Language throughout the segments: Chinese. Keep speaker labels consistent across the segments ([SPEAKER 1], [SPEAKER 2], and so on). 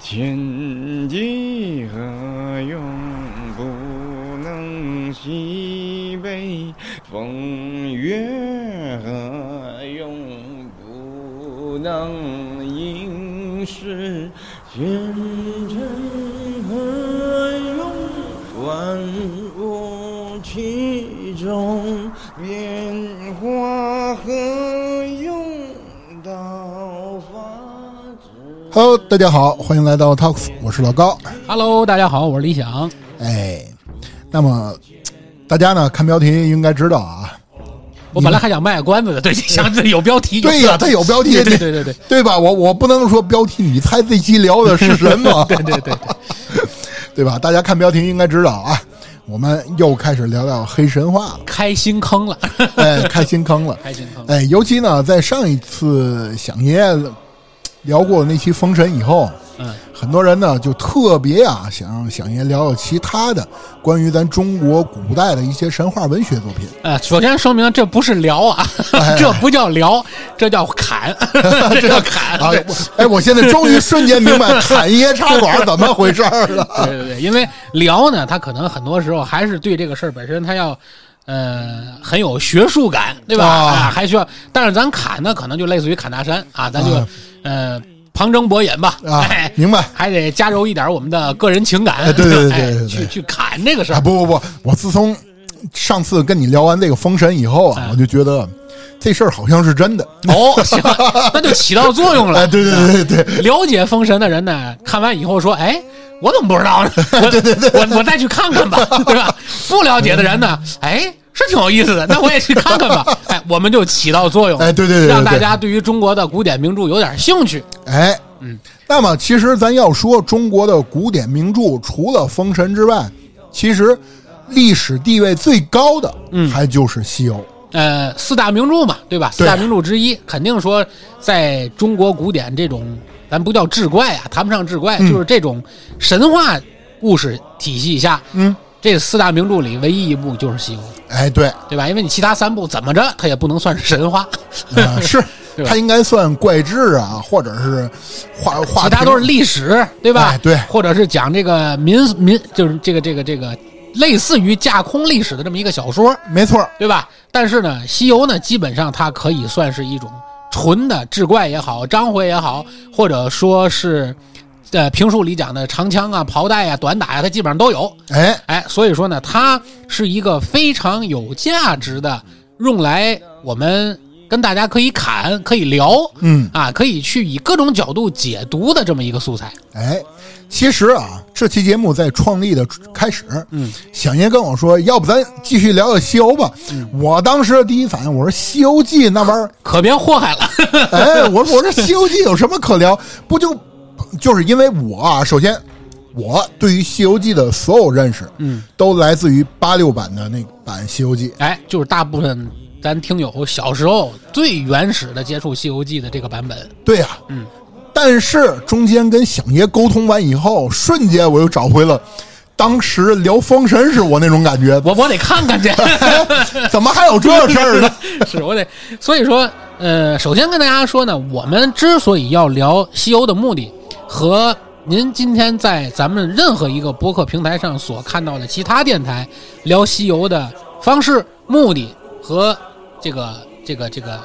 [SPEAKER 1] 天地何用不能西北风，月何用不能吟诗，前尘何用万物其中，变化何用道法之。
[SPEAKER 2] Hello，大家好，欢迎来到 Talks，我是老高。
[SPEAKER 3] Hello，大家好，我是李想。
[SPEAKER 2] 哎，那么大家呢看标题应该知道啊，
[SPEAKER 3] 我本来还想卖个关子的，对，想有标题。
[SPEAKER 2] 对呀，它有标题，
[SPEAKER 3] 对对对对对
[SPEAKER 2] 对吧？我我不能说标题，你猜这期聊的是什么？对
[SPEAKER 3] 对对，
[SPEAKER 2] 对吧？大家看标题应该知道啊，我们又开始聊聊黑神话了，
[SPEAKER 3] 开新坑了，
[SPEAKER 2] 哎，开新坑了，
[SPEAKER 3] 开新坑了。
[SPEAKER 2] 哎，尤其呢，在上一次想爷爷聊过那期《封神》以后，
[SPEAKER 3] 嗯，
[SPEAKER 2] 很多人呢就特别啊想让想爷聊聊其他的关于咱中国古代的一些神话文学作 品。
[SPEAKER 3] 呃，首先声明，这不是聊啊，
[SPEAKER 2] 哎
[SPEAKER 3] 这不叫聊，这叫砍， 这叫砍。
[SPEAKER 2] 啊
[SPEAKER 3] 对，
[SPEAKER 2] 我哎，我现在终于瞬间明白侃爷茶馆怎么回事儿 了。
[SPEAKER 3] 对对对，因为聊呢，他可能很多时候还是对这个事儿本身，他要呃很有学术感，对吧？
[SPEAKER 2] 啊
[SPEAKER 3] 啊，还需要，但是咱砍呢，可能就类似于砍大山啊，咱就、
[SPEAKER 2] 啊
[SPEAKER 3] 呃旁征博引吧，
[SPEAKER 2] 啊
[SPEAKER 3] 哎，
[SPEAKER 2] 明白
[SPEAKER 3] 还得加入一点我们的个人情感，
[SPEAKER 2] 对对对对
[SPEAKER 3] 哎
[SPEAKER 2] 对对
[SPEAKER 3] 去去砍这个事
[SPEAKER 2] 啊，
[SPEAKER 3] 儿，
[SPEAKER 2] 不不不，我自从上次跟你聊完这个封神以后
[SPEAKER 3] 哎
[SPEAKER 2] 啊，我就觉得这事儿好像是真 的。
[SPEAKER 3] 哦，行，那就起到作用
[SPEAKER 2] 哎，
[SPEAKER 3] 了。啊
[SPEAKER 2] 对对对对对，
[SPEAKER 3] 了解封神的人呢，看完以后说：“哎，我怎么不知道呢？ 我我我再去看看吧，对吧？”不了解的人呢，哎，是挺有意思的，那我也去看看吧。哎，我们就起到作用，
[SPEAKER 2] 哎对对对对
[SPEAKER 3] 让大家对于中国的古典名著有点兴趣。
[SPEAKER 2] 哎，嗯，那么其实咱要说中国的古典名著，除了封神之外，其实历史地位最高的，嗯，还就是西游。
[SPEAKER 3] 呃，四大名著嘛，对吧？四
[SPEAKER 2] 对啊
[SPEAKER 3] 大名著之一，肯定说在中国古典这种，咱不叫志怪啊，谈不上志怪，
[SPEAKER 2] 嗯
[SPEAKER 3] 就是这种神话故事体系下，
[SPEAKER 2] 嗯，
[SPEAKER 3] 这四大名著里唯一一部就是《西游》。
[SPEAKER 2] 哎，对，
[SPEAKER 3] 对吧？因为你其他三部怎么着，它也不能算是神话，
[SPEAKER 2] 啊、是
[SPEAKER 3] 对吧
[SPEAKER 2] 它应该算怪志啊，或者是画画
[SPEAKER 3] 其他
[SPEAKER 2] 屏
[SPEAKER 3] 都是历史，对吧？
[SPEAKER 2] 哎对
[SPEAKER 3] 或者是讲这个民民，就是这个这个这个类似于架空历史的这么一个小说，
[SPEAKER 2] 没错儿，
[SPEAKER 3] 对吧？但是呢，《西游》呢，基本上它可以算是一种纯的志怪也好，章回也好，或者说是呃评述里讲的长枪啊、袍带啊、短打呀、它基本上都有。
[SPEAKER 2] 哎，
[SPEAKER 3] 哎，所以说呢，它是一个非常有价值的，用来我们跟大家可以侃、可以聊，
[SPEAKER 2] 嗯
[SPEAKER 3] 啊，可以去以各种角度解读的这么一个素材。
[SPEAKER 2] 哎，其实啊，这期节目在创立的开始，嗯，小爷跟我说，要不咱继续聊聊《西游》吧。
[SPEAKER 3] 嗯
[SPEAKER 2] 我当时的第一反应，我说《西游记》那玩意儿，
[SPEAKER 3] 可别祸害了，
[SPEAKER 2] 哎，我说我说《西游记》有什么可聊？不就就是因为我啊，首先我对于《西游记》的所有认识，嗯，都来自于八六版的那版《西游记》。
[SPEAKER 3] 哎，就是大部分咱听友小时候最原始的接触《西游记》的这个版本，
[SPEAKER 2] 对呀、嗯。但是中间跟响爷沟通完以后，瞬间我又找回了当时聊《封神》时我那种感觉。
[SPEAKER 3] 我我得看看去。
[SPEAKER 2] 怎么还有这事儿呢？
[SPEAKER 3] 是我得，所以说，呃，首先跟大家说呢，我们之所以要聊西游的目的，和您今天在咱们任何一个播客平台上所看到的其他电台聊西游的方式、目的和这个这个这个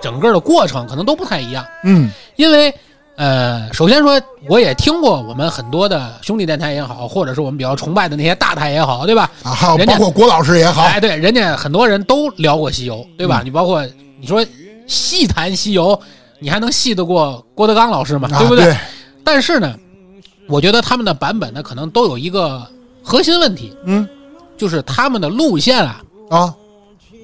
[SPEAKER 3] 整个的过程，可能都不太一样。
[SPEAKER 2] 嗯，
[SPEAKER 3] 因为呃，首先说，我也听过我们很多的兄弟电台也好，或者是我们比较崇拜的那些大台也好，对吧？
[SPEAKER 2] 啊，还有
[SPEAKER 3] 人
[SPEAKER 2] 包
[SPEAKER 3] 家
[SPEAKER 2] 括郭老师也好，嗯
[SPEAKER 3] 哎，对，人家很多人都聊过西游，对吧？你包括你说细谈西游，你还能细得过郭德纲老师吗？
[SPEAKER 2] 啊
[SPEAKER 3] 对不
[SPEAKER 2] 对
[SPEAKER 3] 但是呢，我觉得他们的版本呢，可能都有一个核心问题，
[SPEAKER 2] 嗯，
[SPEAKER 3] 就是他们的路线啊，
[SPEAKER 2] 啊，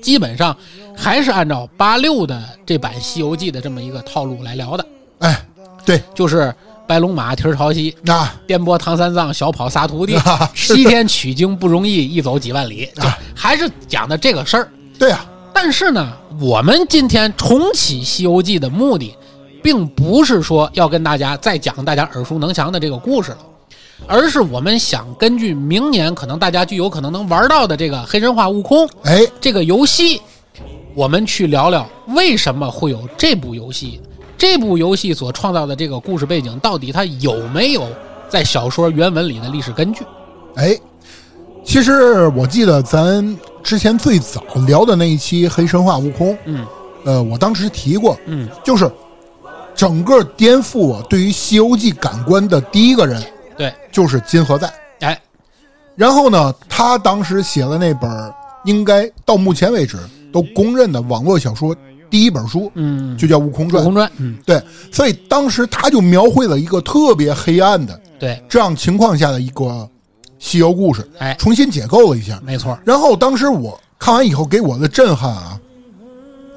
[SPEAKER 3] 基本上还是按照八六的这版《西游记》的这么一个套路来聊的，
[SPEAKER 2] 哎，对，
[SPEAKER 3] 就是白龙马、蹄儿朝西。
[SPEAKER 2] 那，
[SPEAKER 3] 颠簸唐三藏，小跑仨徒弟
[SPEAKER 2] 啊是
[SPEAKER 3] 西天取经不容易，一走几万里，就
[SPEAKER 2] 啊
[SPEAKER 3] 还是讲的这个事儿。
[SPEAKER 2] 对啊，
[SPEAKER 3] 但是呢，我们今天重启《西游记》的目的，并不是说要跟大家再讲大家耳熟能详的这个故事了，而是我们想根据明年可能大家就有可能能玩到的这个黑神话悟空
[SPEAKER 2] 哎，
[SPEAKER 3] 这个游戏，我们去聊聊为什么会有这部游戏，这部游戏所创造的这个故事背景，到底它有没有在小说原文里的历史根据？
[SPEAKER 2] 哎，其实我记得咱之前最早聊的那一期《黑神话：悟空》，
[SPEAKER 3] 嗯
[SPEAKER 2] 呃，我当时提过，
[SPEAKER 3] 嗯，
[SPEAKER 2] 就是整个颠覆我对于《西游记》感官的第一个人
[SPEAKER 3] 对，
[SPEAKER 2] 就是金河在。
[SPEAKER 3] 哎，
[SPEAKER 2] 然后呢，他当时写了那本儿应该到目前为止都公认的网络小说第一本书，
[SPEAKER 3] 嗯，
[SPEAKER 2] 就叫《悟空
[SPEAKER 3] 《
[SPEAKER 2] 传
[SPEAKER 3] 悟》。空传》，嗯，
[SPEAKER 2] 对，所以当时他就描绘了一个特别黑暗的
[SPEAKER 3] 对，
[SPEAKER 2] 这样情况下的一个西游故事，
[SPEAKER 3] 哎，
[SPEAKER 2] 重新解构了一下。
[SPEAKER 3] 没错，
[SPEAKER 2] 然后当时我看完以后给我的震撼啊，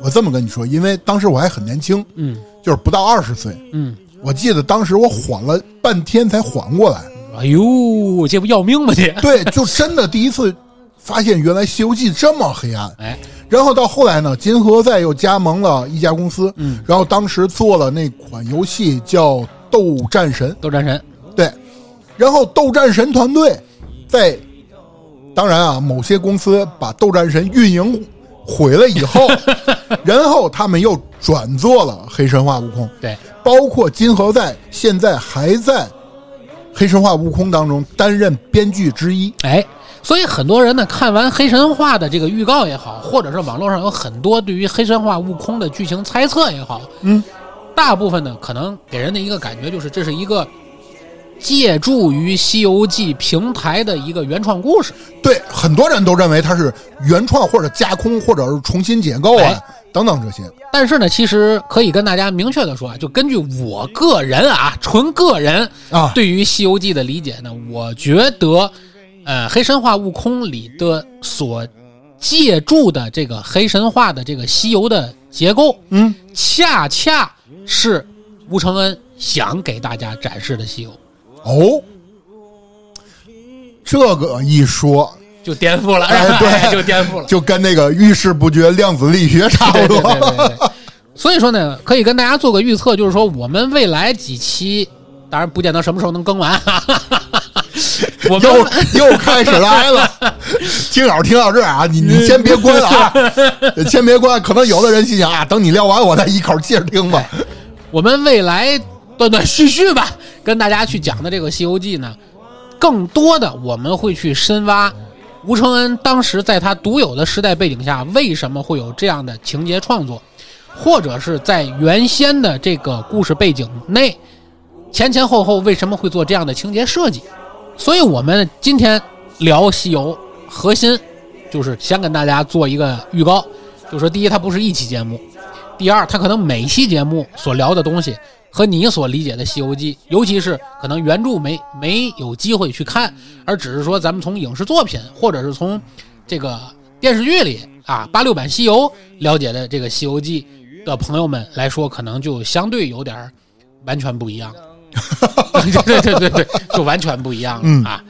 [SPEAKER 2] 我这么跟你说，因为当时我还很年轻，
[SPEAKER 3] 嗯
[SPEAKER 2] 就是不到二十岁，
[SPEAKER 3] 嗯，
[SPEAKER 2] 我记得当时我缓了半天才缓过来。
[SPEAKER 3] 哎呦，这不要命吗？这，
[SPEAKER 2] 对，就真的第一次发现原来《西游记》这么黑暗。
[SPEAKER 3] 哎，
[SPEAKER 2] 然后到后来呢，金河在又加盟了一家公司，
[SPEAKER 3] 嗯，
[SPEAKER 2] 然后当时做了那款游戏叫《斗战神》，
[SPEAKER 3] 斗战神，
[SPEAKER 2] 对，然后斗战神团队在，当然啊，某些公司把斗战神运营毁了以 后，然后他们又转做了黑神话悟空，
[SPEAKER 3] 对，
[SPEAKER 2] 包括金河在现在还在黑神话悟空当中担任编剧之一。
[SPEAKER 3] 哎，所以很多人呢看完《黑神话》的这个预告也好，或者是网络上有很多对于《黑神话：悟空》的剧情猜测也好，
[SPEAKER 2] 嗯，
[SPEAKER 3] 大部分呢可能给人的一个感觉就是这是一个借助于《西游记》平台的一个原创故事。
[SPEAKER 2] 对，很多人都认为他是原创或者架空或者是重新解构啊、
[SPEAKER 3] 哎
[SPEAKER 2] 等等这些。
[SPEAKER 3] 但是呢，其实可以跟大家明确的说啊，就根据我个人啊，纯个人
[SPEAKER 2] 啊
[SPEAKER 3] 对于《西游记》的理解呢，我觉得，呃，《黑神话：悟空》里的所借助的这个黑神话的这个西游的结构，
[SPEAKER 2] 嗯，
[SPEAKER 3] 恰恰是吴承恩想给大家展示的西游，
[SPEAKER 2] 哦，这个一说
[SPEAKER 3] 就颠覆了，
[SPEAKER 2] 哎对
[SPEAKER 3] 就颠覆了。
[SPEAKER 2] 就跟那个遇事不决量子力学差不
[SPEAKER 3] 对对
[SPEAKER 2] 多。
[SPEAKER 3] 对对对。所以说呢，可以跟大家做个预测，就是说我们未来几期，当然不见得什么时候能更完。我们
[SPEAKER 2] 又又开始来 了，听友听到这儿啊，你你先别关了啊，先别关。可能有的人心想啊，等你聊完我再一口接着听吧。
[SPEAKER 3] 我们未来断断续续吧，跟大家去讲的这个《西游记》呢，更多的我们会去深挖吴承恩当时在他独有的时代背景下，为什么会有这样的情节创作，或者是在原先的这个故事背景内，前前后后为什么会做这样的情节设计。所以，我们今天聊西游，核心就是先跟大家做一个预告，就说第一，它不是一期节目，第二，它可能每期节目所聊的东西和你所理解的《西游记》，尤其是可能原著没没有机会去看，而只是说咱们从影视作品或者是从这个电视剧里啊八六版《西游》了解的这个《西游记》的朋友们来说，可能就相对有点儿完全不一样。 对对对对对，就完全不一样了、
[SPEAKER 2] 嗯
[SPEAKER 3] 啊。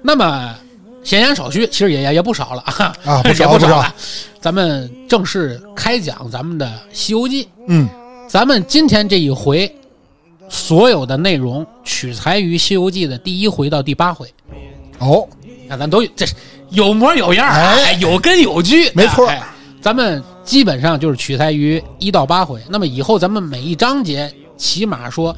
[SPEAKER 3] 那么闲言少叙，其实也也也不少了啊，
[SPEAKER 2] 啊不少
[SPEAKER 3] 也不
[SPEAKER 2] 不少
[SPEAKER 3] 了。咱们正式开讲咱们的《西游记》。
[SPEAKER 2] 嗯，
[SPEAKER 3] 咱们今天这一回所有的内容取材于《西游记》的第一回到第八回，
[SPEAKER 2] 哦，
[SPEAKER 3] 那咱都有这是有模有样儿，
[SPEAKER 2] 哎
[SPEAKER 3] 哎，有根有据，
[SPEAKER 2] 没错
[SPEAKER 3] 哎咱们基本上就是取材于一到八回，那么以后咱们每一章节起码说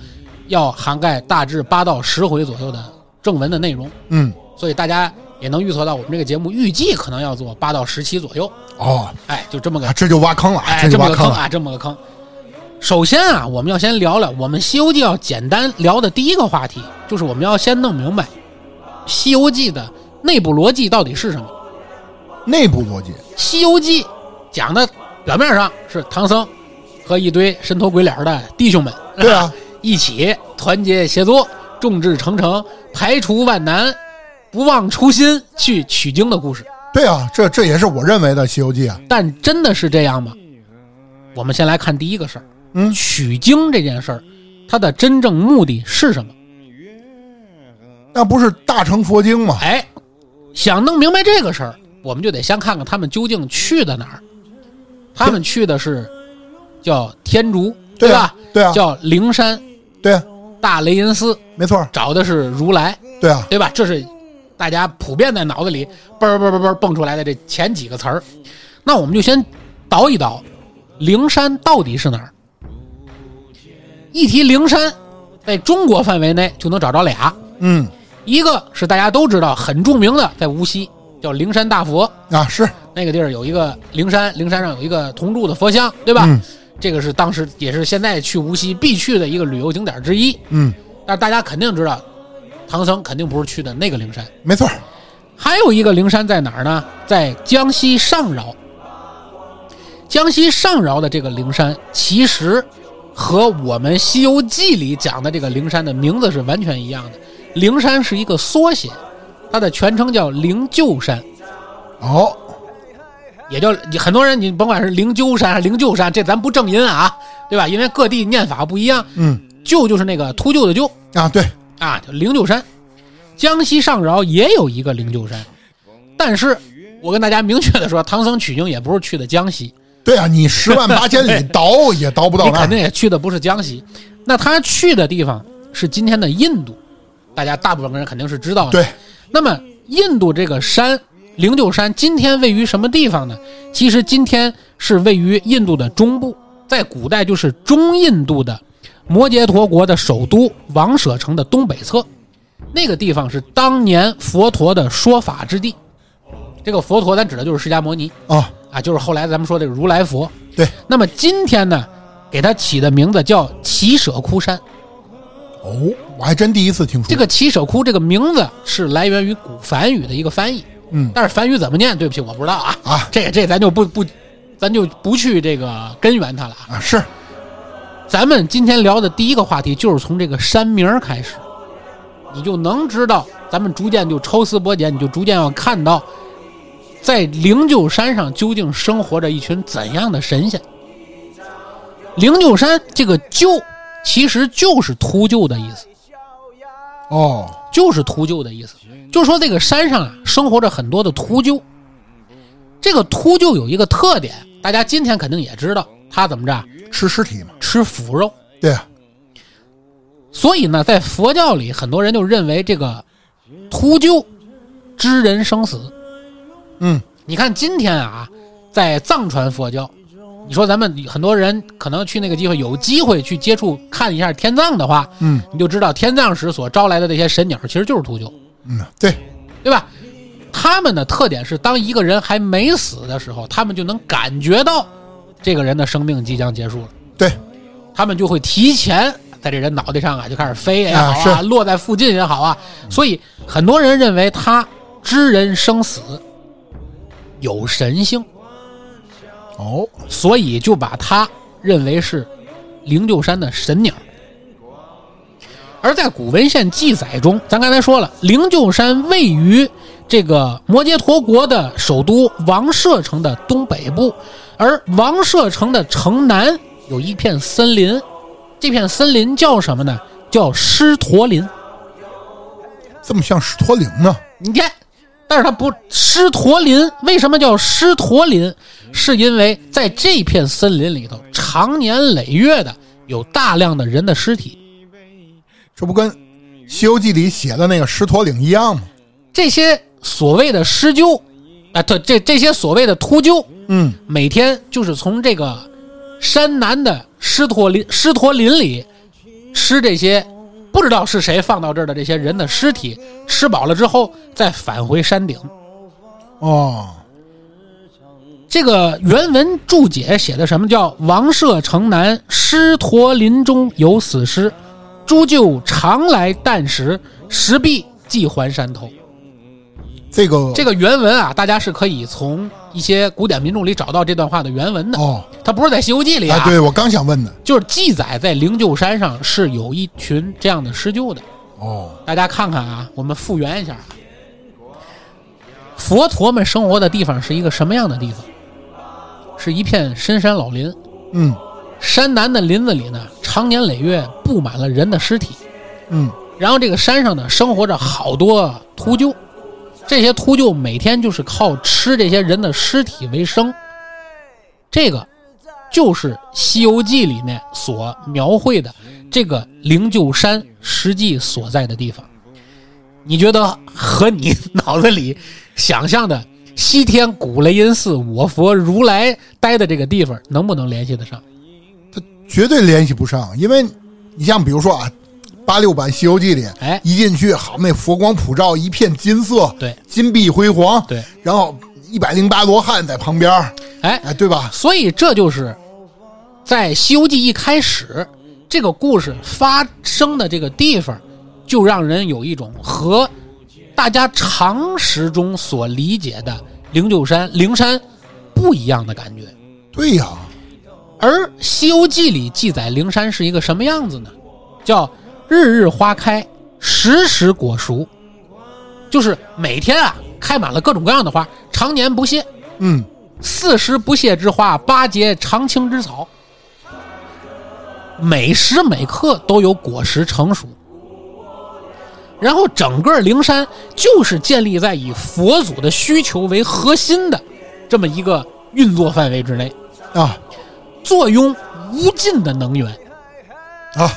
[SPEAKER 3] 要涵盖大致八到十回左右的正文的内容，
[SPEAKER 2] 嗯，
[SPEAKER 3] 所以大家也能预测到我们这个节目预计可能要做八到十期左右，
[SPEAKER 2] 哦，
[SPEAKER 3] 哎，就这么个
[SPEAKER 2] 啊，这就挖坑了，
[SPEAKER 3] 哎，
[SPEAKER 2] 就
[SPEAKER 3] 这
[SPEAKER 2] 挖
[SPEAKER 3] 么个
[SPEAKER 2] 坑
[SPEAKER 3] 坑
[SPEAKER 2] 了。
[SPEAKER 3] 啊，这么个坑。首先啊，我们要先聊聊我们《西游记》要简单聊的第一个话题，就是我们要先弄明白《西游记》的内部逻辑到底是什么。啊
[SPEAKER 2] 内部逻 辑，
[SPEAKER 3] 《西游记》讲的表面上是唐僧和一堆神头鬼脸的弟兄们，
[SPEAKER 2] 对啊，
[SPEAKER 3] 一起团结协作，众志成城，排除万难，不忘初心去取经的故事。
[SPEAKER 2] 对啊，这这也是我认为的《西游记》啊。
[SPEAKER 3] 但真的是这样吗？我们先来看第一个事儿，
[SPEAKER 2] 嗯
[SPEAKER 3] 取经这件事儿，它的真正目的是什么？
[SPEAKER 2] 那不是大乘佛经吗？
[SPEAKER 3] 哎，想弄明白这个事儿，我们就得先看看他们究竟去的哪儿。他们去的是叫天竺，
[SPEAKER 2] 对啊
[SPEAKER 3] 吧？
[SPEAKER 2] 对啊，
[SPEAKER 3] 叫灵山、
[SPEAKER 2] 对啊，
[SPEAKER 3] 大雷音寺，
[SPEAKER 2] 没错，
[SPEAKER 3] 找的是如来，
[SPEAKER 2] 对啊，
[SPEAKER 3] 对吧？这是大家普遍在脑子里嘣儿嘣儿嘣儿嘣儿蹦出来的这前几个词儿。那我们就先倒一倒，灵山到底是哪儿？一提灵山，在中国范围内就能找着俩，
[SPEAKER 2] 嗯
[SPEAKER 3] 一个是大家都知道很著名的，在无锡叫灵山大佛，
[SPEAKER 2] 啊是
[SPEAKER 3] 那个地儿有一个灵山，灵山上有一个铜铸的佛像，对吧？
[SPEAKER 2] 嗯
[SPEAKER 3] 这个是当时也是现在去无锡必去的一个旅游景点之一。
[SPEAKER 2] 嗯，
[SPEAKER 3] 但是大家肯定知道，唐僧肯定不是去的那个灵山。
[SPEAKER 2] 没错儿，
[SPEAKER 3] 还有一个灵山在哪儿呢？在江西上饶。江西上饶的这个灵山，其实和我们《西游记》里讲的这个灵山的名字是完全一样的。灵山是一个缩写，它的全称叫灵鹫山，
[SPEAKER 2] 哦，
[SPEAKER 3] 也叫很多人你甭管是灵鹫山还是灵鹫山，这咱不正音啊，对吧？因为各地念法不一样，
[SPEAKER 2] 嗯
[SPEAKER 3] 鹫就是那个秃鹫的鹫
[SPEAKER 2] 啊对，
[SPEAKER 3] 啊，叫灵鹫山。江西上饶也有一个灵鹫山，但是我跟大家明确的说，唐僧取经也不是去的江西，
[SPEAKER 2] 对啊，你十万八千 里倒也倒不到
[SPEAKER 3] 你
[SPEAKER 2] 那
[SPEAKER 3] 肯定
[SPEAKER 2] 儿，
[SPEAKER 3] 也去的不是江西，那他去的地方是今天的印度，大家大部分人肯定是知道的。
[SPEAKER 2] 对，
[SPEAKER 3] 那么印度这个山灵鹫山今天位于什么地方呢？其实今天是位于印度的中部，在古代就是中印度的摩羯陀国的首都王舍城的东北侧，那个地方是当年佛陀的说法之地。这个佛陀，咱指的就是释迦摩尼
[SPEAKER 2] 啊
[SPEAKER 3] 啊，就是后来咱们说这个如来佛。
[SPEAKER 2] 对，
[SPEAKER 3] 那么今天呢，给它起的名字叫奇舍窟山。
[SPEAKER 2] 哦，我还真第一次听说
[SPEAKER 3] 这个奇舍窟这个名字是来源于古梵语的一个翻译，
[SPEAKER 2] 嗯
[SPEAKER 3] 但是梵语怎么念，对不起，我不知道啊。
[SPEAKER 2] 啊
[SPEAKER 3] 这这咱就不不，咱就不去这个根源它了啊。
[SPEAKER 2] 啊是
[SPEAKER 3] 咱们今天聊的第一个话题就是从这个山名儿开始，你就能知道，咱们逐渐就抽丝剥茧，你就逐渐要看到，在灵鹫山上究竟生活着一群怎样的神仙。灵鹫山这个“鹫”其实就是秃鹫的意思。
[SPEAKER 2] 哦
[SPEAKER 3] 就是秃鹫的意思。就说这个山上啊，生活着很多的秃鹫。这个秃鹫有一个特点，大家今天肯定也知道，它怎么着啊
[SPEAKER 2] 吃尸体嘛，
[SPEAKER 3] 吃腐肉。
[SPEAKER 2] 对啊
[SPEAKER 3] 所以呢，在佛教里，很多人就认为这个秃鹫知人生死。
[SPEAKER 2] 嗯
[SPEAKER 3] 你看今天啊，在藏传佛教，你说咱们很多人可能去那个机会有机会去接触看一下天葬的话，
[SPEAKER 2] 嗯
[SPEAKER 3] 你就知道天葬时所招来的这些神鸟其实就是秃鹫。
[SPEAKER 2] 嗯对
[SPEAKER 3] 对吧？他们的特点是，当一个人还没死的时候，他们就能感觉到这个人的生命即将结束了，
[SPEAKER 2] 对
[SPEAKER 3] 他们就会提前在这人脑袋上啊就开始飞也好
[SPEAKER 2] 啊是
[SPEAKER 3] 落在附近也好啊。所以很多人认为他知人生死，有神性，
[SPEAKER 2] 哦
[SPEAKER 3] 所以就把他认为是灵鹫山的神鸟。而在古文献记载中，咱刚才说了，灵鹫山位于这个摩羯陀国的首都王舍城的东北部，而王舍城的城南有一片森林，这片森林叫什么呢？叫狮驼林。
[SPEAKER 2] 这么像史托灵呢
[SPEAKER 3] 你看，但是它不狮驼林，为什么叫狮驼林？是因为在这片森林里头，常年累月的有大量的人的尸体，
[SPEAKER 2] 这不跟《西游记》里写的那个狮驼岭一样吗？
[SPEAKER 3] 这些所谓的狮鹫，啊，对，这这些所谓的秃鹫，
[SPEAKER 2] 嗯，
[SPEAKER 3] 每天就是从这个山南的狮驼林狮驼林里吃这些不知道是谁放到这儿的这些人的尸体，吃饱了之后再返回山顶。
[SPEAKER 2] 哦，
[SPEAKER 3] 这个原文注解写的什么叫“王舍城南狮驼林中有死尸，朱鹫常来啖食，食毕即还山头”。
[SPEAKER 2] 哦这个
[SPEAKER 3] 这个原文啊，大家是可以从一些古典民著里找到这段话的原文的。
[SPEAKER 2] 哦，
[SPEAKER 3] 它不是在《西游记》里
[SPEAKER 2] 哎，
[SPEAKER 3] 啊，
[SPEAKER 2] 对我刚想问的
[SPEAKER 3] 就是记载在灵鹫山上是有一群这样的狮鹫的。
[SPEAKER 2] 哦，
[SPEAKER 3] 大家看看啊，我们复原一下啊，佛陀们生活的地方是一个什么样的地方？是一片深山老林，
[SPEAKER 2] 嗯
[SPEAKER 3] 山南的林子里呢，常年累月布满了人的尸体。
[SPEAKER 2] 嗯，
[SPEAKER 3] 然后这个山上呢，生活着好多秃鹫，这些秃鹫每天就是靠吃这些人的尸体为生。这个就是《西游记》里面所描绘的这个灵鹫山实际所在的地方。你觉得和你脑子里想象的西天古雷音寺、我佛如来待的这个地方能不能联系得上？
[SPEAKER 2] 绝对联系不上，因为你像比如说啊，八六版《西游记》里，
[SPEAKER 3] 哎
[SPEAKER 2] 一进去好，那佛光普照，一片金色，
[SPEAKER 3] 对
[SPEAKER 2] 金碧辉煌，
[SPEAKER 3] 对，
[SPEAKER 2] 然后一百零八罗汉在旁边儿，
[SPEAKER 3] 哎，
[SPEAKER 2] 哎，对吧？
[SPEAKER 3] 所以这就是在《西游记》一开始，这个故事发生的这个地方，就让人有一种和大家常识中所理解的灵鹫山、灵山不一样的感觉。
[SPEAKER 2] 对呀、
[SPEAKER 3] 而《西游记》里记载灵山是一个什么样子呢？叫日日花开，时时果熟，就是每天啊开满了各种各样的花，常年不谢。
[SPEAKER 2] 嗯，
[SPEAKER 3] 四时不谢之花，八节常青之草。每时每刻都有果实成熟，然后整个灵山就是建立在以佛祖的需求为核心的这么一个运作范围之内，
[SPEAKER 2] 啊
[SPEAKER 3] 坐拥无尽的能源。
[SPEAKER 2] 啊，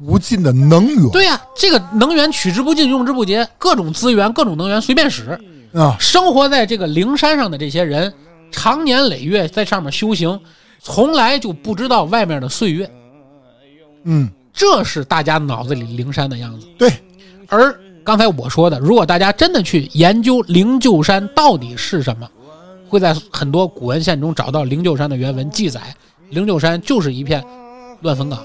[SPEAKER 2] 无尽的能源，
[SPEAKER 3] 对呀、这个能源取之不尽，用之不竭，各种资源、各种能源随便使。
[SPEAKER 2] 啊，
[SPEAKER 3] 生活在这个灵山上的这些人，常年累月在上面修行，从来就不知道外面的岁月。
[SPEAKER 2] 嗯，
[SPEAKER 3] 这是大家脑子里灵山的样子。
[SPEAKER 2] 对，
[SPEAKER 3] 而刚才我说的，如果大家真的去研究灵鹫山到底是什么，会在很多古文献中找到灵鹫山的原文记载，灵鹫山就是一片乱坟岗。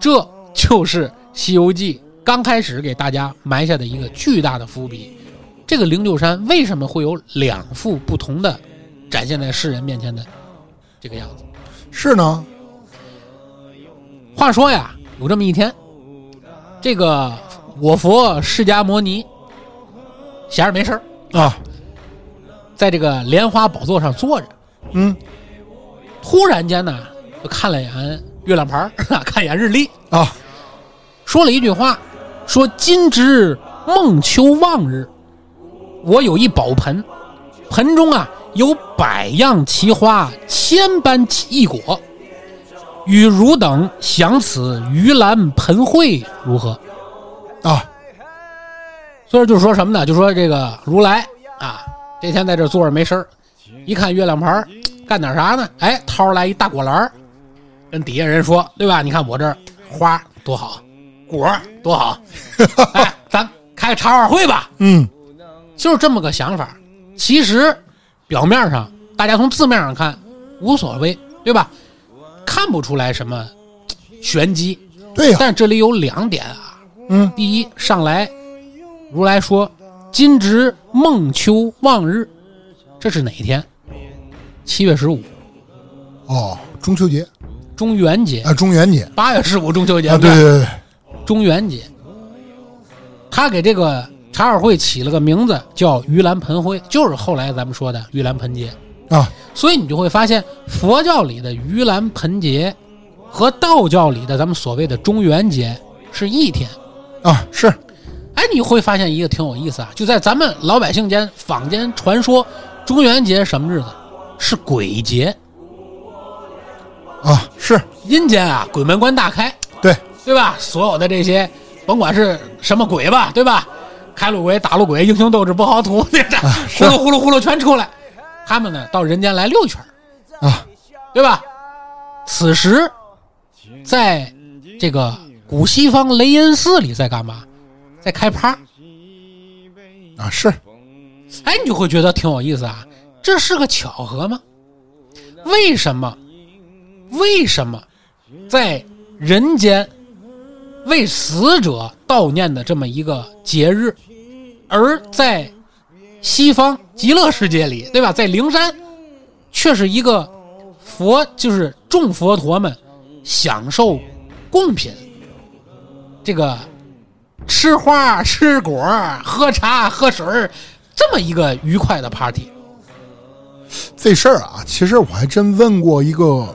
[SPEAKER 3] 这就是《西游记》刚开始给大家埋下的一个巨大的伏笔。这个灵鹫山为什么会有两幅不同的展现在世人面前的这个样子？
[SPEAKER 2] 是呢，
[SPEAKER 3] 话说呀，有这么一天，这个我佛释迦摩尼闲着没事儿，
[SPEAKER 2] 啊，
[SPEAKER 3] 在这个莲花宝座上坐着，
[SPEAKER 2] 嗯
[SPEAKER 3] 突然间呢，就看了一眼月亮牌儿， 看一眼日历，
[SPEAKER 2] 啊，
[SPEAKER 3] 说了一句话，说今值孟秋望日，我有一宝盆，盆中啊有百样奇花，千般异果，与汝等享此盂兰盆会如何？
[SPEAKER 2] 啊，
[SPEAKER 3] 所以就说什么呢？就说这个如来啊，这天在这坐着没事儿，一看月亮牌儿，干点啥呢？哎，掏出来一大果篮儿，跟底下人说，对吧？你看我这儿花多好，果 儿多好，哎，咱开个茶话会吧，
[SPEAKER 2] 嗯，
[SPEAKER 3] 就是这么个想法。其实表面上大家从字面上看无所谓，对吧？看不出来什么嘖玄机，
[SPEAKER 2] 对呀、
[SPEAKER 3] 但这里有两点啊，
[SPEAKER 2] 嗯，
[SPEAKER 3] 第一上来，如来说：“今值孟秋望日，这是哪一天？七月十五，
[SPEAKER 2] 哦，中秋节
[SPEAKER 3] 中元节。
[SPEAKER 2] 啊，中元节
[SPEAKER 3] 八月十五，中秋节。
[SPEAKER 2] 啊，对对对，对
[SPEAKER 3] 中元节。他给这个茶尔会起了个名字叫盂兰盆会，就是后来咱们说的盂兰盆节。
[SPEAKER 2] 啊，
[SPEAKER 3] 所以你就会发现，佛教里的盂兰盆节和道教里的咱们所谓的中元节是一天。
[SPEAKER 2] 啊，是
[SPEAKER 3] 哎，你会发现一个挺有意思啊，就在咱们老百姓间坊间传说，中元节什么日子？是鬼节。
[SPEAKER 2] 啊，是
[SPEAKER 3] 阴间啊，鬼门关大开，
[SPEAKER 2] 对，
[SPEAKER 3] 对吧？所有的这些，甭管是什么鬼吧，对吧？开路鬼、打路鬼、英雄斗志、不豪图， 那这呼
[SPEAKER 2] 啊是
[SPEAKER 3] 噜呼噜呼噜全出来。他们呢，到人间来溜一圈儿，
[SPEAKER 2] 啊，
[SPEAKER 3] 对吧？此时，在这个古西方雷音寺里在干嘛？在开趴。
[SPEAKER 2] 啊，是
[SPEAKER 3] 哎，你就会觉得挺有意思啊。这是个巧合吗？为什么？为什么在人间为死者悼念的这么一个节日，而在西方极乐世界里，对吧？在灵山，却是一个佛，就是众佛陀们享受贡品，这个吃花、吃果、喝茶、喝水儿这么一个愉快的 party。
[SPEAKER 2] 这事儿啊，其实我还真问过一个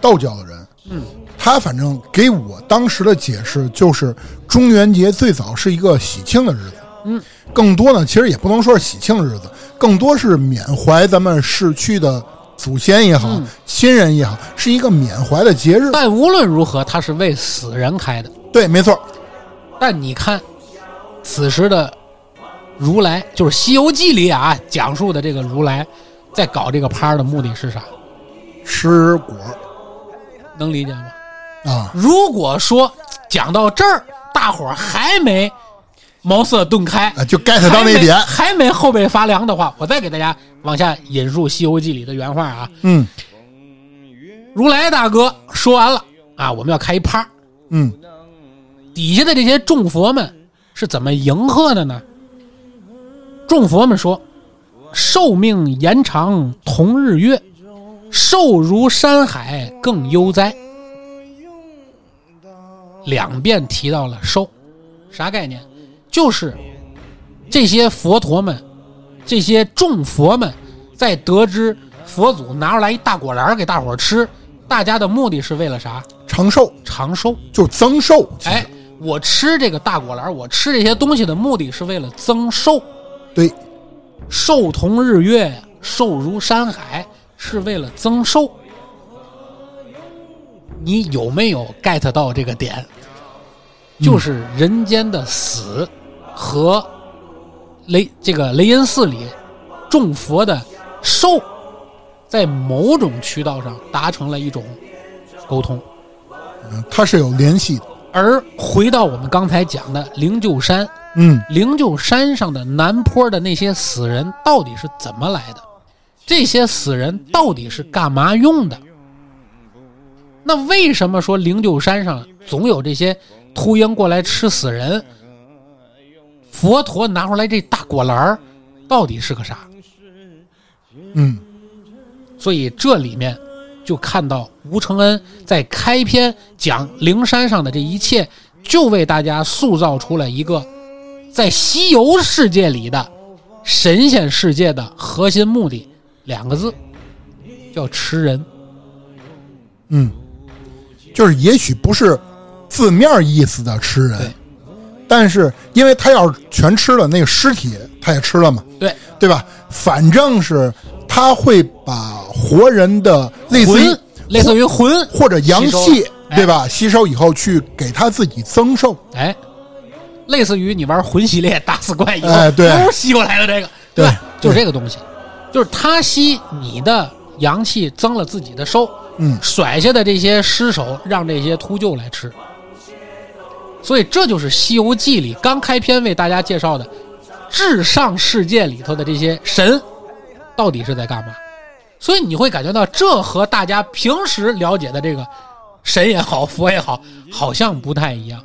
[SPEAKER 2] 道教的人，嗯，他反正给我当时的解释就是，中元节最早是一个喜庆的日子，嗯，更多呢，其实也不能说是喜庆日子，更多是缅怀咱们逝去的祖先也好，
[SPEAKER 3] 嗯
[SPEAKER 2] 亲人也好，是一个缅怀的节日。
[SPEAKER 3] 但无论如何，它是为死人开的。
[SPEAKER 2] 对，没错，
[SPEAKER 3] 但你看，此时的如来，就是《西游记》里啊讲述的这个如来，在搞这个趴的目的是啥？
[SPEAKER 2] 吃果
[SPEAKER 3] 能理解吗？
[SPEAKER 2] 啊，
[SPEAKER 3] 如果说讲到这儿，大伙儿还没茅塞顿开
[SPEAKER 2] 啊，就 get 到那点，
[SPEAKER 3] 还没还没后背发凉的话，我再给大家往下引述《西游记》里的原话啊。
[SPEAKER 2] 嗯
[SPEAKER 3] 如来大哥说完了啊，我们要开一趴，
[SPEAKER 2] 嗯，
[SPEAKER 3] 底下的这些众佛们是怎么迎贺的呢？众佛们说：“寿命延长同日月，寿如山海更悠哉。”两遍提到了寿，啥概念？就是这些佛陀们，这些众佛们，在得知佛祖拿出来一大果篮儿给大伙儿吃，大家的目的是为了啥？
[SPEAKER 2] 长寿
[SPEAKER 3] 长寿。
[SPEAKER 2] 就是增寿，其实
[SPEAKER 3] 哎，我吃这个大果篮儿，我吃这些东西的目的是为了增寿，
[SPEAKER 2] 对，
[SPEAKER 3] 寿同日月，寿如山海，是为了增寿。你有没有 get 到这个点？就是人间的死和雷这个雷音寺里众佛的寿，在某种渠道上达成了一种沟通。
[SPEAKER 2] 嗯它是有联系的，
[SPEAKER 3] 而回到我们刚才讲的灵鹫山，
[SPEAKER 2] 嗯
[SPEAKER 3] 灵鹫山上的南坡的那些死人到底是怎么来的？这些死人到底是干嘛用的？那为什么说灵鹫山上总有这些秃鹰过来吃死人？佛陀拿出来这大果篮儿，到底是个啥？
[SPEAKER 2] 嗯，
[SPEAKER 3] 所以这里面就看到吴承恩在开篇讲灵山上的这一切，就为大家塑造出了一个在西游世界里的神仙世界的核心目的，两个字叫吃人。
[SPEAKER 2] 嗯，就是也许不是字面意思的吃人
[SPEAKER 3] 对，
[SPEAKER 2] 但是因为他要是全吃了，那个尸体他也吃了嘛，
[SPEAKER 3] 对，
[SPEAKER 2] 对吧？反正是他会把活人的类似于
[SPEAKER 3] 魂类似于魂，
[SPEAKER 2] 或者阳
[SPEAKER 3] 吸收
[SPEAKER 2] 气
[SPEAKER 3] 了，哎
[SPEAKER 2] 对吧？吸收以后去给他自己增寿，
[SPEAKER 3] 哎，类似于你玩魂系列打死怪以后，
[SPEAKER 2] 哎对
[SPEAKER 3] 都是吸过来的这个，
[SPEAKER 2] 对
[SPEAKER 3] 吧？
[SPEAKER 2] 对
[SPEAKER 3] 就是这个东西，就是他吸你的阳气，增了自己的寿，
[SPEAKER 2] 嗯
[SPEAKER 3] 甩下的这些尸首让这些秃鹫来吃。所以这就是《西游记》里刚开篇为大家介绍的至上世界里头的这些神到底是在干嘛。所以你会感觉到，这和大家平时了解的这个神也好、佛也好，好像不太一样。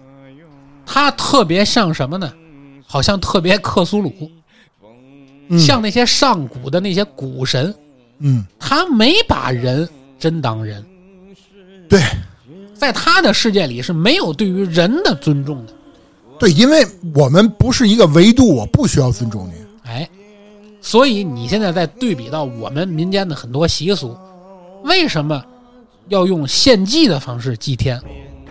[SPEAKER 3] 它特别像什么呢？好像特别克苏鲁，
[SPEAKER 2] 嗯
[SPEAKER 3] 像那些上古的那些古神，
[SPEAKER 2] 嗯，
[SPEAKER 3] 他没把人真当人，
[SPEAKER 2] 对
[SPEAKER 3] 在他的世界里是没有对于人的尊重的。
[SPEAKER 2] 对，因为我们不是一个维度，我不需要尊重你，
[SPEAKER 3] 哎，所以你现在在对比到我们民间的很多习俗，为什么要用献祭的方式祭天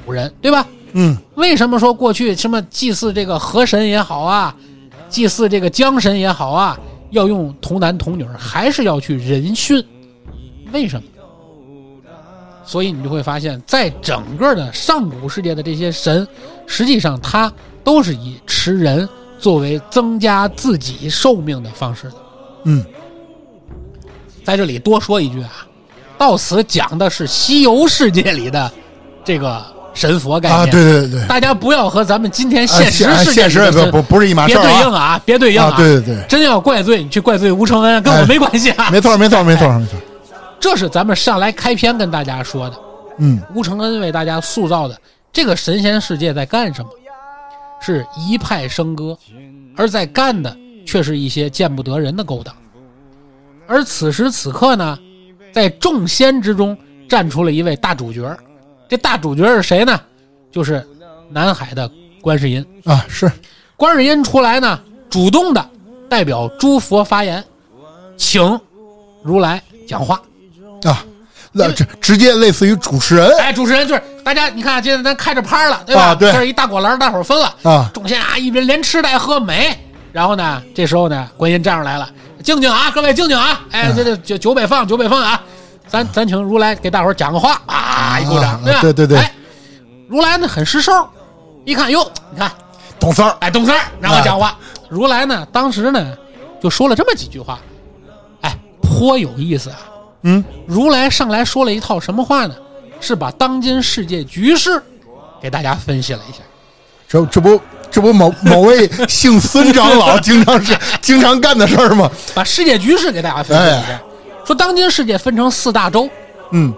[SPEAKER 3] 古人，对吧？
[SPEAKER 2] 嗯
[SPEAKER 3] 为什么说过去什么祭祀这个河神也好啊，祭祀这个江神也好啊，要用童男童女儿，还是要去人殉？为什么？所以你就会发现，在整个的上古世界的这些神，实际上他都是以吃人作为增加自己寿命的方式的。
[SPEAKER 2] 嗯，
[SPEAKER 3] 在这里多说一句啊，到此讲的是西游世界里的这个神佛概念
[SPEAKER 2] 啊，对对 对，
[SPEAKER 3] 大家不要和咱们今天
[SPEAKER 2] 啊
[SPEAKER 3] 现实
[SPEAKER 2] 啊
[SPEAKER 3] 世界
[SPEAKER 2] 现
[SPEAKER 3] 里的
[SPEAKER 2] 实
[SPEAKER 3] 神
[SPEAKER 2] 不不不是一码
[SPEAKER 3] 别
[SPEAKER 2] 事儿
[SPEAKER 3] 对应
[SPEAKER 2] 啊，
[SPEAKER 3] 啊，别对应
[SPEAKER 2] 啊对对对
[SPEAKER 3] 真要怪罪你去怪罪吴承恩，跟我
[SPEAKER 2] 哎
[SPEAKER 3] 没关系啊。
[SPEAKER 2] 没错没错没错没错，
[SPEAKER 3] 这是咱们上来开篇跟大家说的，
[SPEAKER 2] 嗯
[SPEAKER 3] 吴承恩为大家塑造的这个神仙世界在干什么？是一派笙歌，而在干的却是一些见不得人的勾当。而此时此刻呢，在众仙之中站出了一位大主角儿，这大主角儿是谁呢？就是南海的观世音。
[SPEAKER 2] 啊是，
[SPEAKER 3] 观世音出来呢，主动的代表诸佛发言，请如来讲话。
[SPEAKER 2] 啊，那直直接类似于主持人
[SPEAKER 3] 哎，主持人就是大家，你看今天咱开着趴了，对吧？
[SPEAKER 2] 啊对
[SPEAKER 3] 这是一大果篮，大伙儿分了。
[SPEAKER 2] 啊
[SPEAKER 3] 众仙啊，一人连吃带喝美。然后呢，这时候呢，观音站上来了，静静啊，各位静静啊，哎，这这酒酒北放，酒北放啊，咱咱请如来给大伙儿讲个话啊，一鼓掌，吧？
[SPEAKER 2] 对对对
[SPEAKER 3] 哎，如来呢很识事儿，一看哟，你看
[SPEAKER 2] 懂事儿，
[SPEAKER 3] 哎，懂事儿，然后讲话。如来呢，当时呢就说了这么几句话，哎，颇有意思啊。
[SPEAKER 2] 嗯
[SPEAKER 3] 如来上来说了一套什么话呢？是把当今世界局势给大家分析了一下。
[SPEAKER 2] 这这不这不某某位姓孙长老经常是经常干的事儿吗？
[SPEAKER 3] 把世界局势给大家分析一下。说当今世界分成四大洲，
[SPEAKER 2] 哎嗯，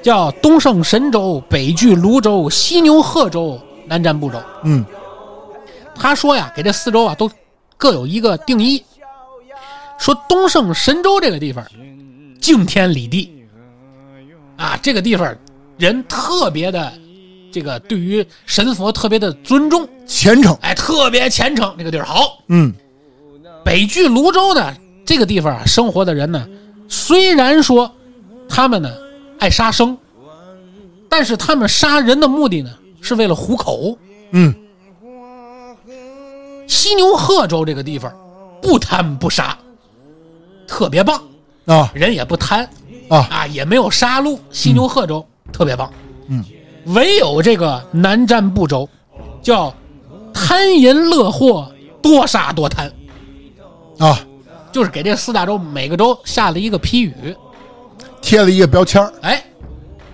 [SPEAKER 3] 叫东胜神州、北距泸州、西牛贺州、南瞻部州。
[SPEAKER 2] 嗯，
[SPEAKER 3] 他说呀，给这四州啊都各有一个定义。说东胜神州这个地方，敬天礼地啊，这个地方人特别的，这个对于神佛特别的尊重，
[SPEAKER 2] 虔诚，
[SPEAKER 3] 哎，特别虔诚。这个地儿好，
[SPEAKER 2] 嗯，
[SPEAKER 3] 北距泸州呢，这个地方啊，生活的人呢，虽然说他们呢爱杀生，但是他们杀人的目的呢，是为了糊口。
[SPEAKER 2] 嗯，
[SPEAKER 3] 犀牛贺州这个地方，不贪不杀，特别棒，
[SPEAKER 2] 啊
[SPEAKER 3] 人也不贪
[SPEAKER 2] 啊，
[SPEAKER 3] 啊，也没有杀戮。犀牛贺州、特别棒，嗯，唯有这个南瞻部州，叫贪淫乐祸，多杀多贪。
[SPEAKER 2] 啊，
[SPEAKER 3] 就是给这四大洲每个州下了一个批语。
[SPEAKER 2] 贴了一个标签儿。
[SPEAKER 3] 哎，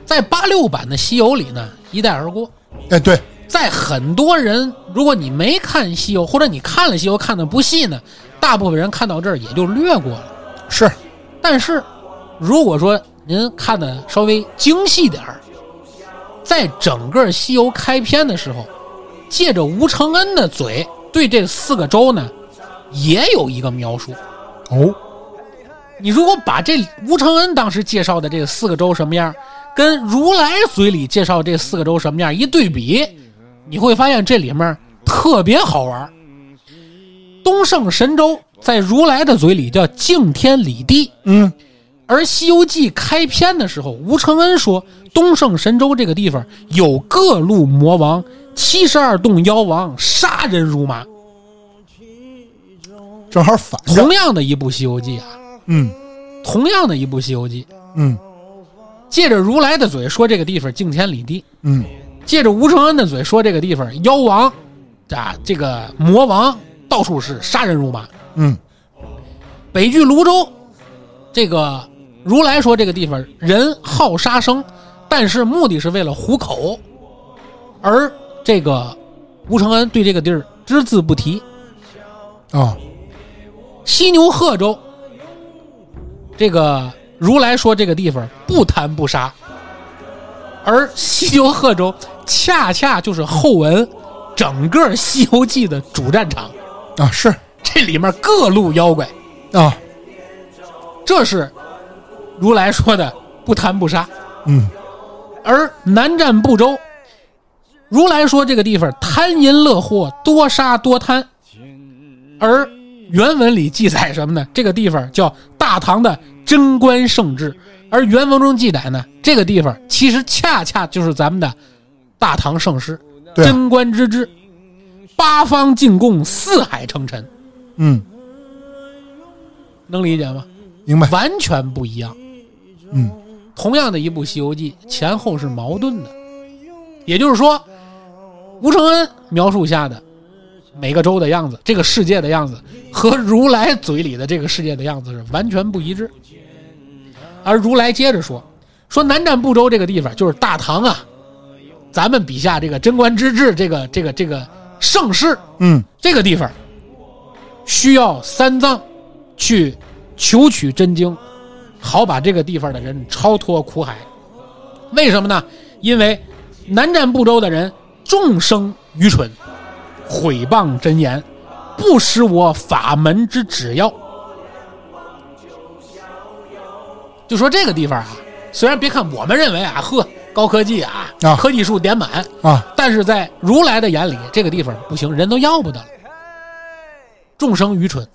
[SPEAKER 3] 在八六版的《西游》里呢，一带而过。
[SPEAKER 2] 哎，对，
[SPEAKER 3] 在很多人，如果你没看《西游》，或者你看了《西游》看的不细呢，大部分人看到这儿也就略过了。
[SPEAKER 2] 是
[SPEAKER 3] 但是，如果说您看的稍微精细点儿，在整个《西游》开篇的时候，借着吴承恩的嘴对这四个州呢，也有一个描述。
[SPEAKER 2] 哦，
[SPEAKER 3] 你如果把这吴承恩当时介绍的这四个州什么样，跟如来嘴里介绍这四个州什么样一对比，你会发现这里面特别好玩。东胜神州在如来的嘴里叫敬天礼地，
[SPEAKER 2] 嗯，
[SPEAKER 3] 而《西游记》开篇的时候，吴承恩说东胜神州这个地方有各路魔王、七十二洞妖王，杀人如麻。
[SPEAKER 2] 正好反着
[SPEAKER 3] 同，样的一部《西游记》啊，
[SPEAKER 2] 嗯
[SPEAKER 3] 同样的一部《西游记》，
[SPEAKER 2] 嗯
[SPEAKER 3] 借着如来的嘴说这个地方敬天礼地，
[SPEAKER 2] 嗯，
[SPEAKER 3] 借着吴承恩的嘴说这个地方妖王啊，这个魔王到处是杀人如麻。
[SPEAKER 2] 嗯
[SPEAKER 3] 北距泸州，这个如来说这个地方人好杀生，但是目的是为了糊口，而这个吴承恩对这个地儿只字不提。
[SPEAKER 2] 啊，
[SPEAKER 3] 犀牛贺州，这个如来说这个地方不贪不杀，而犀牛贺州恰恰就是后文整个《西游记》的主战场，
[SPEAKER 2] 啊是
[SPEAKER 3] 这里面各路妖怪，
[SPEAKER 2] 啊，
[SPEAKER 3] 这是如来说的不贪不杀。
[SPEAKER 2] 嗯
[SPEAKER 3] 而南瞻部洲，如来说这个地方贪淫乐祸，多杀多贪。而原文里记载什么呢？这个地方叫大唐的贞观圣治。而原文中记载呢，这个地方其实恰恰就是咱们的大唐盛世，
[SPEAKER 2] 对啊
[SPEAKER 3] 贞观之治，八方进贡，四海称臣，
[SPEAKER 2] 嗯，
[SPEAKER 3] 能理解吗？
[SPEAKER 2] 明白，
[SPEAKER 3] 完全不一样。
[SPEAKER 2] 嗯，
[SPEAKER 3] 同样的一部《西游记》，前后是矛盾的。也就是说，吴承恩描述下的每个州的样子，这个世界的样子，和如来嘴里的这个世界的样子是完全不一致。而如来接着说，说南瞻部洲这个地方就是大唐啊，咱们笔下这个贞观之治，这个这个这个盛世，
[SPEAKER 2] 嗯
[SPEAKER 3] 这个地方需要三藏去求取真经，好把这个地方的人超脱苦海。为什么呢？因为南瞻部洲的人众生愚蠢，毁谤真言，不识我法门之旨要。就说这个地方啊，虽然别看我们认为啊，呵，高科技啊，
[SPEAKER 2] 啊
[SPEAKER 3] 科技树点满，
[SPEAKER 2] 啊，
[SPEAKER 3] 但是在如来的眼里，这个地方不行，人都要不得了。众生愚蠢，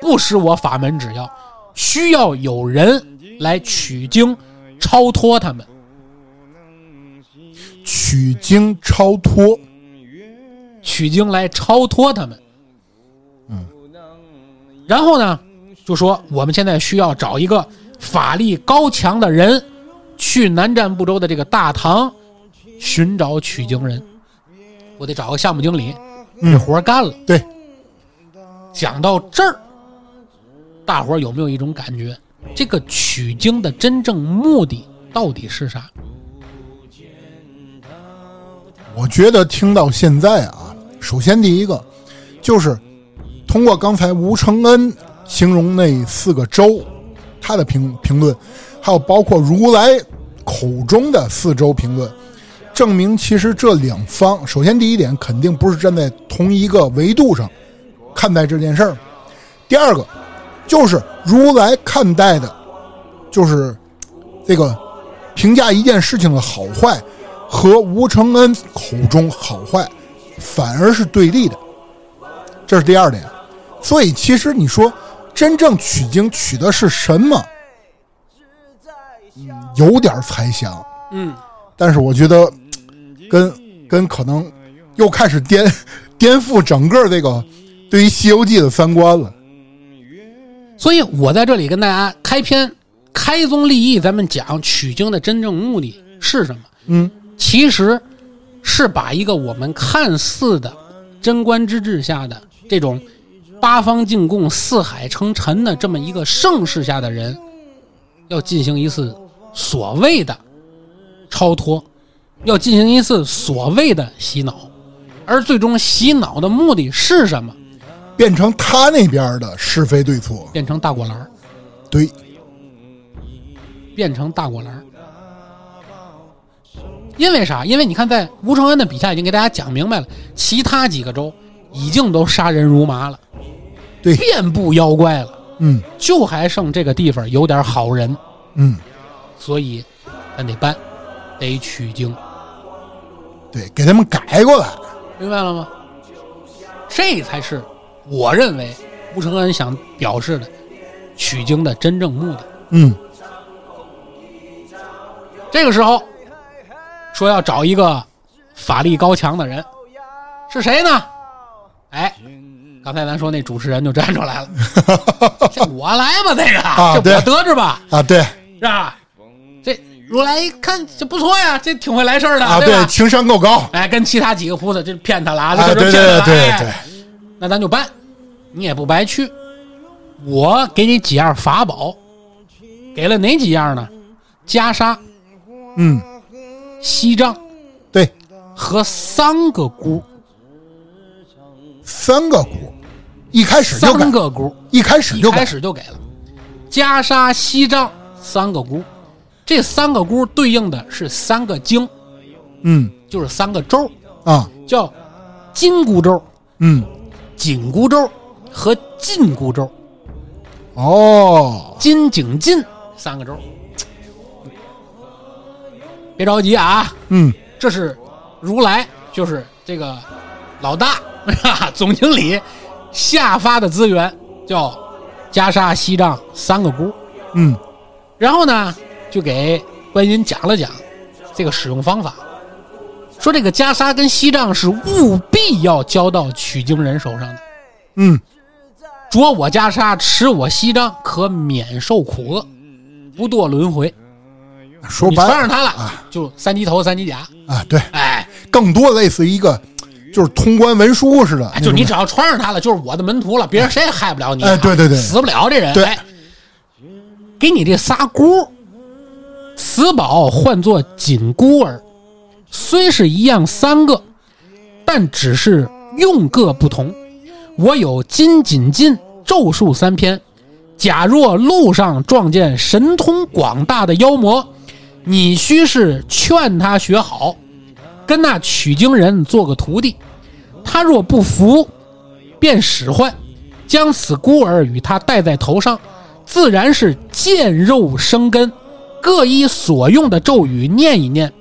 [SPEAKER 3] 不识我法门只要，需要有人来取经，超脱他们。
[SPEAKER 2] 取经超脱，
[SPEAKER 3] 取经来超脱他们。嗯，然后呢，就说我们现在需要找一个法力高强的人，去南瞻部洲的这个大唐寻找取经人。我得找个项目经理，
[SPEAKER 2] 嗯
[SPEAKER 3] 这活儿干了。
[SPEAKER 2] 对，
[SPEAKER 3] 讲到这儿，大伙儿有没有一种感觉，这个取经的真正目的到底是啥？
[SPEAKER 2] 我觉得听到现在啊，首先第一个就是通过刚才吴承恩形容那四个州，他的评评论，还有包括如来口中的四州评论，证明其实这两方，首先第一点肯定不是站在同一个维度上看待这件事儿，第二个就是如来看待的，就是这个评价一件事情的好坏和吴承恩口中好坏反而是对立的，这是第二点。所以其实你说真正取经取的是什么，嗯，有点猜想，
[SPEAKER 3] 嗯，
[SPEAKER 2] 但是我觉得跟跟可能又开始颠颠覆整个这个对于《西游记》的三观了。
[SPEAKER 3] 所以我在这里跟大家开篇开宗立义，咱们讲取经的真正目的是什么？
[SPEAKER 2] 嗯，
[SPEAKER 3] 其实是把一个我们看似的贞观之治下的这种八方进贡、四海称臣的这么一个盛世下的人，要进行一次所谓的超脱，要进行一次所谓的洗脑，而最终洗脑的目的是什么？
[SPEAKER 2] 变成他那边的是非对错，
[SPEAKER 3] 变成大果篮儿，
[SPEAKER 2] 对，
[SPEAKER 3] 变成大果篮儿。因为啥？因为你看，在吴承恩的笔下已经给大家讲明白了，其他几个州已经都杀人如麻了，
[SPEAKER 2] 对
[SPEAKER 3] 遍布妖怪了，
[SPEAKER 2] 嗯
[SPEAKER 3] 就还剩这个地方有点好人，
[SPEAKER 2] 嗯，
[SPEAKER 3] 所以咱得搬，得取经，
[SPEAKER 2] 对，给他们改过来。
[SPEAKER 3] 明白了吗？这才是我认为吴承恩想表示的取经的真正目的。
[SPEAKER 2] 嗯，
[SPEAKER 3] 这个时候说要找一个法力高强的人，是谁呢？哎，刚才咱说那主持人就站出 来了，这我来吧，这个、这我
[SPEAKER 2] 对
[SPEAKER 3] 得着吧，
[SPEAKER 2] 啊，对
[SPEAKER 3] 是吧？这如来一看这不错呀，这挺会来事儿的，
[SPEAKER 2] 啊，
[SPEAKER 3] 对吧？
[SPEAKER 2] 情商够高。
[SPEAKER 3] 哎，跟其他几个胡子这骗他了啊，
[SPEAKER 2] 啊，
[SPEAKER 3] 这
[SPEAKER 2] 对对
[SPEAKER 3] 就骗他
[SPEAKER 2] 对
[SPEAKER 3] 了，
[SPEAKER 2] 对
[SPEAKER 3] 哎
[SPEAKER 2] 对，
[SPEAKER 3] 那咱就办，你也不白去。我给你几样法宝，给了哪几样呢？袈裟、
[SPEAKER 2] 嗯，
[SPEAKER 3] 锡杖
[SPEAKER 2] 对，
[SPEAKER 3] 和三个箍，
[SPEAKER 2] 三个股，一开始就
[SPEAKER 3] 三
[SPEAKER 2] 改，
[SPEAKER 3] 个箍，
[SPEAKER 2] 一开始
[SPEAKER 3] 一
[SPEAKER 2] 就
[SPEAKER 3] 开
[SPEAKER 2] 改，
[SPEAKER 3] 始就给了袈裟、锡杖三个箍，这三个箍对应的是三个经，
[SPEAKER 2] 嗯
[SPEAKER 3] 就是三个咒，
[SPEAKER 2] 啊，
[SPEAKER 3] 叫金箍咒、
[SPEAKER 2] 嗯，
[SPEAKER 3] 紧箍咒和禁箍咒，
[SPEAKER 2] 哦，
[SPEAKER 3] 金、紧、禁三个咒。别着急啊，
[SPEAKER 2] 嗯，
[SPEAKER 3] 这是如来，就是这个老大 总经理下发的资源，叫袈裟、锡杖三个箍。
[SPEAKER 2] 嗯，
[SPEAKER 3] 然后呢，就给观音讲了讲这个使用方法，说这个袈裟跟锡杖是务必要交到取经人手上的，
[SPEAKER 2] 嗯，
[SPEAKER 3] 着我袈裟，持我锡杖，可免受苦厄，不堕轮回。
[SPEAKER 2] 说
[SPEAKER 3] 你
[SPEAKER 2] 白
[SPEAKER 3] 穿
[SPEAKER 2] 了
[SPEAKER 3] 上它了，
[SPEAKER 2] 啊
[SPEAKER 3] 就三级头、三级甲，
[SPEAKER 2] 啊，对，
[SPEAKER 3] 哎，
[SPEAKER 2] 更多类似于一个就是通关文书似的
[SPEAKER 3] 哎，
[SPEAKER 2] 那
[SPEAKER 3] 就
[SPEAKER 2] 种
[SPEAKER 3] 你
[SPEAKER 2] 感
[SPEAKER 3] 只
[SPEAKER 2] 觉，
[SPEAKER 3] 要穿上它了，就是我的门徒了，别人谁也害不了你、啊
[SPEAKER 2] 哎对对对
[SPEAKER 3] 死不了这人。
[SPEAKER 2] 对
[SPEAKER 3] 哎，给你这仨箍，此宝唤作紧箍儿，虽是一样三个，但只是用各不同。我有金紧禁咒术三篇，假若路上撞见神通广大的妖魔，你须是劝他学好，跟那取经人做个徒弟。他若不服，便使唤，将此孤儿与他戴在头上，自然是见肉生根。各依所用的咒语念一念，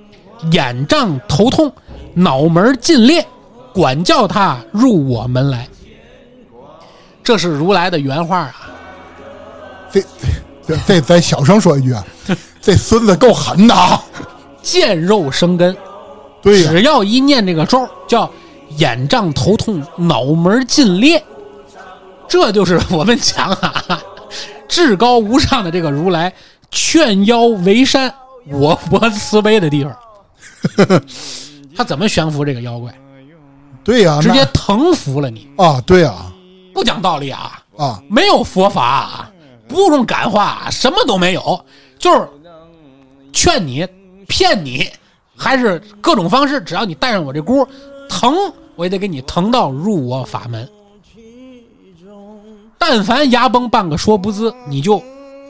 [SPEAKER 3] 眼胀头痛，脑门皲裂，管教他入我门来。这是如来的原话啊！
[SPEAKER 2] 这这这咱小声说一 句啊，这孙子够狠的啊，
[SPEAKER 3] 见肉生根，
[SPEAKER 2] 对呀，
[SPEAKER 3] 只要一念这个咒儿，叫眼胀头痛、脑门皲裂，这就是我们讲啊，至高无上的这个如来劝妖为善、我佛慈悲的 地方。他怎么降服这个妖怪？
[SPEAKER 2] 啊对呀，
[SPEAKER 3] 直接腾服了你，
[SPEAKER 2] 那啊，对呀，
[SPEAKER 3] 不讲道理啊，
[SPEAKER 2] 啊，
[SPEAKER 3] 没有佛法啊，不用感化啊，什么都没有，就是劝你、骗你，还是各种方式，只要你带上我这箍，疼我也得给你疼到入我法门。但凡牙崩半个说不字，你就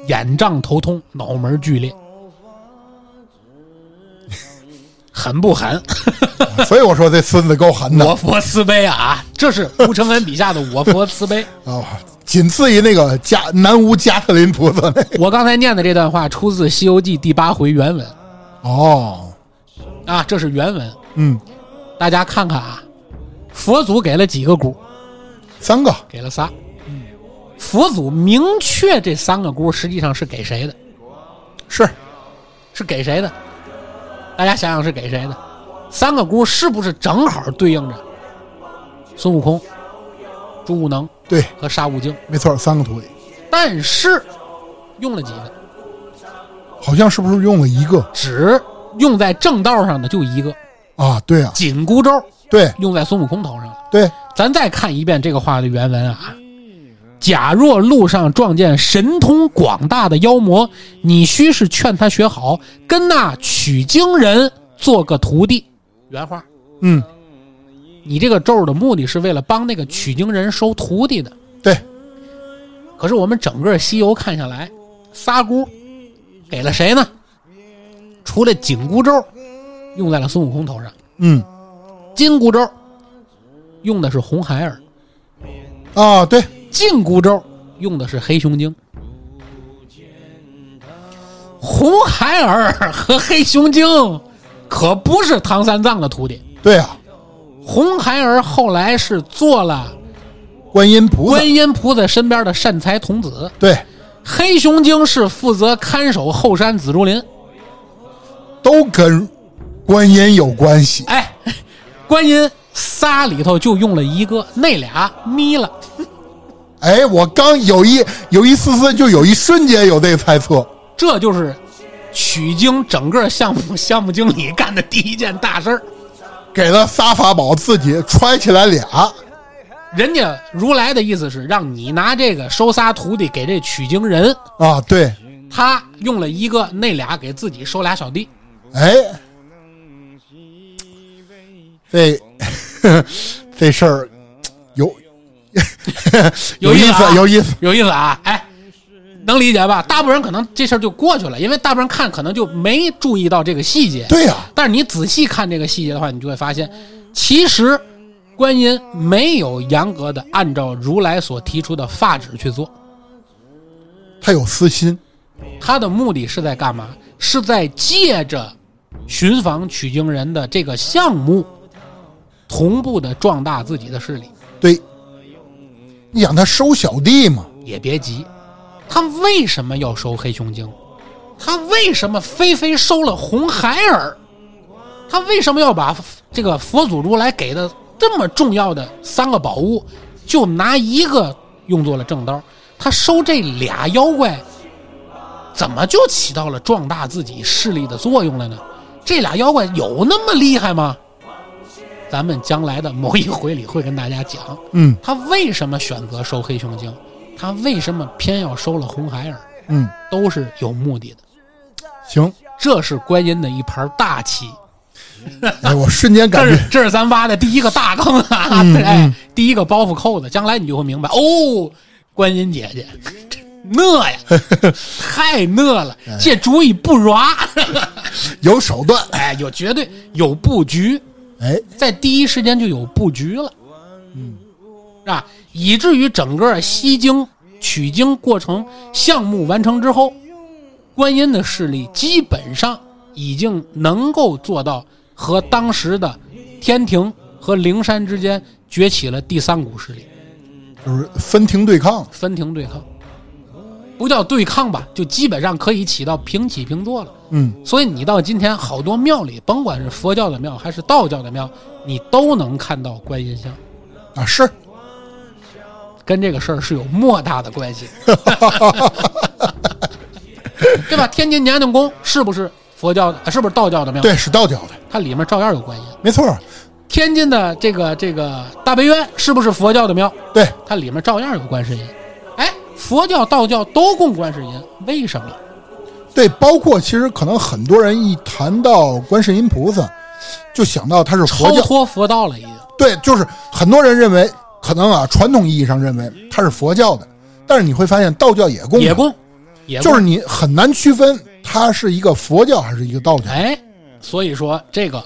[SPEAKER 3] 眼胀头痛、脑门剧裂，狠不狠？
[SPEAKER 2] 所以我说这孙子够狠
[SPEAKER 3] 我
[SPEAKER 2] 的
[SPEAKER 3] 佛慈悲啊！这是吴承恩笔下的我佛慈悲。
[SPEAKER 2] 啊，仅次于那个加南无加特林菩萨那个。
[SPEAKER 3] 我刚才念的这段话出自《西游记》第八回原文
[SPEAKER 2] 哦，
[SPEAKER 3] 啊，这是原文，
[SPEAKER 2] 嗯，
[SPEAKER 3] 大家看看啊。佛祖给了几个鼓？
[SPEAKER 2] 三个
[SPEAKER 3] 给了仨。佛祖明确这三个箍实际上是给谁的？
[SPEAKER 2] 是
[SPEAKER 3] 是给谁的？大家想想是给谁的？三个箍是不是正好对应着孙悟空、朱悟能
[SPEAKER 2] 对，
[SPEAKER 3] 和沙悟净？
[SPEAKER 2] 没错，三个徒弟，
[SPEAKER 3] 但是用了几个？
[SPEAKER 2] 好像是不是用了一个
[SPEAKER 3] 只用在正道上的就一个
[SPEAKER 2] 啊？对啊，
[SPEAKER 3] 紧箍咒，
[SPEAKER 2] 对
[SPEAKER 3] 用在孙悟空头上了。
[SPEAKER 2] 对，
[SPEAKER 3] 咱再看一遍这个话的原文啊。假若路上撞见神通广大的妖魔，你须是劝他学好，跟那取经人做个徒弟。原话，
[SPEAKER 2] 嗯，
[SPEAKER 3] 你这个咒的目的是为了帮那个取经人收徒弟的。
[SPEAKER 2] 对，
[SPEAKER 3] 可是我们整个西游看下来，仨箍给了谁呢？除了紧箍咒，用在了孙悟空头上；
[SPEAKER 2] 嗯
[SPEAKER 3] 金箍咒用的是红孩儿，
[SPEAKER 2] 啊，对，
[SPEAKER 3] 紧箍咒用的是黑熊精。红孩儿和黑熊精可不是唐三藏的徒弟。
[SPEAKER 2] 对啊，
[SPEAKER 3] 红孩儿后来是做了
[SPEAKER 2] 观音菩萨，
[SPEAKER 3] 观音菩萨身边的善财童子，
[SPEAKER 2] 对，
[SPEAKER 3] 黑熊精是负责看守后山紫竹林。
[SPEAKER 2] 都跟观音有关系。
[SPEAKER 3] 哎，观音仨里头就用了一个，那俩眯了。
[SPEAKER 2] 哎，我刚有一有一丝丝，就有一瞬间有这个猜测。
[SPEAKER 3] 这就是取经整个项目项目经理干的第一件大事儿。
[SPEAKER 2] 给了仨法宝，自己揣起来俩，
[SPEAKER 3] 人家如来的意思是让你拿这个收仨徒弟给这取经人，
[SPEAKER 2] 啊，对，
[SPEAKER 3] 他用了一个，那俩给自己收俩小弟。
[SPEAKER 2] 哎，这这事儿有
[SPEAKER 3] 有
[SPEAKER 2] 意
[SPEAKER 3] 意思啊
[SPEAKER 2] 思，有意思，
[SPEAKER 3] 有意思啊！哎，能理解吧？大部分人可能这事儿就过去了，因为大部分人看可能就没注意到这个细节。
[SPEAKER 2] 对呀、啊
[SPEAKER 3] 但是你仔细看这个细节的话，你就会发现，其实观音没有严格的按照如来所提出的法旨去做，
[SPEAKER 2] 他有私心，
[SPEAKER 3] 他的目的是在干嘛？是在借着寻访取经人的这个项目，同步的壮大自己的势力。
[SPEAKER 2] 对。你想他收小弟嘛？
[SPEAKER 3] 也别急，他为什么要收黑熊精？他为什么非非收了红孩儿？他为什么要把这个佛祖如来给的这么重要的三个宝物，就拿一个用作了正道？他收这俩妖怪，怎么就起到了壮大自己势力的作用了呢？这俩妖怪有那么厉害吗？咱们将来的某一回里会跟大家讲。
[SPEAKER 2] 嗯
[SPEAKER 3] 他为什么选择收黑熊精？他为什么偏要收了红孩儿？
[SPEAKER 2] 嗯，
[SPEAKER 3] 都是有目的的。
[SPEAKER 2] 行。
[SPEAKER 3] 这是观音的一盘大棋，
[SPEAKER 2] 哎，我瞬间感
[SPEAKER 3] 这是
[SPEAKER 2] 觉
[SPEAKER 3] 这是咱挖的第一个大坑啊！
[SPEAKER 2] 嗯
[SPEAKER 3] 对，哎，第一个包袱扣子，将来你就会明白哦，观音姐姐讷 呀，太讷了，这主意不软，
[SPEAKER 2] 有手段。
[SPEAKER 3] 哎，有绝对有布局，
[SPEAKER 2] 哎，
[SPEAKER 3] 在第一时间就有布局了，嗯，是吧？以至于整个西经取经过程项目完成之后，观音的势力基本上已经能够做到和当时的天庭和灵山之间崛起了第三股势力，
[SPEAKER 2] 就是分庭对抗。
[SPEAKER 3] 分庭对抗，不叫对抗吧，就基本上可以起到平起平坐了。
[SPEAKER 2] 嗯，
[SPEAKER 3] 所以你到今天好多庙里，甭管是佛教的庙还是道教的庙，你都能看到观音像。
[SPEAKER 2] 啊 是，
[SPEAKER 3] 跟这个事儿是有莫大的关系，对吧？天津娘娘宫是不是佛教的？呃是不是道教的庙？
[SPEAKER 2] 对，是道教的，
[SPEAKER 3] 它里面照样有关系。
[SPEAKER 2] 没错。
[SPEAKER 3] 天津的这个这个大悲院是不是佛教的庙？
[SPEAKER 2] 对，
[SPEAKER 3] 它里面照样有观世音。哎，佛教、道教都供观世音，为什么？
[SPEAKER 2] 对，包括其实可能很多人一谈到观世音菩萨，就想到他是佛
[SPEAKER 3] 超
[SPEAKER 2] 教，
[SPEAKER 3] 脱佛道了已经。
[SPEAKER 2] 对，就是很多人认为，可能啊，传统意义上认为他是佛教的，但是你会发现道教也供，啊
[SPEAKER 3] 野供，野供
[SPEAKER 2] 就是你很难区分它是一个佛教还是一个道教。
[SPEAKER 3] 哎，所以说这个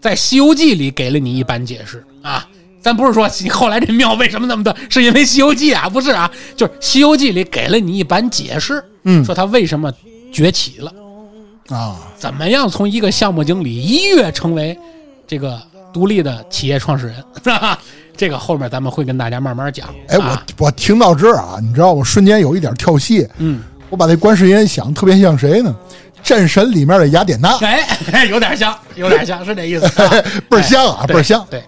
[SPEAKER 3] 在《西游记》里给了你一般解释啊。咱不是说你后来这庙为什么那么大，是因为《西游记》啊，不是啊，就是《西游记》里给了你一般解释，
[SPEAKER 2] 嗯
[SPEAKER 3] 说他为什么崛起了，哎
[SPEAKER 2] 啊，
[SPEAKER 3] 怎么样从一个项目经理一跃成为这个独立的企业创始人，啊这个后面咱们会跟大家慢慢讲。
[SPEAKER 2] 哎，我
[SPEAKER 3] 啊
[SPEAKER 2] 我听到这儿啊，你知道我瞬间有一点跳戏，
[SPEAKER 3] 嗯，
[SPEAKER 2] 我把那观世音想特别像谁呢？战神里面的雅典 娜，，
[SPEAKER 3] 哎，有点像，有点像，是这意思、啊
[SPEAKER 2] 倍儿香啊
[SPEAKER 3] 哎
[SPEAKER 2] 倍儿香
[SPEAKER 3] 对。对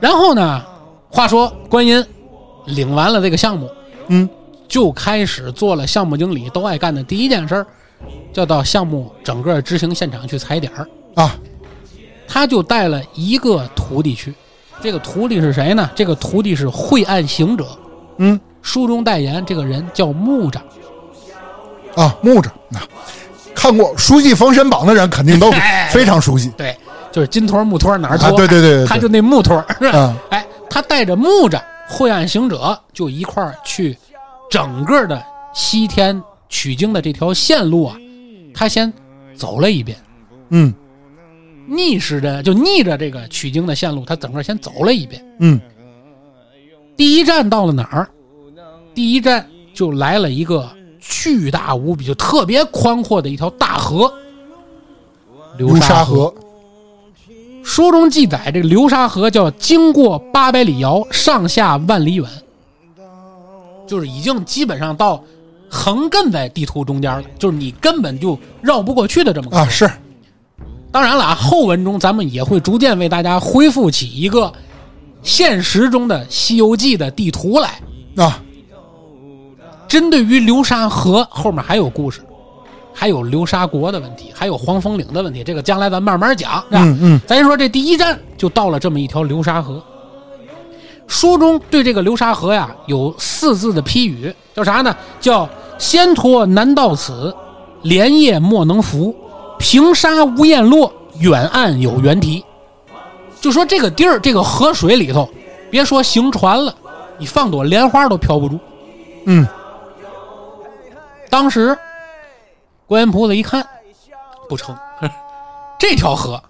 [SPEAKER 3] 然后呢，话说观音领完了这个项目，
[SPEAKER 2] 嗯，
[SPEAKER 3] 就开始做了项目经理都爱干的第一件事儿，就到项目整个执行现场去踩点儿。
[SPEAKER 2] 啊，
[SPEAKER 3] 他就带了一个徒弟去，这个徒弟是谁呢？这个徒弟是晦暗行者，
[SPEAKER 2] 嗯
[SPEAKER 3] 书中代言这个人叫木吒。
[SPEAKER 2] 啊，木着啊，看过熟悉《封神榜》的人肯定都是
[SPEAKER 3] 哎
[SPEAKER 2] 非常熟悉
[SPEAKER 3] 对，就是金托儿木托儿哪儿托、
[SPEAKER 2] 啊对对对对对
[SPEAKER 3] 他就那木托儿，
[SPEAKER 2] 嗯
[SPEAKER 3] 哎，他带着木吒、晦暗行者就一块儿去整个的西天取经的这条线路啊，他先走了一遍，
[SPEAKER 2] 嗯
[SPEAKER 3] 逆时针就逆着这个取经的线路，他整个先走了一遍。
[SPEAKER 2] 嗯
[SPEAKER 3] 第一站到了哪儿？第一站就来了一个巨大无比、就特别宽阔的一条大河——流
[SPEAKER 2] 流
[SPEAKER 3] 沙
[SPEAKER 2] 沙河
[SPEAKER 3] 书中记载，这个流沙河叫经过八百里遥，上下万里远，就是已经基本上到横亘在地图中间了，就是你根本就绕不过去的这么个。
[SPEAKER 2] 啊，是
[SPEAKER 3] 当然了啊，后文中咱们也会逐渐为大家恢复起一个现实中的《西游记》的地图来。
[SPEAKER 2] 啊，
[SPEAKER 3] 针对于流沙河后面还有故事，还有流沙国的问题，还有黄风岭的问题，这个将来咱慢慢讲，是吧？
[SPEAKER 2] 嗯嗯
[SPEAKER 3] 咱先说这第一站就到了这么一条流沙河。书中对这个流沙河呀有四字的批语，叫啥呢？叫“仙陀难到此，莲叶莫能扶，平沙无雁落，远岸有猿啼”。就说这个地儿，这个河水里头，别说行船了，你放朵莲花都飘不住。
[SPEAKER 2] 嗯
[SPEAKER 3] 当时观音菩萨一看，不成，这条河，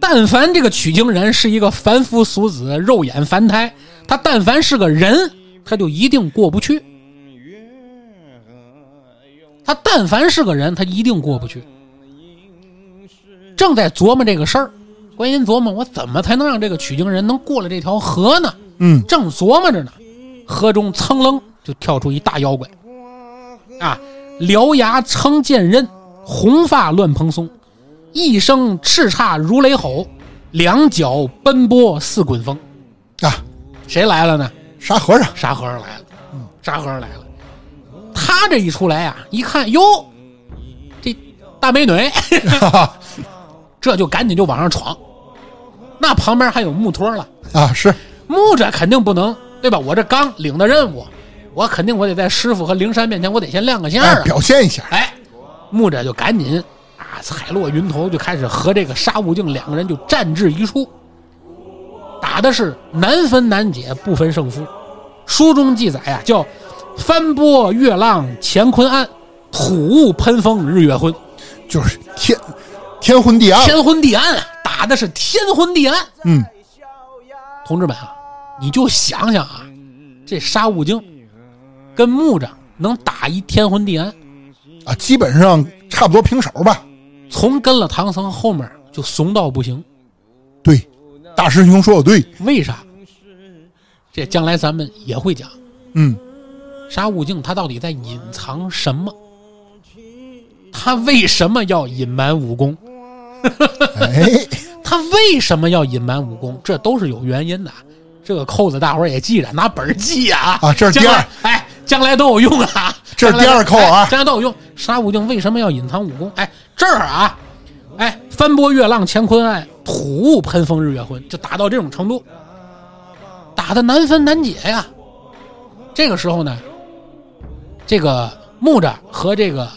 [SPEAKER 3] 但凡这个取经人是一个凡夫俗子、肉眼凡胎，他但凡是个人，他就一定过不去。他但凡是个人，他一定过不去。正在琢磨这个事儿，观音琢磨我怎么才能让这个取经人能过了这条河呢？
[SPEAKER 2] 嗯
[SPEAKER 3] 正琢磨着呢，河中噌楞就跳出一大妖怪，啊，獠牙撑剑刃，红发乱蓬松，一声叱咤如雷吼，两脚奔波似滚风。
[SPEAKER 2] 啊，
[SPEAKER 3] 谁来了呢？
[SPEAKER 2] 沙和尚
[SPEAKER 3] 沙和尚来了，沙和尚来了。他这一出来呀、一看哟，这大美女，
[SPEAKER 2] 啊
[SPEAKER 3] 这就赶紧就往上闯。那旁边还有木托了。
[SPEAKER 2] 啊，是
[SPEAKER 3] 木着肯定不能，对吧？我这刚领的任务，我肯定我得在师傅和灵山面前，我得先亮个相
[SPEAKER 2] 哎
[SPEAKER 3] 儿，啊！
[SPEAKER 2] 表现一下
[SPEAKER 3] 哎，木着就赶紧啊，踩落云头，就开始和这个沙悟净两个人就战至一处，打的是难分难解，不分胜负。书中记载呀、叫翻波月浪乾坤暗，土雾喷风日月昏，
[SPEAKER 2] 就是天天昏地暗，
[SPEAKER 3] 天昏地暗啊，打的是天昏地暗。
[SPEAKER 2] 嗯
[SPEAKER 3] 同志们啊，你就想想啊，这沙悟净跟木吒能打一天昏地暗，
[SPEAKER 2] 啊，基本上差不多平手吧。
[SPEAKER 3] 从跟了唐僧后面就怂到不行。
[SPEAKER 2] 对，大师兄说的对，
[SPEAKER 3] 为啥？这将来咱们也会讲
[SPEAKER 2] 嗯
[SPEAKER 3] 沙悟净他到底在隐藏什么？他为什么要隐瞒武功？
[SPEAKER 2] 哎，
[SPEAKER 3] 他为什么要隐瞒武功？这都是有原因的。这个扣子大伙儿也记着，拿本儿记啊！
[SPEAKER 2] 啊这是
[SPEAKER 3] 将来
[SPEAKER 2] 第二，
[SPEAKER 3] 哎，将来都有用啊！
[SPEAKER 2] 这是第二扣啊
[SPEAKER 3] 哎将来都有用。沙悟净为什么要隐藏武功？哎，这儿啊，哎，翻波月浪乾坤暗，土雾喷风日月昏，就打到这种程度，打的难分难解呀。这个时候呢，这个木吒和这个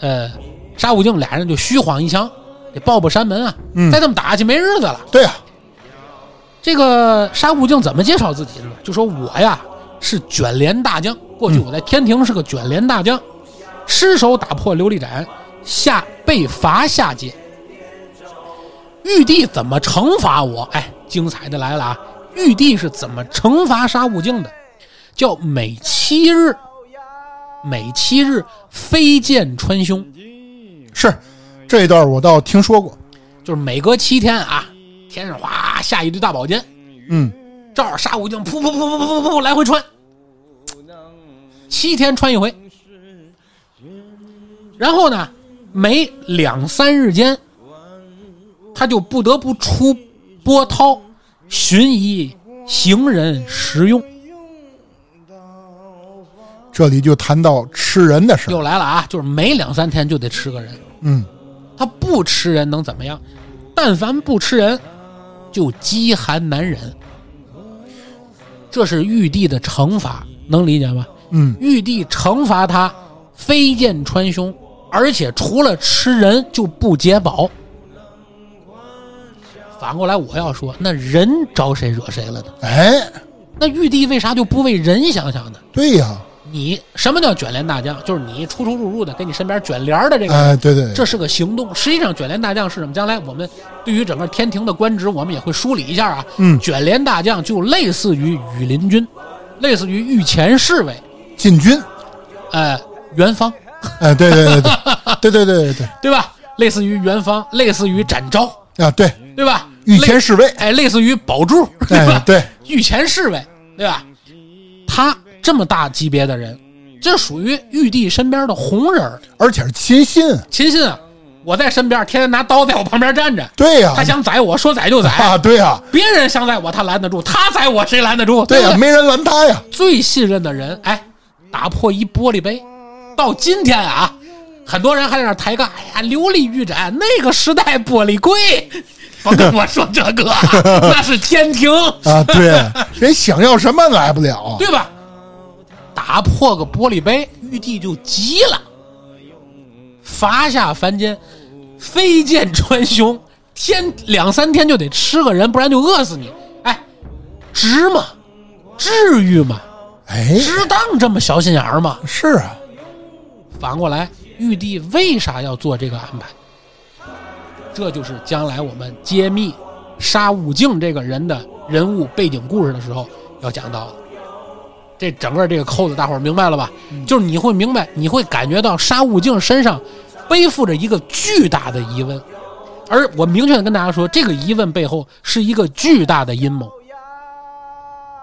[SPEAKER 3] 呃，沙悟净俩人就虚晃一枪，给抱抱山门啊！
[SPEAKER 2] 嗯
[SPEAKER 3] 再这么打下去没日子了。
[SPEAKER 2] 对啊，
[SPEAKER 3] 这个沙悟净怎么介绍自己的呢？就说我呀是卷帘大将，过去我在天庭是个卷帘大将，失手打破琉璃盏，下被罚下界。玉帝怎么惩罚我？哎，精彩的来了啊！玉帝是怎么惩罚沙悟净的？叫每七日，每七日飞剑穿胸，
[SPEAKER 2] 是这一段我倒听说过。
[SPEAKER 3] 就是每隔七天啊，天上哗下一堆大宝剑，
[SPEAKER 2] 嗯，
[SPEAKER 3] 照着沙悟净噗噗噗噗噗噗噗来回穿，七天穿一回。然后呢，每两三日间，他就不得不出波涛寻一行人食用。
[SPEAKER 2] 这里就谈到吃人的事儿。
[SPEAKER 3] 又来了啊，就是每两三天就得吃个人，
[SPEAKER 2] 嗯，
[SPEAKER 3] 他不吃人能怎么样？但凡不吃人，就饥寒难忍。这是玉帝的惩罚，能理解吗？
[SPEAKER 2] 嗯，
[SPEAKER 3] 玉帝惩罚他飞剑穿胸，而且除了吃人就不解饱。反过来，我要说，那人招谁惹谁了呢？
[SPEAKER 2] 哎，
[SPEAKER 3] 那玉帝为啥就不为人想想呢？
[SPEAKER 2] 对呀，
[SPEAKER 3] 你什么叫卷帘大将？就是你出出入入的跟你身边卷帘儿的这个人，
[SPEAKER 2] 哎，对对，
[SPEAKER 3] 这是个行动。实际上，卷帘大将是什么？将来我们对于整个天庭的官职，我们也会梳理一下啊。
[SPEAKER 2] 嗯
[SPEAKER 3] 卷帘大将就类似于羽林军，类似于御前侍卫，
[SPEAKER 2] 禁军，
[SPEAKER 3] 呃，元方。
[SPEAKER 2] 哎，对对对对对对对对对
[SPEAKER 3] 对吧？类似于元芳，类似于展昭，
[SPEAKER 2] 啊，对，
[SPEAKER 3] 对吧？
[SPEAKER 2] 御前侍卫
[SPEAKER 3] 类哎，类似于宝柱，对
[SPEAKER 2] 哎
[SPEAKER 3] 吧？，
[SPEAKER 2] 对，
[SPEAKER 3] 御前侍卫，对吧？他这么大级别的人，这属于玉帝身边的红人儿。
[SPEAKER 2] 而且是亲信，
[SPEAKER 3] 秦信啊，我在身边，天天拿刀在我旁边站着，
[SPEAKER 2] 对啊呀
[SPEAKER 3] 他，想宰我，说宰 就宰。
[SPEAKER 2] 啊，对呀，
[SPEAKER 3] 别人想宰我，他拦得住；他宰我，谁拦得住？
[SPEAKER 2] 对
[SPEAKER 3] 不
[SPEAKER 2] 呀，没人拦他呀，
[SPEAKER 3] 最信任的人，哎，打破一玻璃杯，到今天啊，很多人还在那儿抬杠，哎呀，琉璃玉盏，那个时代玻璃 贵，甭跟我说这个，啊那是天庭，
[SPEAKER 2] 啊，对，人想要什么来不了啊，
[SPEAKER 3] 对吧？打破个玻璃杯，玉帝就急了，罚下凡间，飞剑穿胸，天两三天就得吃个人，不然就饿死你。哎，值吗？至于吗？
[SPEAKER 2] 哎，
[SPEAKER 3] 值当这么小心眼儿吗？
[SPEAKER 2] 是啊，
[SPEAKER 3] 反过来，玉帝为啥要做这个安排？这就是将来我们揭秘沙悟净这个人的人物背景故事的时候要讲到的。这整个这个扣子，大伙儿明白了吧？就是你会明白，你会感觉到沙悟净身上背负着一个巨大的疑问，而我明确的跟大家说，这个疑问背后是一个巨大的阴谋，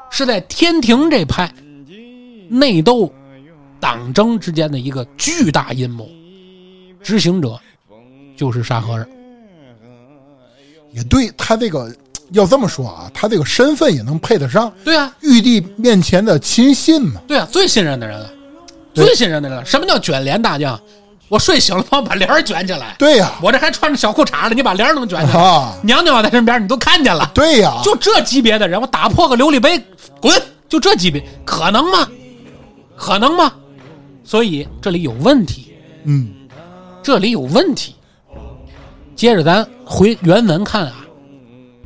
[SPEAKER 3] 是在天庭这派内斗党争之间的一个巨大阴谋，执行者就是沙和尚。
[SPEAKER 2] 也对他这个要这么说啊，他这个身份也能配得上
[SPEAKER 3] 对啊，
[SPEAKER 2] 玉帝面前的亲信嘛，
[SPEAKER 3] 对啊，最信任的人了，
[SPEAKER 2] 对
[SPEAKER 3] 最信任的人了。什么叫卷帘大将？我睡醒了，帮我把帘儿卷起来。
[SPEAKER 2] 对呀，
[SPEAKER 3] 我这还穿着小裤衩呢，你把帘儿都能卷起来。
[SPEAKER 2] 啊，
[SPEAKER 3] 娘娘我在身边，你都看见了。
[SPEAKER 2] 对啊呀，
[SPEAKER 3] 就这级别的人，我打破个琉璃杯，滚！就这级别，可能吗？可能吗？所以这里有问题。
[SPEAKER 2] 嗯，
[SPEAKER 3] 这里有问题。接着咱回原文看啊，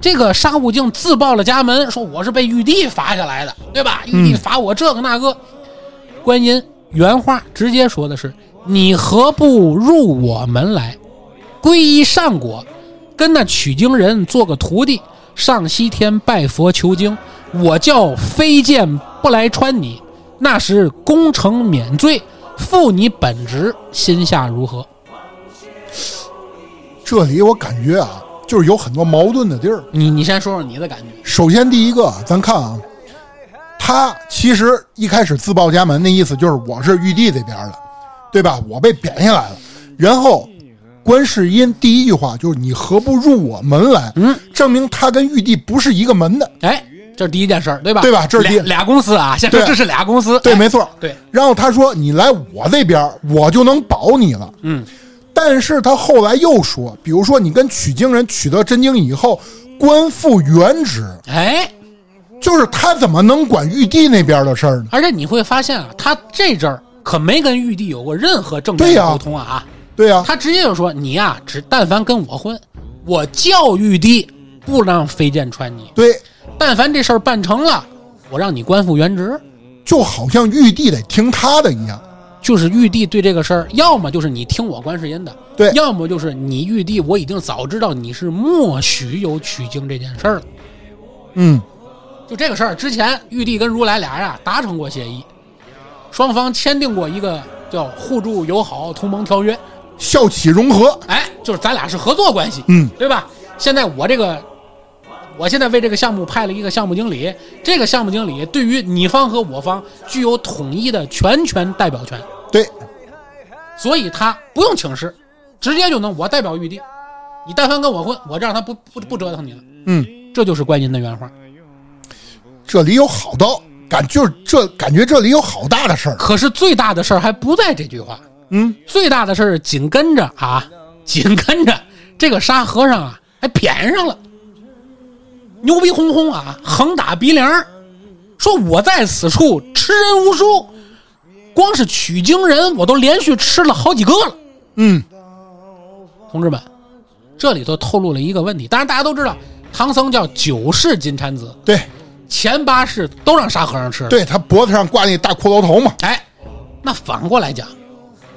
[SPEAKER 3] 这个沙悟净自报了家门，说我是被玉帝罚下来的，对吧？玉帝罚我这个那个。观音原话直接说的是：“你何不入我门来，皈依上果，跟那取经人做个徒弟，上西天拜佛求经。我叫飞剑不来穿你，那时功成免罪，负你本职，心下如何？”
[SPEAKER 2] 这里我感觉啊，就是有很多矛盾的地儿。
[SPEAKER 3] 你你先说说你的感觉。
[SPEAKER 2] 首先第一个，咱看啊，他其实一开始自报家门的意思就是我是玉帝这边的，对吧？我被贬下来了。然后观世音第一句话就是你何不入我门来？嗯，证明他跟玉帝不是一个门的。
[SPEAKER 3] 哎，这是第一件事儿，对吧？
[SPEAKER 2] 对吧这是第一
[SPEAKER 3] 俩俩公司啊，先说
[SPEAKER 2] 对
[SPEAKER 3] 这是俩公司。
[SPEAKER 2] 对，
[SPEAKER 3] 哎
[SPEAKER 2] 没错。
[SPEAKER 3] 对，
[SPEAKER 2] 然后他说：“你来我这边儿，我就能保你了。”嗯，但是他后来又说，比如说你跟取经人取得真经以后，官复原职，
[SPEAKER 3] 哎，
[SPEAKER 2] 就是他怎么能管玉帝那边的事儿呢？
[SPEAKER 3] 而且你会发现啊，他这阵儿可没跟玉帝有过任何正
[SPEAKER 2] 对
[SPEAKER 3] 面
[SPEAKER 2] 呀
[SPEAKER 3] 的沟通啊。
[SPEAKER 2] 对啊，
[SPEAKER 3] 他直接就说：“你呀、只但凡跟我混，我教育低，不让飞剑穿你。
[SPEAKER 2] 对，
[SPEAKER 3] 但凡这事儿办成了，我让你官复原职。”
[SPEAKER 2] 就好像玉帝得听他的一样。
[SPEAKER 3] 就是玉帝对这个事儿，要么就是你听我观世音的，
[SPEAKER 2] 对
[SPEAKER 3] 要么就是你玉帝，我已经早知道你是默许有取经这件事儿了。
[SPEAKER 2] 嗯，
[SPEAKER 3] 就这个事儿，之前玉帝跟如来俩人啊达成过协议，双方签订过一个叫互助友好同盟条约。
[SPEAKER 2] 孝启融合。
[SPEAKER 3] 哎，就是咱俩是合作关系，
[SPEAKER 2] 嗯，
[SPEAKER 3] 对吧？现在我这个，我现在为这个项目派了一个项目经理，这个项目经理对于你方和我方具有统一的全权代表权，
[SPEAKER 2] 对，
[SPEAKER 3] 所以他不用请示，直接就能我代表玉帝，你但凡跟我混，我让他不不不折腾你了。
[SPEAKER 2] 嗯，
[SPEAKER 3] 这就是观音的原话。
[SPEAKER 2] 这里有好刀，感就是这感觉这里有好大的事儿。
[SPEAKER 3] 可是最大的事儿还不在这句话，
[SPEAKER 2] 嗯，
[SPEAKER 3] 最大的事儿紧跟着啊，紧跟着这个沙和尚啊，还谝上了，牛逼哄哄啊，横打鼻梁儿，说我在此处吃人无数，光是取经人我都连续吃了好几个了。
[SPEAKER 2] 嗯，
[SPEAKER 3] 同志们，这里头透露了一个问题，当然大家都知道，唐僧叫九世金蝉子，
[SPEAKER 2] 对，
[SPEAKER 3] 前八世都让沙和尚吃了。
[SPEAKER 2] 对他脖子上挂那大骷髅头嘛。
[SPEAKER 3] 哎，那反过来讲，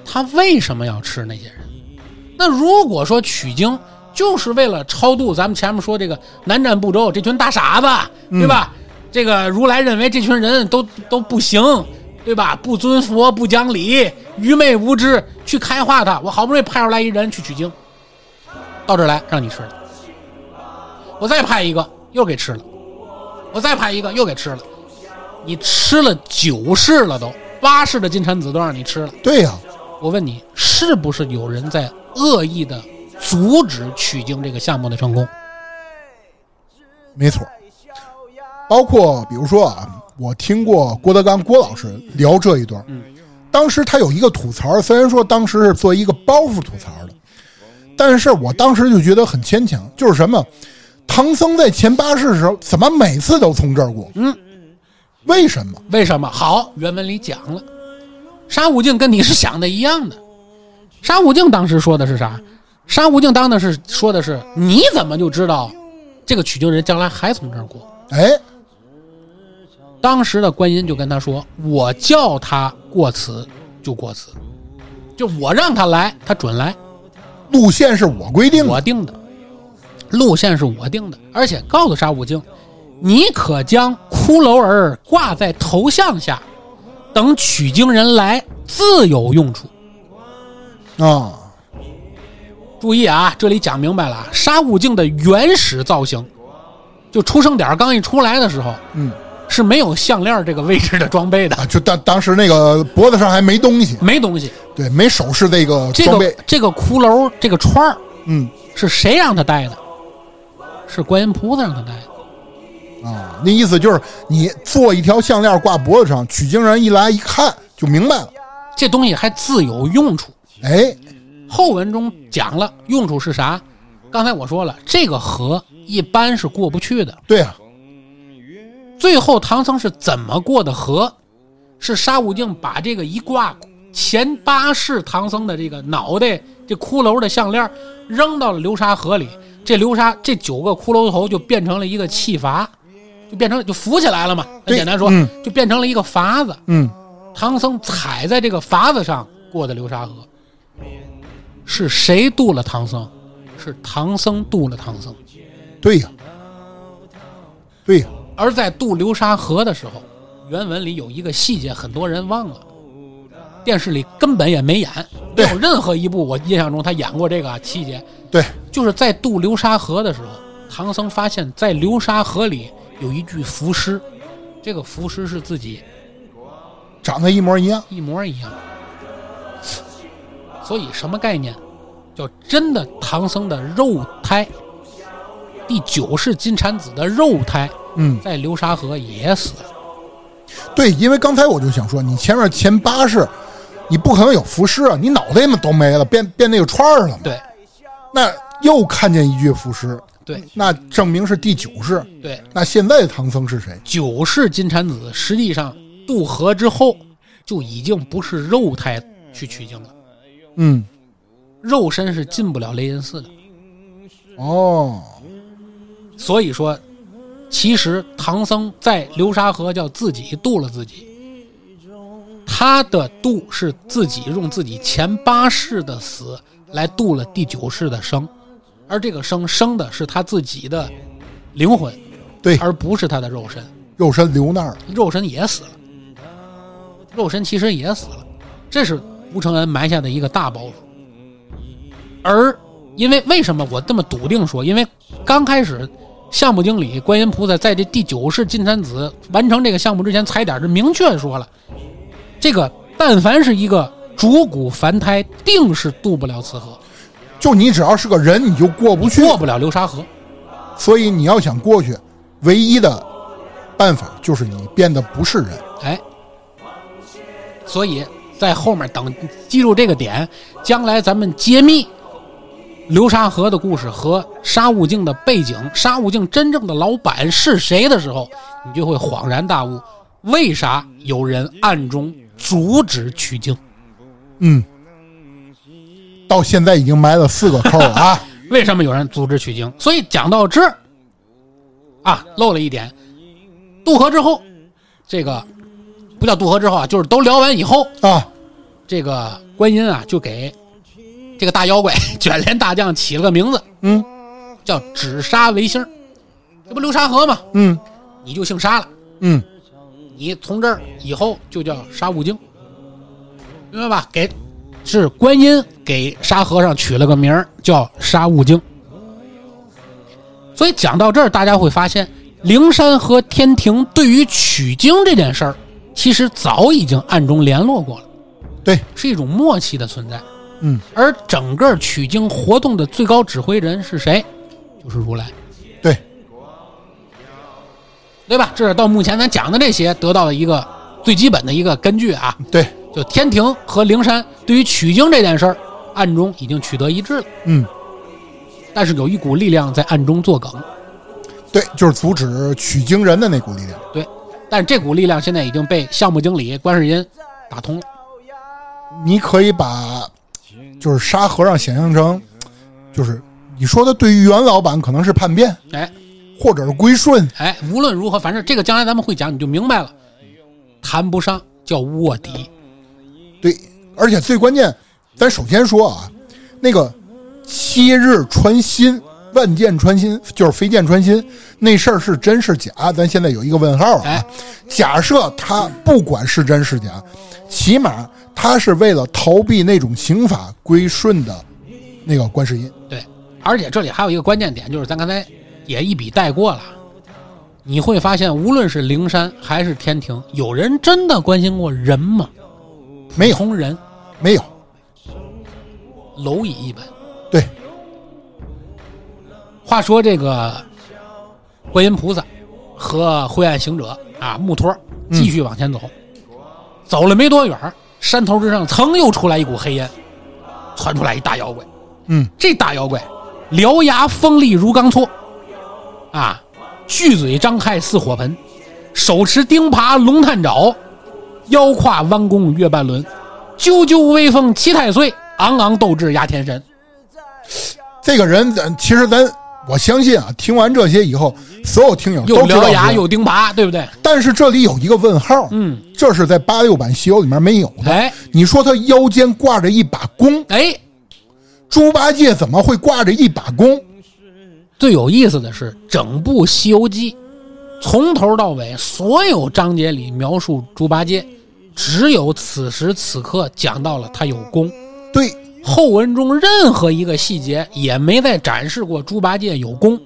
[SPEAKER 3] 他为什么要吃那些人？那如果说取经就是为了超度，咱们前面说这个南瞻部洲这群大傻子，对吧？这个如来认为这群人都都不行，对吧？不尊佛，不讲理，愚昧无知，去开化他。我好不容易派出来一人去取经，到这儿来让你吃了，我再派一个又给吃了，我再派一个又给吃了。你吃了九世了都，八世的金蝉子都让你吃了。
[SPEAKER 2] 对呀、
[SPEAKER 3] 我问你，是不是有人在恶意的阻止取经这个项目的成功？
[SPEAKER 2] 没错。包括比如说啊，我听过郭德纲郭老师聊这一段，当时他有一个吐槽，虽然说当时是作为一个包袱吐槽的，但是我当时就觉得很牵强，就是什么，唐僧在前八世的时候，怎么每次都从这儿过？嗯，为什么？
[SPEAKER 3] 为什么？好，原文里讲了，沙悟净跟你是想的一样的。沙悟净当时说的是啥？沙悟净当的是说的是，你怎么就知道这个取经人将来还从这儿过？
[SPEAKER 2] 哎，
[SPEAKER 3] 当时的观音就跟他说：“我叫他过此就过此，就我让他来，他准来。”
[SPEAKER 2] 路线是我规定的，
[SPEAKER 3] 我定的，路线是我定的，而且告诉沙悟净，你可将骷髅儿挂在头像下，等取经人来自有用处。
[SPEAKER 2] 啊，
[SPEAKER 3] 注意啊，这里讲明白了啊，沙悟净的原始造型，就出生点儿刚一出来的时候
[SPEAKER 2] 嗯
[SPEAKER 3] 是没有项链这个位置的装备的，
[SPEAKER 2] 啊，就当当时那个脖子上还没东西，
[SPEAKER 3] 没东西。
[SPEAKER 2] 对，没首饰这个
[SPEAKER 3] 这
[SPEAKER 2] 装备，
[SPEAKER 3] 个这个骷髅这个串儿
[SPEAKER 2] 嗯
[SPEAKER 3] 是谁让他戴的？是观音菩萨让他戴的。
[SPEAKER 2] 啊，那意思就是你做一条项链挂脖子上，取经人一来一看就明白了。
[SPEAKER 3] 这东西还自有用处。
[SPEAKER 2] 哎，
[SPEAKER 3] 后文中讲了用处是啥？刚才我说了，这个河一般是过不去的。
[SPEAKER 2] 对啊，
[SPEAKER 3] 最后唐僧是怎么过的河？是沙悟净把这个一挂前八世唐僧的这个脑袋这骷髅的项链扔到了流沙河里，这流沙这九个骷髅头就变成了一个气筏，就变成就浮起来了嘛。
[SPEAKER 2] 对
[SPEAKER 3] 简单说，
[SPEAKER 2] 嗯
[SPEAKER 3] 就变成了一个筏子。
[SPEAKER 2] 嗯，
[SPEAKER 3] 唐僧踩在这个筏子上过的流沙河，是谁渡了唐僧？是唐僧渡了唐僧。
[SPEAKER 2] 对呀、对呀、
[SPEAKER 3] 而在渡流沙河的时候，原文里有一个细节，很多人忘了，电视里根本也没演，没
[SPEAKER 2] 对
[SPEAKER 3] 有任何一部我印象中他演过这个细节，
[SPEAKER 2] 对，
[SPEAKER 3] 就是在渡流沙河的时候，唐僧发现，在流沙河里有一具浮尸，这个浮尸是自己
[SPEAKER 2] 长得一模一样。
[SPEAKER 3] 一模一样。所以什么概念？叫真的唐僧的肉胎，第九世金蝉子的肉胎
[SPEAKER 2] 嗯，
[SPEAKER 3] 在流沙河也死了。
[SPEAKER 2] 对，因为刚才我就想说，你前面前八世，你不可能有浮尸啊，你脑袋嘛都没了，变变那个串儿了嘛。
[SPEAKER 3] 对
[SPEAKER 2] 那又看见一具浮尸，
[SPEAKER 3] 对
[SPEAKER 2] 那证明是第九世。
[SPEAKER 3] 对，
[SPEAKER 2] 那现在的唐僧是谁？
[SPEAKER 3] 九世金蝉子实际上渡河之后就已经不是肉胎去取经了，
[SPEAKER 2] 嗯，
[SPEAKER 3] 肉身是进不了雷音寺的。
[SPEAKER 2] 哦，
[SPEAKER 3] 所以说，其实唐僧在流沙河叫自己渡了自己，他的渡是自己用自己前八世的死来渡了第九世的生，而这个生生的是他自己的灵魂，
[SPEAKER 2] 对，
[SPEAKER 3] 而不是他的肉身。
[SPEAKER 2] 肉身留那儿了，
[SPEAKER 3] 肉身也死了，肉身其实也死了，这是吴承恩埋下的一个大包袱。而因为为什么我这么笃定说，因为刚开始项目经理观音菩萨在这第九世金蝉子完成这个项目之前踩点儿是明确说了，这个但凡是一个主骨凡胎，定是渡不了此河，
[SPEAKER 2] 就你只要是个人，你就过不去。
[SPEAKER 3] 过不了流沙河。
[SPEAKER 2] 所以你要想过去，唯一的办法就是你变得不是人。
[SPEAKER 3] 哎，所以在后面等记住这个点，将来咱们揭秘流沙河的故事和沙悟净的背景，沙悟净真正的老板是谁的时候，你就会恍然大悟，为啥有人暗中阻止取经，
[SPEAKER 2] 嗯，到现在已经埋了四个扣了啊！
[SPEAKER 3] 为什么有人阻止取经。所以讲到这儿，啊，漏了一点，渡河之后，这个不叫渡河之后啊，就是都聊完以后，
[SPEAKER 2] 啊，
[SPEAKER 3] 这个观音啊，就给这个大妖怪 卷帘大将起了个名字，
[SPEAKER 2] 嗯
[SPEAKER 3] 叫指沙为星儿。这不流沙河吗？
[SPEAKER 2] 嗯
[SPEAKER 3] 你就姓沙了，
[SPEAKER 2] 嗯，
[SPEAKER 3] 你从这儿以后就叫沙悟净，明白吧？给是观音给沙和尚取了个名儿叫沙悟净。所以讲到这儿，大家会发现，灵山和天庭对于取经这件事儿，其实早已经暗中联络过了。
[SPEAKER 2] 对，
[SPEAKER 3] 是一种默契的存在。
[SPEAKER 2] 嗯，
[SPEAKER 3] 而整个取经活动的最高指挥人是谁？就是如来，
[SPEAKER 2] 对，
[SPEAKER 3] 对吧？这是到目前咱讲的这些得到了一个最基本的一个根 据啊，
[SPEAKER 2] 对，
[SPEAKER 3] 就天庭和灵山对于取经这件事儿，暗中已经取得一致了，
[SPEAKER 2] 嗯，
[SPEAKER 3] 但是有一股力量在暗中作梗。
[SPEAKER 2] 对，就是阻止取经人的那股力量。
[SPEAKER 3] 对，但是这股力量现在已经被项目经理观世音打通了。
[SPEAKER 2] 你可以把就是沙和尚想象成，就是你说的对于袁老板可能是叛变，
[SPEAKER 3] 哎，
[SPEAKER 2] 或者是归顺，
[SPEAKER 3] 哎，无论如何，反正这个将来咱们会讲，你就明白了，谈不上叫卧底。
[SPEAKER 2] 对，而且最关键，咱首先说啊，那个七日穿心，万箭穿心，就是飞箭穿心那事儿是真是假，咱现在有一个问号啊。
[SPEAKER 3] 哎
[SPEAKER 2] 假设他不管是真是假，起码他是为了逃避那种刑法归顺的那个观世音。
[SPEAKER 3] 对，而且这里还有一个关键点，就是咱刚才也一笔带过了。你会发现，无论是灵山还是天庭，有人真的关心过人吗？
[SPEAKER 2] 没有
[SPEAKER 3] 通人
[SPEAKER 2] 没有，
[SPEAKER 3] 蝼蚁一般。
[SPEAKER 2] 对，
[SPEAKER 3] 话说这个观音菩萨和灰暗行者啊，木托继续往前走，走了没多远儿，山头之上噌又出来一股黑烟，窜出来一大妖怪。
[SPEAKER 2] 嗯，
[SPEAKER 3] 这大妖怪獠牙锋利如钢锉，啊，巨嘴张开似火盆，手持钉耙龙探爪，腰挎弯弓月半轮，赳赳威风七太岁，昂昂斗志压天神。
[SPEAKER 2] 这个人，咱其实咱我相信啊，听完这些以后，所有听友
[SPEAKER 3] 又
[SPEAKER 2] 都知道
[SPEAKER 3] 獠牙
[SPEAKER 2] 这个
[SPEAKER 3] 又钉耙，对不对？
[SPEAKER 2] 但是这里有一个问号，
[SPEAKER 3] 嗯，
[SPEAKER 2] 这是在八六版《西游》里面没有的。
[SPEAKER 3] 哎
[SPEAKER 2] 你说他腰间挂着一把弓，
[SPEAKER 3] 哎，
[SPEAKER 2] 猪八戒怎么会挂着一把弓？
[SPEAKER 3] 最有意思的是，整部《西游记》从头到尾，所有章节里描述猪八戒，只有此时此刻讲到了他有功。
[SPEAKER 2] 对，
[SPEAKER 3] 后文中任何一个细节也没再展示过猪八戒有功，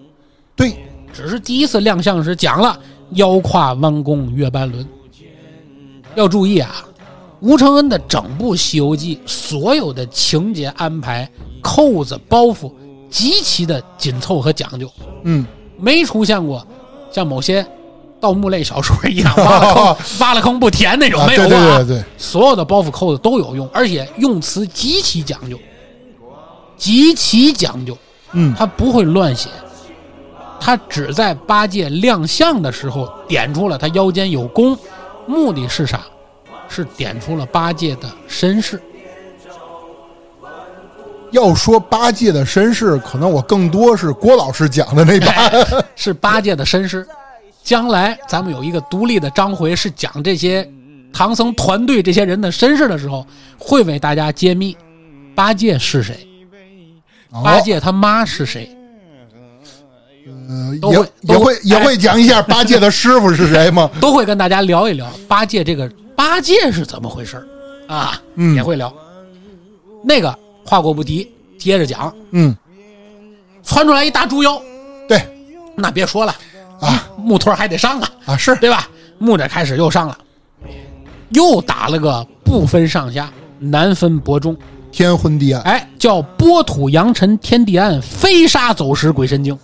[SPEAKER 2] 对，
[SPEAKER 3] 只是第一次亮相时讲了腰挎弯弓月半轮。要注意啊，吴承恩的整部《西游记》所有的情节安排、扣子、包袱极其的紧凑和讲究，
[SPEAKER 2] 嗯，
[SPEAKER 3] 没出现过像某些盗墓类小说一样挖 了坑挖了坑不填那种，
[SPEAKER 2] 啊，
[SPEAKER 3] 没
[SPEAKER 2] 对
[SPEAKER 3] 有
[SPEAKER 2] 对
[SPEAKER 3] 过啊
[SPEAKER 2] 对对，
[SPEAKER 3] 所有的包袱扣子都有用，而且用词极其讲究，极其讲究，
[SPEAKER 2] 嗯，
[SPEAKER 3] 他不会乱写，他只在八戒亮相的时候点出了他腰间有弓，目的是啥？是点出了八戒的身世。
[SPEAKER 2] 要说八戒的身世，可能我更多是郭老师讲的那
[SPEAKER 3] 哎
[SPEAKER 2] 版。
[SPEAKER 3] 是八戒的身世。将来咱们有一个独立的章回，是讲这些唐僧团队这些人的身世的时候，会为大家揭秘八戒是谁，八戒他妈是谁。
[SPEAKER 2] 哦
[SPEAKER 3] 都
[SPEAKER 2] 也
[SPEAKER 3] 会
[SPEAKER 2] 也
[SPEAKER 3] 都
[SPEAKER 2] 会
[SPEAKER 3] 会
[SPEAKER 2] 也
[SPEAKER 3] 哎
[SPEAKER 2] 会讲一下八戒的师傅是谁吗？
[SPEAKER 3] 都会跟大家聊一聊八戒这个八戒是怎么回事儿啊，
[SPEAKER 2] 嗯
[SPEAKER 3] 也会聊。那个跨过不敌，接着讲，
[SPEAKER 2] 嗯，
[SPEAKER 3] 窜出来一大猪妖，
[SPEAKER 2] 对
[SPEAKER 3] 那别说了，
[SPEAKER 2] 啊
[SPEAKER 3] 木头儿还得上啊，
[SPEAKER 2] 啊是
[SPEAKER 3] 对吧？木着开始又上了，又打了个不分上下，难分伯仲。
[SPEAKER 2] 天昏地暗，
[SPEAKER 3] 哎，叫波土扬尘天地暗，飞沙走石鬼神惊。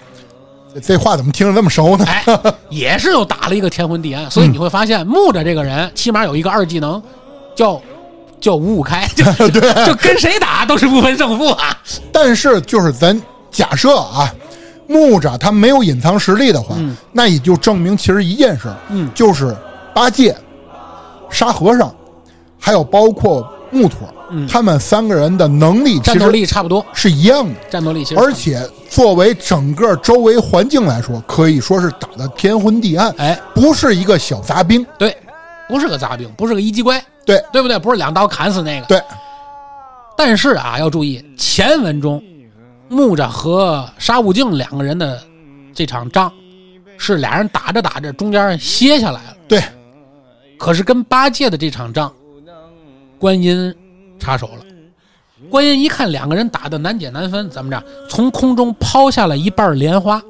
[SPEAKER 2] 这话怎么听着那么熟呢？
[SPEAKER 3] 哎，也是又打了一个天昏地暗，所以你会发现木着这个人起码有一个二技能，叫叫五五 开，就
[SPEAKER 2] 对
[SPEAKER 3] 就跟谁打都是不分胜负 啊。
[SPEAKER 2] 但是就是咱假设啊，木吒他没有隐藏实力的话，那也就证明其实一件事，
[SPEAKER 3] 嗯
[SPEAKER 2] 就是八戒、沙和尚，还有包括木托，他们三个人的能力其
[SPEAKER 3] 嗯战斗
[SPEAKER 2] 实
[SPEAKER 3] 力差不多，
[SPEAKER 2] 是一样的，
[SPEAKER 3] 战斗力其实
[SPEAKER 2] 而且作为整个周围环境来说，可以说是打得天昏地暗，
[SPEAKER 3] 哎，
[SPEAKER 2] 不是一个小杂兵，
[SPEAKER 3] 对，不是个杂兵，不是个一击怪，
[SPEAKER 2] 对
[SPEAKER 3] 对不对？不是两刀砍死那个。
[SPEAKER 2] 对，
[SPEAKER 3] 但是啊，要注意前文中木吒和沙悟净两个人的这场仗，是俩人打着打着中间歇下来了。
[SPEAKER 2] 对，
[SPEAKER 3] 可是跟八戒的这场仗，观音插手了。观音一看两个人打的难解难分，怎么着？从空中抛下了一瓣莲花，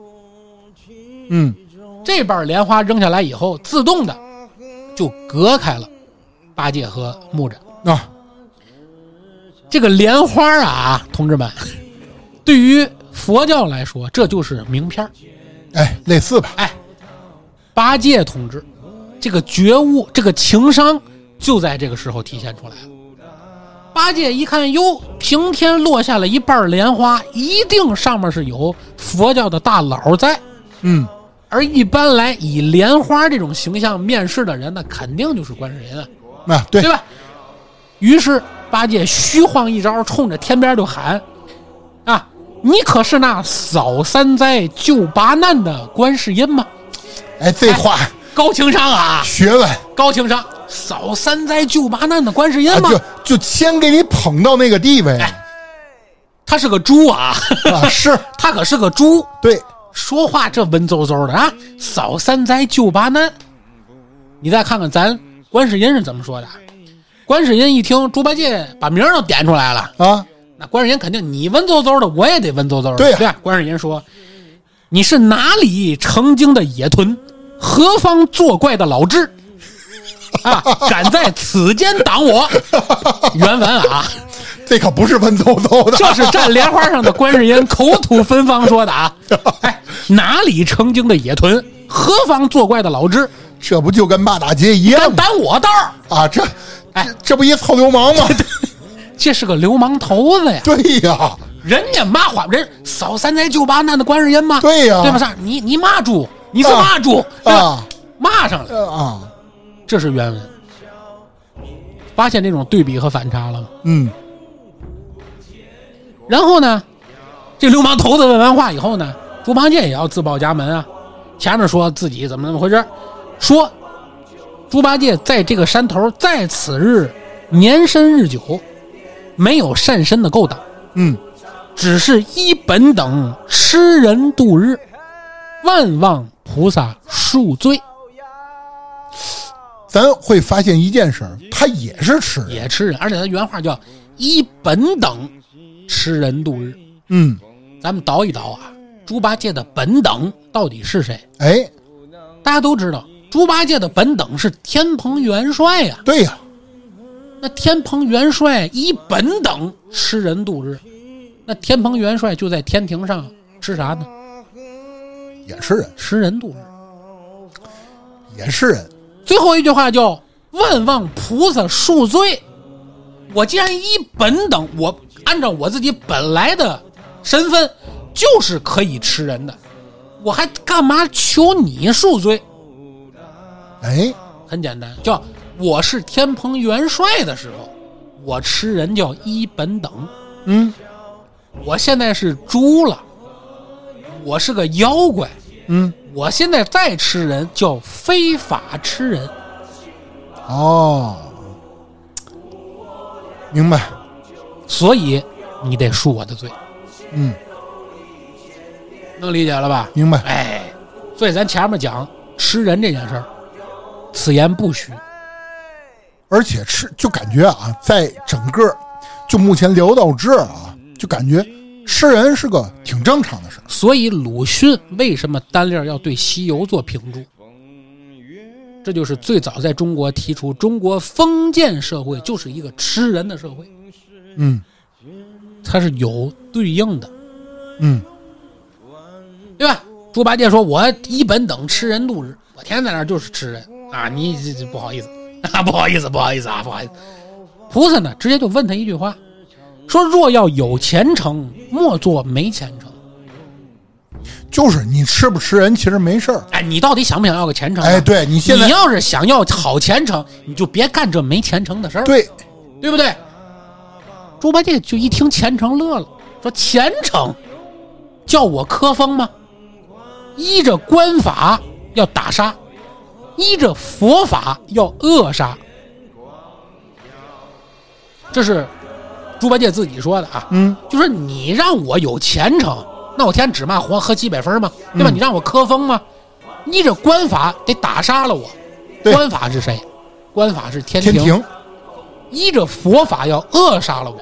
[SPEAKER 2] 嗯，
[SPEAKER 3] 这瓣莲花扔下来以后，自动的就隔开了八戒和木吒。
[SPEAKER 2] 啊，
[SPEAKER 3] 这个莲花啊，同志们， 对于佛教来说，这就是名片儿。
[SPEAKER 2] 哎，类似吧，
[SPEAKER 3] 哎，八戒同志，这个觉悟，这个情商，就在这个时候体现出来了。八戒一看，哟，平天落下了一瓣莲花，一定上面是有佛教的大佬在。
[SPEAKER 2] 嗯，
[SPEAKER 3] 而一般来以莲花这种形象面试的人呢，肯定就是观世音啊，
[SPEAKER 2] 那、对
[SPEAKER 3] 对吧？于是八戒虚晃一招，冲着天边就喊：“啊，你可是那扫三灾救八难的观世音吗？”
[SPEAKER 2] 哎，这话
[SPEAKER 3] 高情商啊，
[SPEAKER 2] 学问。
[SPEAKER 3] 高情商，扫三灾救八难的观世音
[SPEAKER 2] 啊，
[SPEAKER 3] 吗？
[SPEAKER 2] 就就先给你捧到那个地位
[SPEAKER 3] 哎他是个猪啊，
[SPEAKER 2] 啊，是
[SPEAKER 3] 他可是个猪，
[SPEAKER 2] 对，
[SPEAKER 3] 说话这文绉绉的啊，扫三灾救八难。你再看看咱观世音是怎么说的？啊观世音一听猪八戒把名儿都点出来了，
[SPEAKER 2] 啊，
[SPEAKER 3] 那观世音肯定你文绉绉的，我也得文绉绉的。
[SPEAKER 2] 对呀
[SPEAKER 3] 吧？观世音说：“你是哪里成精的野豚，何方作怪的 老智？啊，敢在此间挡我！” 原文啊，
[SPEAKER 2] 这可不是文绉绉的，啊
[SPEAKER 3] 这是站莲花上的观世音口吐芬芳说 的啊！哎，哪里成精的野豚，何方作怪的老智？
[SPEAKER 2] 这不就跟骂大街一样
[SPEAKER 3] 敢
[SPEAKER 2] 吗？
[SPEAKER 3] 挡我道儿！
[SPEAKER 2] 啊，这
[SPEAKER 3] 哎
[SPEAKER 2] 这这不一臭流氓 吗？
[SPEAKER 3] 这是个流氓头子呀！
[SPEAKER 2] 对呀，
[SPEAKER 3] 人家骂话，人扫三灾救八难的观世音吗？
[SPEAKER 2] 对呀
[SPEAKER 3] 对吧？上你你骂猪，你是骂猪，对吧？
[SPEAKER 2] 啊
[SPEAKER 3] 骂上了，
[SPEAKER 2] 呃啊，
[SPEAKER 3] 这是原文。发现这种对比和反差了吗？
[SPEAKER 2] 嗯，
[SPEAKER 3] 然后呢，这流氓头子问完话以后呢，猪八戒也要自报家门啊，前面说自己怎么怎么回事儿，说猪八戒在这个山头，在此日年深日久，没有善身的勾当，
[SPEAKER 2] 嗯，
[SPEAKER 3] 只是一本等吃人度日，万望菩萨恕罪，
[SPEAKER 2] 咱会发现一件事儿，他也是吃人，
[SPEAKER 3] 也吃人，而且他原话叫一本等吃人度日。
[SPEAKER 2] 嗯，
[SPEAKER 3] 咱们倒一倒啊，猪八戒的本等到底是谁？
[SPEAKER 2] 哎，
[SPEAKER 3] 大家都知道，猪八戒的本等是天蓬元帅呀、
[SPEAKER 2] 对呀，
[SPEAKER 3] 那天蓬元帅一本等吃人度日，那天蓬元帅就在天庭上吃啥呢？
[SPEAKER 2] 也是人，
[SPEAKER 3] 吃人度日。
[SPEAKER 2] 也是人，
[SPEAKER 3] 最后一句话叫“万望菩萨恕罪”。我既然一本等，我按照我自己本来的身份，就是可以吃人的，我还干嘛求你恕罪？
[SPEAKER 2] 哎，
[SPEAKER 3] 很简单，叫我是天蓬元帅的时候，我吃人叫一本等，
[SPEAKER 2] 嗯，
[SPEAKER 3] 我现在是猪了，我是个妖怪，
[SPEAKER 2] 嗯，
[SPEAKER 3] 我现在再吃人叫非法吃人。
[SPEAKER 2] 哦，明白，
[SPEAKER 3] 所以你得恕我的罪，
[SPEAKER 2] 嗯，
[SPEAKER 3] 能理解了吧？
[SPEAKER 2] 明白，
[SPEAKER 3] 哎，所以咱前面讲吃人这件事儿，此言不虚。
[SPEAKER 2] 而且吃就感觉啊，在整个就目前聊到这儿啊，就感觉吃人是个挺正常的事儿。
[SPEAKER 3] 所以鲁迅为什么单列儿要对西游做评注？这就是最早在中国提出中国封建社会就是一个吃人的社会，
[SPEAKER 2] 嗯
[SPEAKER 3] 它是有对应的，
[SPEAKER 2] 嗯，
[SPEAKER 3] 对吧？猪八戒说：“我一本等吃人度日，我天天在那儿就是吃人啊！你这这不好意思 啊，不好意思，不好意思啊，不好意思。”菩萨呢，直接就问他一句话，说：“若要有前程，莫做没前程。
[SPEAKER 2] 就是你吃不吃人其实没事儿。
[SPEAKER 3] 哎，你到底想不想要个前程啊？
[SPEAKER 2] 哎，对你现在
[SPEAKER 3] 你要是想要好前程，你就别干这没前程的事儿，
[SPEAKER 2] 对，
[SPEAKER 3] 对不对？猪八戒就一听前程乐了，说：“前程，叫我科风吗？依着官法要打杀，依着佛法要扼杀。”这是猪八戒自己说的啊。
[SPEAKER 2] 嗯，
[SPEAKER 3] 就说你让我有前程，那我天天只骂黄河几百分吗？对吧？
[SPEAKER 2] 嗯
[SPEAKER 3] 你让我科风吗？依着官法得打杀了我。
[SPEAKER 2] 对
[SPEAKER 3] 官法是谁？官法是天
[SPEAKER 2] 天庭，
[SPEAKER 3] 依着佛法要扼杀了我，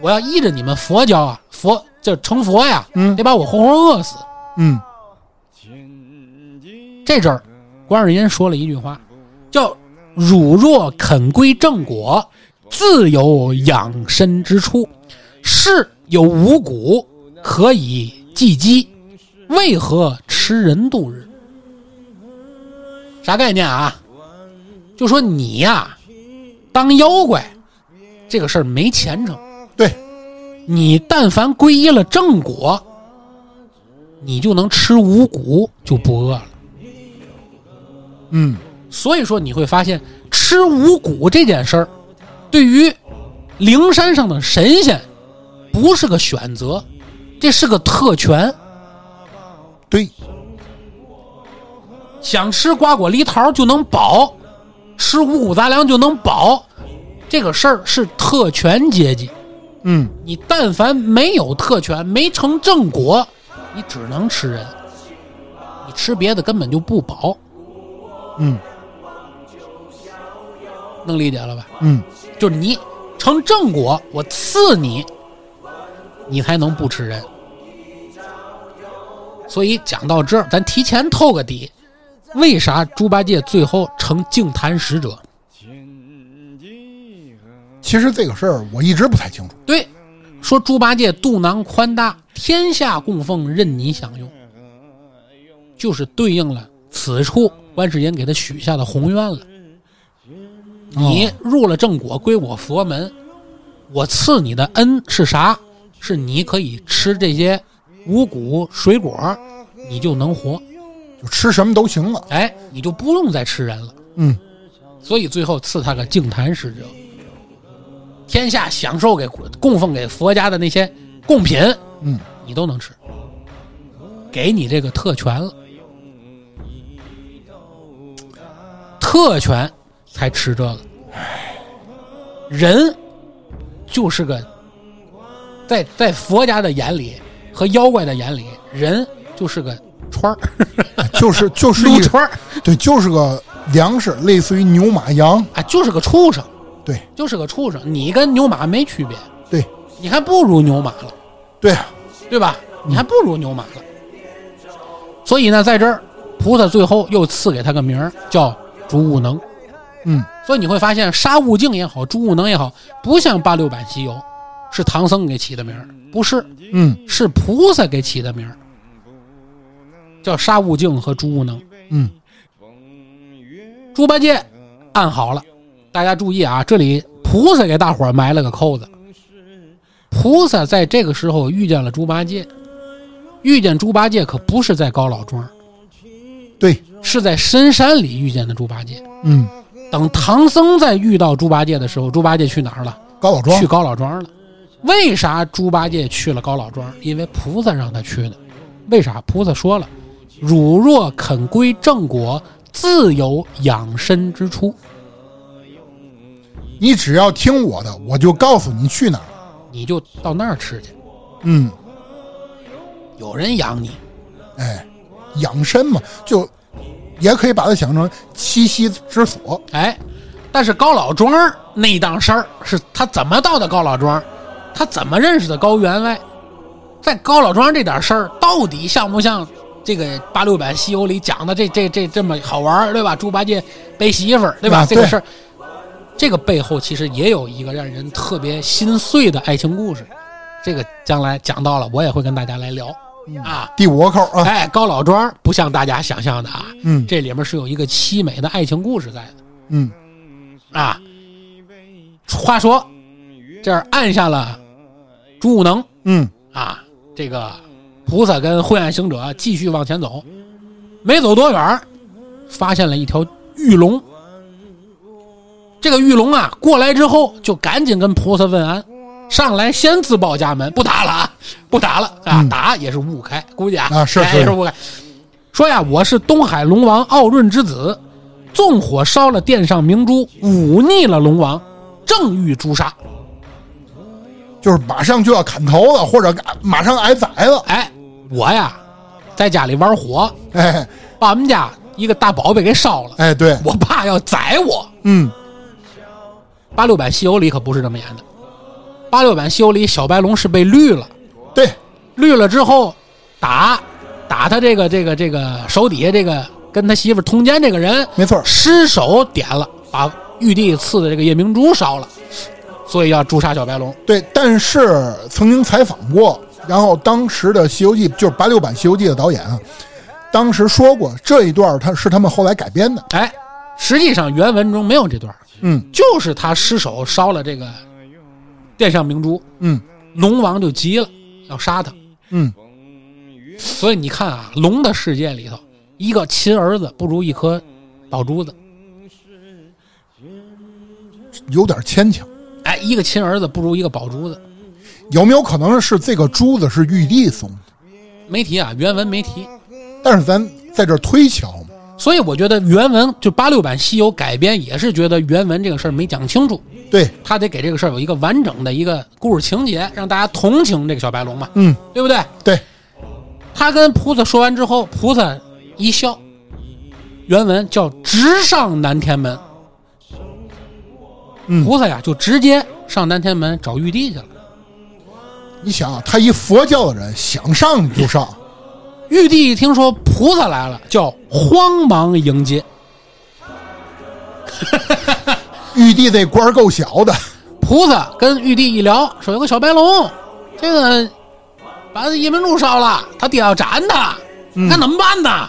[SPEAKER 3] 我要依着你们佛教啊，佛就成佛呀，
[SPEAKER 2] 嗯
[SPEAKER 3] 得把我活活饿死。
[SPEAKER 2] 嗯
[SPEAKER 3] 这阵儿，关二银说了一句话，叫“汝若肯归正果，自有养身之处。是有五谷可以祭鸡，为何吃人度日？”啥概念啊？就说你呀、当妖怪这个事儿没前程。
[SPEAKER 2] 对，
[SPEAKER 3] 你但凡皈依了正果，你就能吃五谷，就不饿了。
[SPEAKER 2] 嗯
[SPEAKER 3] 所以说你会发现，吃五谷这件事儿，对于灵山上的神仙，不是个选择，这是个特权。
[SPEAKER 2] 对，
[SPEAKER 3] 想吃瓜果梨桃就能饱，吃五谷杂粮就能饱，这个事儿是特权阶级。
[SPEAKER 2] 嗯
[SPEAKER 3] 你但凡没有特权，没成正果，你只能吃人，你吃别的根本就不饱，
[SPEAKER 2] 嗯
[SPEAKER 3] 能理解了吧？
[SPEAKER 2] 嗯，
[SPEAKER 3] 就是你成正果，我赐你，你才能不吃人。所以讲到这儿，咱提前透个底，为啥猪八戒最后成净坛使者？
[SPEAKER 2] 其实这个事儿我一直不太清楚。
[SPEAKER 3] 对，说猪八戒肚囊宽大，天下供奉，任你享用，就是对应了此处观世音给他许下的宏愿了。你入了正果，归我佛门，我赐你的恩是啥？是你可以吃这些五谷水果，你就能活，
[SPEAKER 2] 就吃什么都行了。
[SPEAKER 3] 哎，你就不用再吃人了。
[SPEAKER 2] 嗯，
[SPEAKER 3] 所以最后赐他个净坛使者。天下享受给供奉给佛家的那些贡品，
[SPEAKER 2] 嗯，
[SPEAKER 3] 你都能吃，给你这个特权了，特权才吃这个。人就是个在在佛家的眼里和妖怪的眼里，人就是个川儿，
[SPEAKER 2] 就是就是一
[SPEAKER 3] 撸川儿
[SPEAKER 2] 对，就是个粮食，类似于牛马羊。
[SPEAKER 3] 啊，就是个畜生。
[SPEAKER 2] 对
[SPEAKER 3] 就是个畜生，你跟牛马没区别，
[SPEAKER 2] 对
[SPEAKER 3] 你还不如牛马了，
[SPEAKER 2] 对啊，
[SPEAKER 3] 对吧？你还不如牛马了。所以呢，在这儿，菩萨最后又赐给他个名儿叫朱悟能。
[SPEAKER 2] 嗯，
[SPEAKER 3] 所以你会发现，沙悟净也好，朱悟能也好，不像八六版西游是唐僧给起的名儿，不是，
[SPEAKER 2] 嗯
[SPEAKER 3] 是菩萨给起的名儿，叫沙悟净和朱悟能。
[SPEAKER 2] 嗯
[SPEAKER 3] 猪八戒按好了，大家注意啊，这里菩萨给大伙儿埋了个扣子。菩萨在这个时候遇见了猪八戒，遇见猪八戒可不是在高老庄，
[SPEAKER 2] 对，
[SPEAKER 3] 是在深山里遇见的猪八戒。
[SPEAKER 2] 嗯，
[SPEAKER 3] 等唐僧再遇到猪八戒的时候，猪八戒去哪儿了？
[SPEAKER 2] 高老庄
[SPEAKER 3] 去高老庄了。为啥猪八戒去了高老庄？因为菩萨让他去的。为啥？菩萨说了，汝若肯归正果，自有养身之处。
[SPEAKER 2] 你只要听我的，我就告诉你去哪儿。
[SPEAKER 3] 你就到那儿吃去，
[SPEAKER 2] 嗯，
[SPEAKER 3] 有人养你。
[SPEAKER 2] 哎，养身嘛，就也可以把它想成栖息之所。
[SPEAKER 3] 哎，但是高老庄儿那档事儿是他怎么到的高老庄儿，他怎么认识的高员外，在高老庄这点事儿到底像不像这个八六版《西游》里讲的这这这这么好玩儿，对吧？猪八戒背媳妇儿，对吧？
[SPEAKER 2] 啊
[SPEAKER 3] 这个
[SPEAKER 2] 对
[SPEAKER 3] 事儿，这个背后其实也有一个让人特别心碎的爱情故事，这个将来讲到了，我也会跟大家来聊
[SPEAKER 2] 嗯
[SPEAKER 3] 啊。
[SPEAKER 2] 第五个扣啊，
[SPEAKER 3] 哎，高老庄不像大家想象的啊，
[SPEAKER 2] 嗯
[SPEAKER 3] 这里面是有一个凄美的爱情故事在的
[SPEAKER 2] 嗯，
[SPEAKER 3] 啊。话说，这儿按下了朱武能
[SPEAKER 2] 嗯，
[SPEAKER 3] 啊，这个菩萨跟晦暗行者啊继续往前走，没走多远儿，发现了一条玉龙。这个玉龙啊，过来之后就赶紧跟菩萨问安，上来先自报家门，不打了啊，不打了啊，
[SPEAKER 2] 嗯
[SPEAKER 3] 打也是五五开，估计啊，
[SPEAKER 2] 啊是
[SPEAKER 3] 哎
[SPEAKER 2] 是
[SPEAKER 3] 也是五五开。说呀，我是东海龙王傲润之子，纵火烧了殿上明珠，忤逆了龙王，正欲诛杀。
[SPEAKER 2] 就是马上就要砍头了，或者马上挨宰了。
[SPEAKER 3] 哎，我呀，在家里玩火，
[SPEAKER 2] 哎
[SPEAKER 3] 把我们家一个大宝贝给烧了。
[SPEAKER 2] 哎，对，
[SPEAKER 3] 我爸要宰我。
[SPEAKER 2] 嗯，
[SPEAKER 3] 八六版《西游》里可不是这么演的，八六版《西游》里小白龙是被绿了，
[SPEAKER 2] 对，
[SPEAKER 3] 绿了之后打打他这个这个这个手底下这个跟他媳妇通奸这个人，
[SPEAKER 2] 没错儿，
[SPEAKER 3] 失手点了，把玉帝赐的这个夜明珠烧了，所以要诛杀小白龙。
[SPEAKER 2] 对。但是曾经采访过，然后当时的《西游记》就是八六版《西游记》的导演啊，当时说过这一段，他是他们后来改编的。
[SPEAKER 3] 哎，实际上原文中没有这段，
[SPEAKER 2] 嗯
[SPEAKER 3] 就是他失手烧了这个殿上明珠，
[SPEAKER 2] 嗯
[SPEAKER 3] 龙王就急了，要杀他。
[SPEAKER 2] 嗯，
[SPEAKER 3] 所以你看啊，龙的世界里头，一个亲儿子不如一颗宝珠子，
[SPEAKER 2] 有点牵强。
[SPEAKER 3] 哎，一个亲儿子不如一个宝珠子。
[SPEAKER 2] 有没有可能是这个珠子是玉帝送的？
[SPEAKER 3] 没提啊，原文没提，
[SPEAKER 2] 但是咱在这儿推敲嘛。
[SPEAKER 3] 所以我觉得原文就八六版《西游》改编也是觉得原文这个事儿没讲清楚，
[SPEAKER 2] 对，
[SPEAKER 3] 他得给这个事儿有一个完整的一个故事情节，让大家同情这个小白龙嘛，
[SPEAKER 2] 嗯，
[SPEAKER 3] 对不对？
[SPEAKER 2] 对，
[SPEAKER 3] 他跟菩萨说完之后，菩萨一笑，原文叫“直上南天门”。
[SPEAKER 2] 嗯
[SPEAKER 3] 菩萨呀，就直接上南天门找玉帝去了。
[SPEAKER 2] 你想啊，他一佛教的人，想上你就上，
[SPEAKER 3] 玉帝一听说菩萨来了，叫慌忙迎接。
[SPEAKER 2] 玉帝这官儿够小的。
[SPEAKER 3] 菩萨跟玉帝一聊，说有个小白龙，这个把夜明珠烧了，他爹要斩他，看怎么办呢？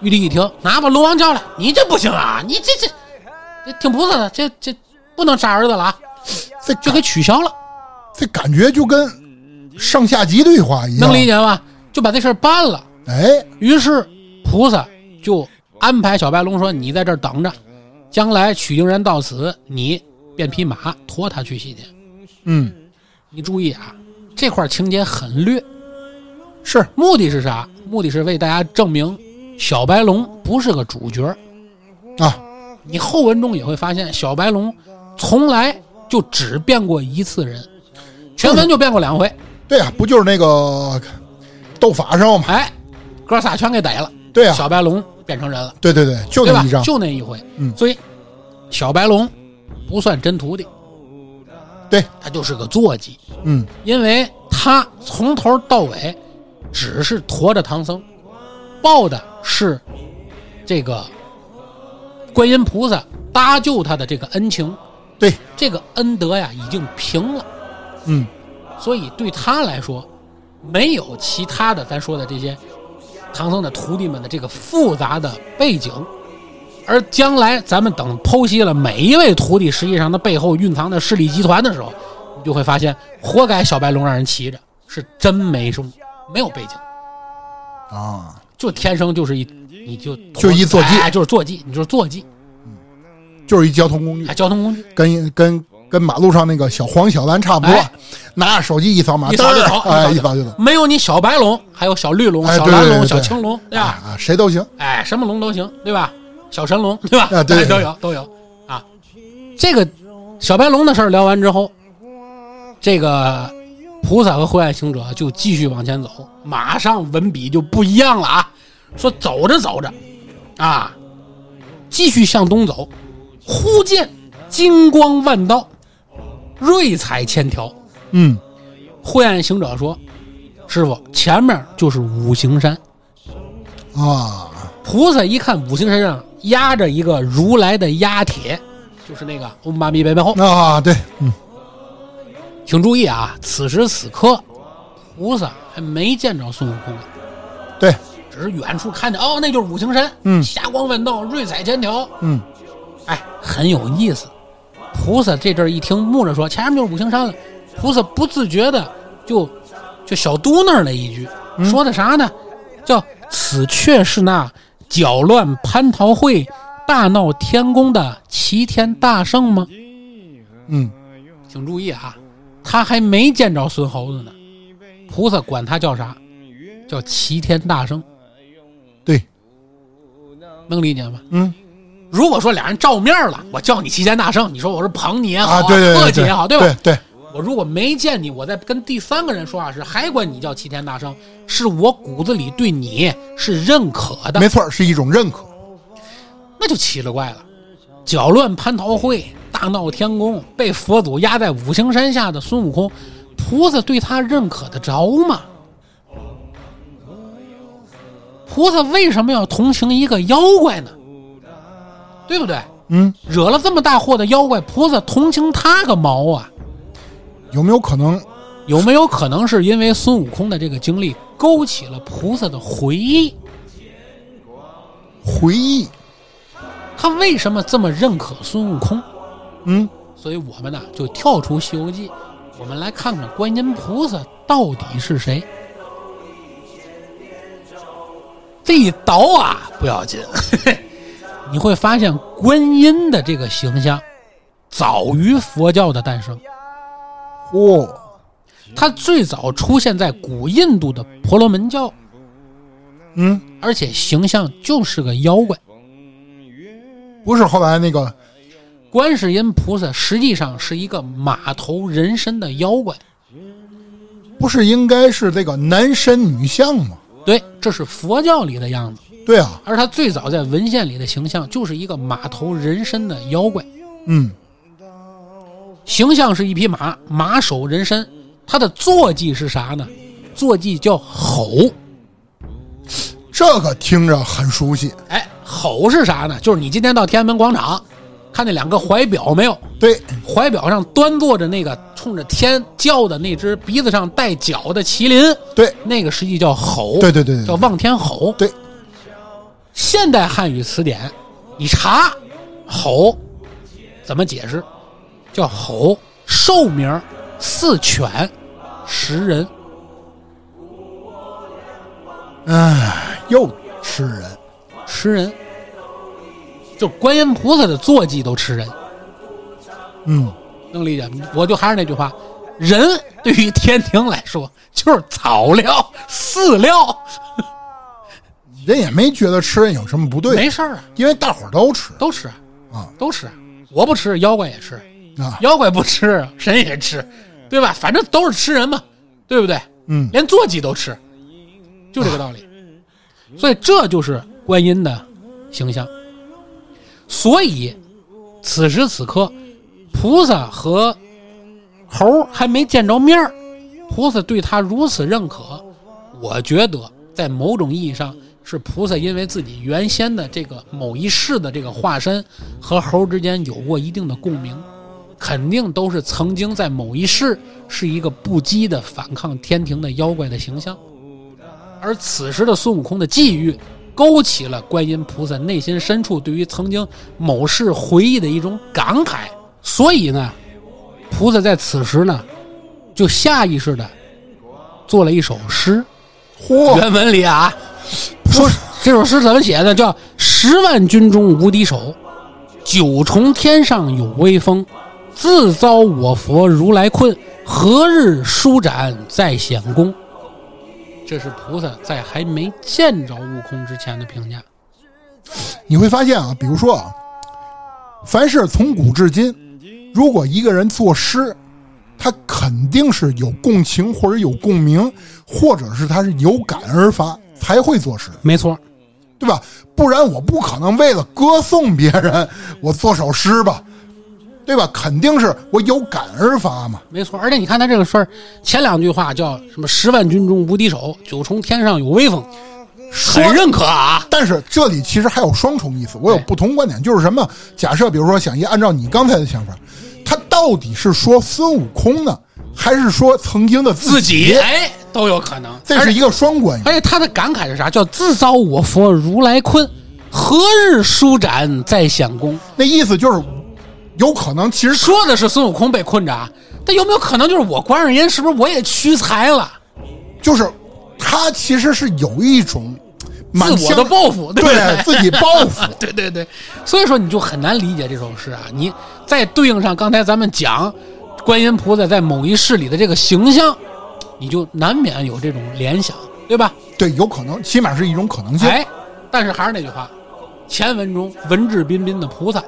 [SPEAKER 3] 玉帝一听，拿把龙王叫来，你这不行啊，你这这这听菩萨的，这这不能杀儿子了啊，
[SPEAKER 2] 这
[SPEAKER 3] 就给
[SPEAKER 2] 感
[SPEAKER 3] 取消了，
[SPEAKER 2] 这感觉就跟上下级对话一样，
[SPEAKER 3] 能理解吗？就把这事儿办了。
[SPEAKER 2] 哎，
[SPEAKER 3] 于是菩萨就安排小白龙说：“你在这儿等着，将来取经人到此，你变匹马驮他去西天。
[SPEAKER 2] 嗯，”
[SPEAKER 3] 你注意啊，这块情节很略，
[SPEAKER 2] 是
[SPEAKER 3] 目的是啥？目的是为大家证明小白龙不是个主角。
[SPEAKER 2] 啊，
[SPEAKER 3] 你后文中也会发现，小白龙从来就只变过一次人，全文就变过两回。
[SPEAKER 2] 对啊，不就是那个斗法上嘛？
[SPEAKER 3] 哎，哥仨全给逮了，
[SPEAKER 2] 对啊，
[SPEAKER 3] 小白龙变成人了。
[SPEAKER 2] 对对对，就
[SPEAKER 3] 对
[SPEAKER 2] 那
[SPEAKER 3] 吧
[SPEAKER 2] 一？张，
[SPEAKER 3] 就那一回。
[SPEAKER 2] 嗯
[SPEAKER 3] 所以小白龙不算真徒弟，
[SPEAKER 2] 对，
[SPEAKER 3] 他就是个坐骑，
[SPEAKER 2] 嗯，
[SPEAKER 3] 因为他从头到尾只是驮着唐僧，抱的是这个观音菩萨搭救他的这个恩情，
[SPEAKER 2] 对，
[SPEAKER 3] 这个恩德呀已经平了，
[SPEAKER 2] 嗯，
[SPEAKER 3] 所以对他来说，没有其他的咱说的这些唐僧的徒弟们的这个复杂的背景，而将来咱们等剖析了每一位徒弟实际上的背后蕴藏的势力集团的时候，你就会发现，活该小白龙让人骑着，是真没什么没有背景，
[SPEAKER 2] 啊，
[SPEAKER 3] 就天生就是一你就
[SPEAKER 2] 就一坐骑
[SPEAKER 3] 哎就是坐骑，你就是坐骑，
[SPEAKER 2] 就是一交通工具
[SPEAKER 3] 哎，，交通工具。
[SPEAKER 2] 跟跟跟马路上那个小黄小蓝差不多，
[SPEAKER 3] 哎
[SPEAKER 2] 拿着手机一扫码，
[SPEAKER 3] 一扫就
[SPEAKER 2] 嘚儿
[SPEAKER 3] 走
[SPEAKER 2] 哎，
[SPEAKER 3] 一
[SPEAKER 2] 一
[SPEAKER 3] 扫
[SPEAKER 2] 扫就走，
[SPEAKER 3] 没有你小白龙，还有小绿龙、
[SPEAKER 2] 哎
[SPEAKER 3] 小
[SPEAKER 2] 对
[SPEAKER 3] 蓝
[SPEAKER 2] 对
[SPEAKER 3] 龙、
[SPEAKER 2] 对
[SPEAKER 3] 小
[SPEAKER 2] 对
[SPEAKER 3] 青龙，对吧？
[SPEAKER 2] 啊，谁都行。
[SPEAKER 3] 哎，什么龙都行，对吧？小神龙，对吧？
[SPEAKER 2] 啊对
[SPEAKER 3] 哎都有都有啊。这个小白龙的事儿聊完之后，这个菩萨和灰暗行者就继续往前走，马上文笔就不一样了啊。说走着走着，啊，继续向东走，忽见金光万道，瑞彩千条。
[SPEAKER 2] 嗯，
[SPEAKER 3] 灰暗行者说：“师傅，前面就是五行山。”
[SPEAKER 2] 啊，
[SPEAKER 3] 菩萨一看五行山上压着一个如来的压帖，就是那个嗡巴咪呗呗吽。
[SPEAKER 2] 啊，对，嗯，
[SPEAKER 3] 请注意啊，此时此刻，菩萨还没见着孙悟空呢，
[SPEAKER 2] 对，
[SPEAKER 3] 只是远处看见哦，那就是五行山，
[SPEAKER 2] 嗯
[SPEAKER 3] 霞光万道，瑞彩千条，
[SPEAKER 2] 嗯，
[SPEAKER 3] 哎，很有意思。菩萨这阵儿一听，木着说前面就是五行山了，菩萨不自觉的就就小嘟囔了一句，
[SPEAKER 2] 嗯
[SPEAKER 3] 说的啥呢？叫此却是那搅乱蟠桃会、大闹天宫的齐天大圣吗？
[SPEAKER 2] 嗯，
[SPEAKER 3] 请注意啊，他还没见着孙猴子呢，菩萨管他叫啥？叫齐天大圣，
[SPEAKER 2] 对，
[SPEAKER 3] 能理解吗？
[SPEAKER 2] 嗯，
[SPEAKER 3] 如果说俩人照面了，我叫你齐天大圣，你说我是捧你也好、
[SPEAKER 2] 啊，对对
[SPEAKER 3] 客
[SPEAKER 2] 对
[SPEAKER 3] 气
[SPEAKER 2] 对，
[SPEAKER 3] 也好，
[SPEAKER 2] 对
[SPEAKER 3] 吧？
[SPEAKER 2] 对，
[SPEAKER 3] 我如果没见你，我在跟第三个人说话时，还管你叫齐天大圣，是我骨子里对你是认可的
[SPEAKER 2] 没，错儿，是一种认可。
[SPEAKER 3] 那就奇了怪了。搅乱蟠桃会，大闹天宫，被佛祖压在五行山下的孙悟空，菩萨对他认可得着吗？菩萨为什么要同情一个妖怪呢？对不对？
[SPEAKER 2] 嗯，
[SPEAKER 3] 惹了这么大祸的妖怪，菩萨同情他个毛啊！
[SPEAKER 2] 有没有可能？
[SPEAKER 3] 有没有可能是因为孙悟空的这个经历勾起了菩萨的回忆？
[SPEAKER 2] 回忆，
[SPEAKER 3] 他为什么这么认可孙悟空？
[SPEAKER 2] 嗯，
[SPEAKER 3] 所以我们呢就跳出《西游记》，我们来看看观音菩萨到底是谁。这一倒啊不要紧， 你会发现观音的这个形象早于佛教的诞生，
[SPEAKER 2] 哦，
[SPEAKER 3] 它最早出现在古印度的婆罗门教，
[SPEAKER 2] 嗯，
[SPEAKER 3] 而且形象就是个妖怪。
[SPEAKER 2] 不是后来那个
[SPEAKER 3] 观世音菩萨实际上是一个马头人身的妖怪，
[SPEAKER 2] 不是应该是这个男身女相吗？
[SPEAKER 3] 对，这是佛教里的样子。
[SPEAKER 2] 对啊，
[SPEAKER 3] 而他最早在文献里的形象就是一个马头人身的妖怪，
[SPEAKER 2] 嗯，
[SPEAKER 3] 形象是一匹马，马首人身。他的坐骑是啥呢？坐骑叫吼。
[SPEAKER 2] 这个听着很熟悉。
[SPEAKER 3] 哎，吼是啥呢？就是你今天到天安门广场，看那两个怀表没有？
[SPEAKER 2] 对，
[SPEAKER 3] 怀表上端坐着那个冲着天叫的那只鼻子上带角的麒麟，
[SPEAKER 2] 对，
[SPEAKER 3] 那个实际叫吼，
[SPEAKER 2] 对对对对
[SPEAKER 3] 叫望天吼。
[SPEAKER 2] 对，
[SPEAKER 3] 现代汉语词典，你查“吼”怎么解释？叫“吼”，兽名，四犬，食人。
[SPEAKER 2] 哎，又吃人。
[SPEAKER 3] 吃人，就观音菩萨的坐骑都吃人，
[SPEAKER 2] 嗯，
[SPEAKER 3] 能理解吗？我就还是那句话，人对于天庭来说就是草料、饲料，
[SPEAKER 2] 人也没觉得吃人有什么不对，
[SPEAKER 3] 没事儿啊，
[SPEAKER 2] 因为大伙儿都吃
[SPEAKER 3] 都吃
[SPEAKER 2] 啊，
[SPEAKER 3] 都吃。我不吃，妖怪也吃，
[SPEAKER 2] 啊。
[SPEAKER 3] 妖怪不吃，神也吃，对吧？反正都是吃人嘛，对不对？
[SPEAKER 2] 嗯，
[SPEAKER 3] 连坐骑都吃，就这个道理。所以这就是观音的形象。所以此时此刻，菩萨和猴儿还没见着面儿，菩萨对他如此认可，我觉得在某种意义上是菩萨因为自己原先的这个某一世的这个化身和猴儿之间有过一定的共鸣。肯定都是曾经在某一世是一个不羁的反抗天庭的妖怪的形象，而此时的孙悟空的际遇，勾起了观音菩萨内心深处对于曾经某世回忆的一种感慨，所以呢，菩萨在此时呢，就下意识的做了一首诗，
[SPEAKER 2] 嚯，
[SPEAKER 3] 原文里啊，说这首诗怎么写的？叫“十万军中无敌手，九重天上有威风，自遭我佛如来困，何日舒展再显功？”这是菩萨在还没见着悟空之前的评价。
[SPEAKER 2] 你会发现啊，比如说啊，凡是从古至今，如果一个人作诗，他肯定是有共情或者有共鸣，或者是他是有感而发才会作诗，
[SPEAKER 3] 没错，
[SPEAKER 2] 对吧？不然我不可能为了歌颂别人，我做首诗吧，对吧？肯定是我有感而发嘛。
[SPEAKER 3] 没错。而且你看他这个事儿，前两句话叫什么“十万军中无敌手，九重天上有威风”，
[SPEAKER 2] 说
[SPEAKER 3] 很认可啊。
[SPEAKER 2] 但是这里其实还有双重意思，我有
[SPEAKER 3] 对
[SPEAKER 2] 不同观点，就是什么？假设比如说想一，按照你刚才的想法，他到底是说孙悟空呢，还是说曾经的自己？
[SPEAKER 3] 哎都有可能。
[SPEAKER 2] 这是一个双关语。
[SPEAKER 3] 而且他的感慨是啥？叫“自遭我佛如来困，何日舒展再显功
[SPEAKER 2] 那意思就是，有可能其”。实
[SPEAKER 3] 说的是孙悟空被困着啊，但有没有可能就是我关上人，是不是我也屈才了？
[SPEAKER 2] 就是他其实是有一种满
[SPEAKER 3] 自我
[SPEAKER 2] 腔
[SPEAKER 3] 的报复，对不
[SPEAKER 2] 对自己报复。
[SPEAKER 3] 对对对，所以说你就很难理解这首诗啊。你再对应上刚才咱们讲观音菩萨在某一世里的这个形象，你就难免有这种联想，对吧？
[SPEAKER 2] 对，有可能，起码是一种可能性，
[SPEAKER 3] 哎，但是还是那句话，前文中文质彬彬的菩萨，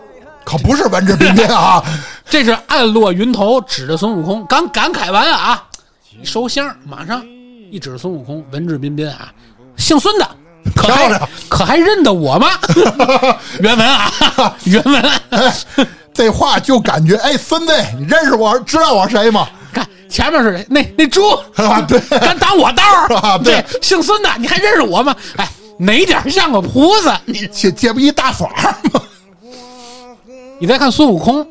[SPEAKER 2] 可不是文质彬彬啊。
[SPEAKER 3] 这是暗落云头指着孙悟空，刚感慨完啊，一收香，马上一指孙悟空，文质彬彬啊，姓孙的，可
[SPEAKER 2] 漂
[SPEAKER 3] 还
[SPEAKER 2] 亮
[SPEAKER 3] 可还认 得我吗？原文啊，原文、
[SPEAKER 2] 哎，这话就感觉，哎，孙子，你认识我，知道我谁吗？
[SPEAKER 3] 看前面是那那猪，
[SPEAKER 2] 啊对
[SPEAKER 3] 敢挡我道儿
[SPEAKER 2] 啊对
[SPEAKER 3] 这姓孙的，你还认识我吗？哎，哪点儿像个菩萨？ 你
[SPEAKER 2] 这这不一大耍吗？
[SPEAKER 3] 你再看孙悟空，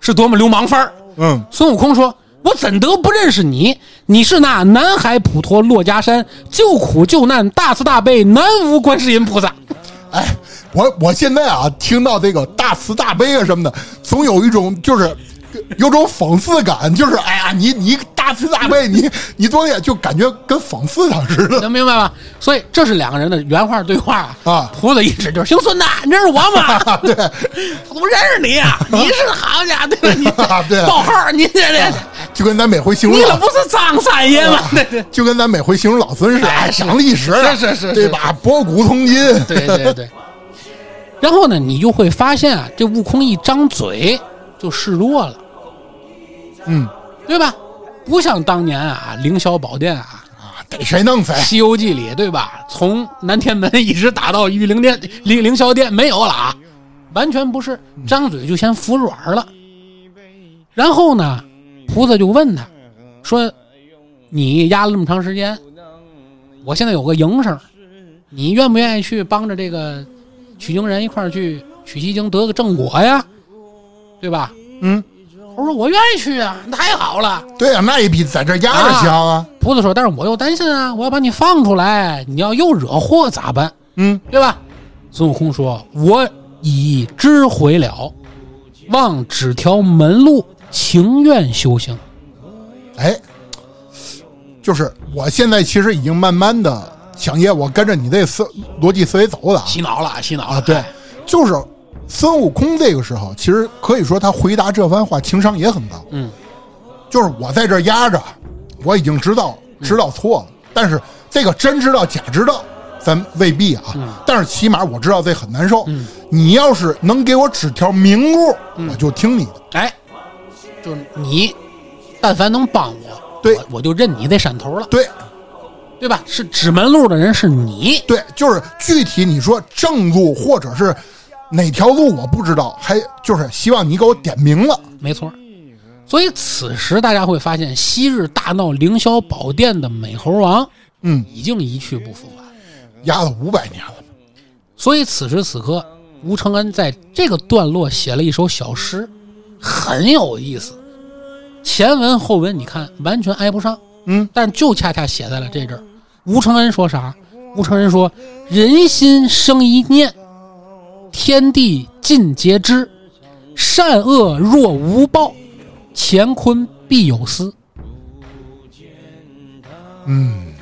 [SPEAKER 3] 是多么流氓范儿。
[SPEAKER 2] 嗯，
[SPEAKER 3] 孙悟空说：“我怎得不认识你？你是那南海普陀珞珈山救苦救难大慈大悲南无观世音菩萨。
[SPEAKER 2] 哎，我我现在啊，听到这个大慈大悲啊什么的，总有一种就是有种讽刺感，就是哎呀，你你大慈大悲，你你多厉害，就感觉跟讽刺他似”的。
[SPEAKER 3] 能明白吧？所以这是两个人的原话对话
[SPEAKER 2] 啊
[SPEAKER 3] 菩萨一指就是：“姓孙的，你认识我吗？
[SPEAKER 2] 对，
[SPEAKER 3] 我不认识你呀、你是个行家对吧？你
[SPEAKER 2] 对
[SPEAKER 3] 报号儿，你这这。
[SPEAKER 2] 就跟咱每回形容
[SPEAKER 3] 你
[SPEAKER 2] 老啊
[SPEAKER 3] 可不是张三爷吗？对对
[SPEAKER 2] 就跟咱每回形容老孙似的，哎，讲历史，
[SPEAKER 3] 是是是
[SPEAKER 2] 对
[SPEAKER 3] 是
[SPEAKER 2] 吧？博古通今，
[SPEAKER 3] 对对 对。然后呢，你就会发现啊，这悟空一张嘴就示弱了，
[SPEAKER 2] 嗯
[SPEAKER 3] 对吧？不像当年啊，凌霄宝殿啊，
[SPEAKER 2] 啊，逮谁弄谁
[SPEAKER 3] 《西游记》里，对吧？从南天门一直打到玉灵殿、凌凌霄殿，没有了啊，完全不是，张嘴就先服软了。然后呢，菩萨就问他，说：“你压了这么长时间，我现在有个营生，你愿不愿意去帮着这个取经人一块儿去取西经，得个正果呀？对吧？”
[SPEAKER 2] 嗯，
[SPEAKER 3] 我说：“我愿意去啊，太好了。”
[SPEAKER 2] 对呀、那也比在这儿压着强啊。
[SPEAKER 3] 菩萨说：“但是我又担心啊，我要把你放出来，你要又惹祸咋办？
[SPEAKER 2] 嗯，
[SPEAKER 3] 对吧？”孙悟空说：“我已知回了，望只条门路，情愿修行。
[SPEAKER 2] 哎，就是我现在其实已经慢慢的想也，我跟着你这思逻辑思维走了啊”
[SPEAKER 3] 洗脑了，洗脑了
[SPEAKER 2] 啊，对，就是孙悟空这个时候，其实可以说他回答这番话情商也很高。
[SPEAKER 3] 嗯，
[SPEAKER 2] 就是我在这儿压着，我已经知道知道错了，但是这个真知道假知道，咱未必啊。但是起码我知道这很难受。你要是能给我指条明路，我就听你的。
[SPEAKER 3] 哎，就是你，但凡能帮我，
[SPEAKER 2] 对
[SPEAKER 3] 我我就认你这山头了，
[SPEAKER 2] 对
[SPEAKER 3] 对吧？是指门路的人是你，
[SPEAKER 2] 对，就是具体你说正路或者是哪条路我不知道，还就是希望你给我点明了。
[SPEAKER 3] 没错。所以此时大家会发现，昔日大闹凌霄宝殿的美猴王，
[SPEAKER 2] 嗯，
[SPEAKER 3] 已经一去不复返。
[SPEAKER 2] 压了五百年了，
[SPEAKER 3] 所以此时此刻，吴承恩在这个段落写了一首小诗，很有意思。前文后文，你看完全挨不上，
[SPEAKER 2] 嗯，
[SPEAKER 3] 但就恰恰写在了这阵儿。吴承恩说啥？吴承恩说：“人心生一念，天地尽皆知，善恶若无报，乾坤必有私。”
[SPEAKER 2] 嗯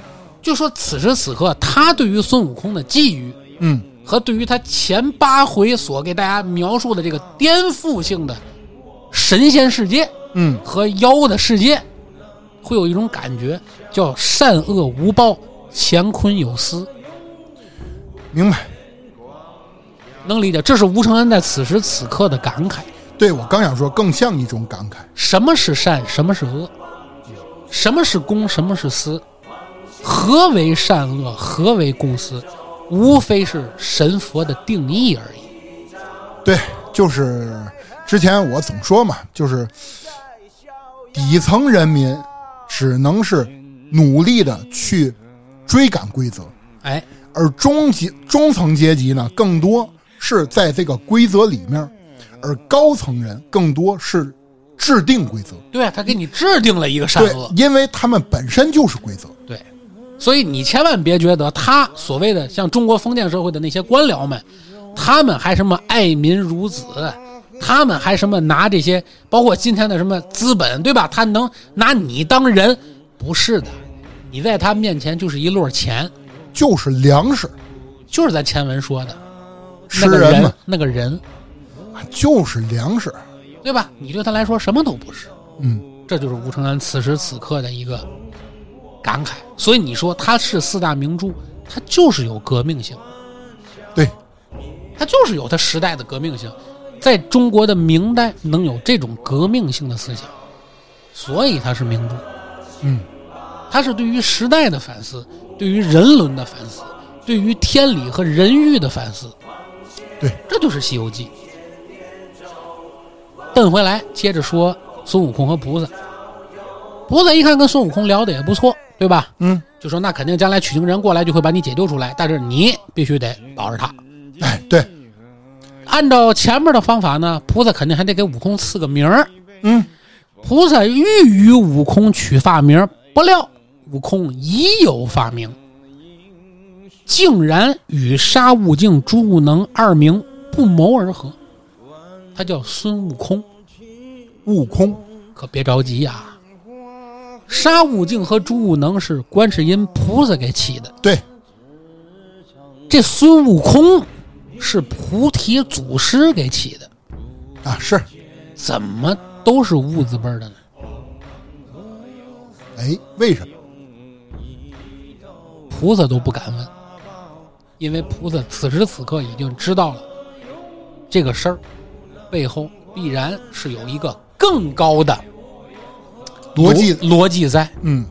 [SPEAKER 3] 就说此时此刻，他对于孙悟空的寄语，
[SPEAKER 2] 嗯。
[SPEAKER 3] 和对于他前八回所给大家描述的这个颠覆性的神仙世界
[SPEAKER 2] 嗯，
[SPEAKER 3] 和妖的世界，会有一种感觉，叫善恶无报，乾坤有司，
[SPEAKER 2] 明白。
[SPEAKER 3] 能理解？这是吴承恩在此时此刻的感慨。
[SPEAKER 2] 对我刚想说，更像一种感慨。
[SPEAKER 3] 什么是善，什么是恶，什么是公，什么是私，何为善恶，何为公私，无非是神佛的定义而已。
[SPEAKER 2] 对，就是之前我总说嘛，就是底层人民只能是努力的去追赶规则，
[SPEAKER 3] 哎，
[SPEAKER 2] 而中级中层阶级呢，更多是在这个规则里面，而高层人更多是制定规则。
[SPEAKER 3] 对啊他给你制定了一个善
[SPEAKER 2] 对
[SPEAKER 3] 恶，，
[SPEAKER 2] 因为他们本身就是规则。
[SPEAKER 3] 对，所以你千万别觉得他所谓的像中国封建社会的那些官僚们，他们还什么爱民如子，他们还什么拿这些，包括今天的什么资本，对吧？他能拿你当人？不是的，你在他面前就是一摞钱，
[SPEAKER 2] 就是粮食，
[SPEAKER 3] 就是咱前文说的
[SPEAKER 2] 吃
[SPEAKER 3] 那个
[SPEAKER 2] 人
[SPEAKER 3] 人
[SPEAKER 2] 嘛，，
[SPEAKER 3] 那个人，
[SPEAKER 2] 就是粮食。
[SPEAKER 3] 对吧？你对他来说什么都不是。
[SPEAKER 2] 嗯，
[SPEAKER 3] 这就是吴承恩此时此刻的一个感慨。所以你说他是四大名著，他就是有革命性，
[SPEAKER 2] 对，
[SPEAKER 3] 他就是有他时代的革命性。在中国的明代能有这种革命性的思想，所以它是名著。
[SPEAKER 2] 嗯，
[SPEAKER 3] 它是对于时代的反思，对于人伦的反思，对于天理和人欲的反思。
[SPEAKER 2] 对，
[SPEAKER 3] 这就是《西游记》。奔回来，接着说孙悟空和菩萨。菩萨一看跟孙悟空聊的也不错，对吧？
[SPEAKER 2] 嗯，
[SPEAKER 3] 就说那肯定将来取经人过来就会把你解救出来，但是你必须得保着他。
[SPEAKER 2] 哎，对，
[SPEAKER 3] 按照前面的方法呢，菩萨肯定还得给悟空赐个名儿。
[SPEAKER 2] 嗯，
[SPEAKER 3] 菩萨欲与悟空取发名儿，不料悟空已有发明，竟然与沙悟净、朱悟能二名不谋而合，他叫孙悟空。
[SPEAKER 2] 悟空，
[SPEAKER 3] 可别着急呀、沙悟净和朱悟能是观世音菩萨给起的，
[SPEAKER 2] 对，
[SPEAKER 3] 这孙悟空是菩提祖师给起的，
[SPEAKER 2] 啊，是，
[SPEAKER 3] 怎么都是“悟”字辈儿的呢？
[SPEAKER 2] 哎，为什么？
[SPEAKER 3] 菩萨都不敢问，因为菩萨此时此刻已经知道了这个事儿背后必然是有一个更高的
[SPEAKER 2] 逻辑
[SPEAKER 3] 逻辑在。
[SPEAKER 2] 嗯，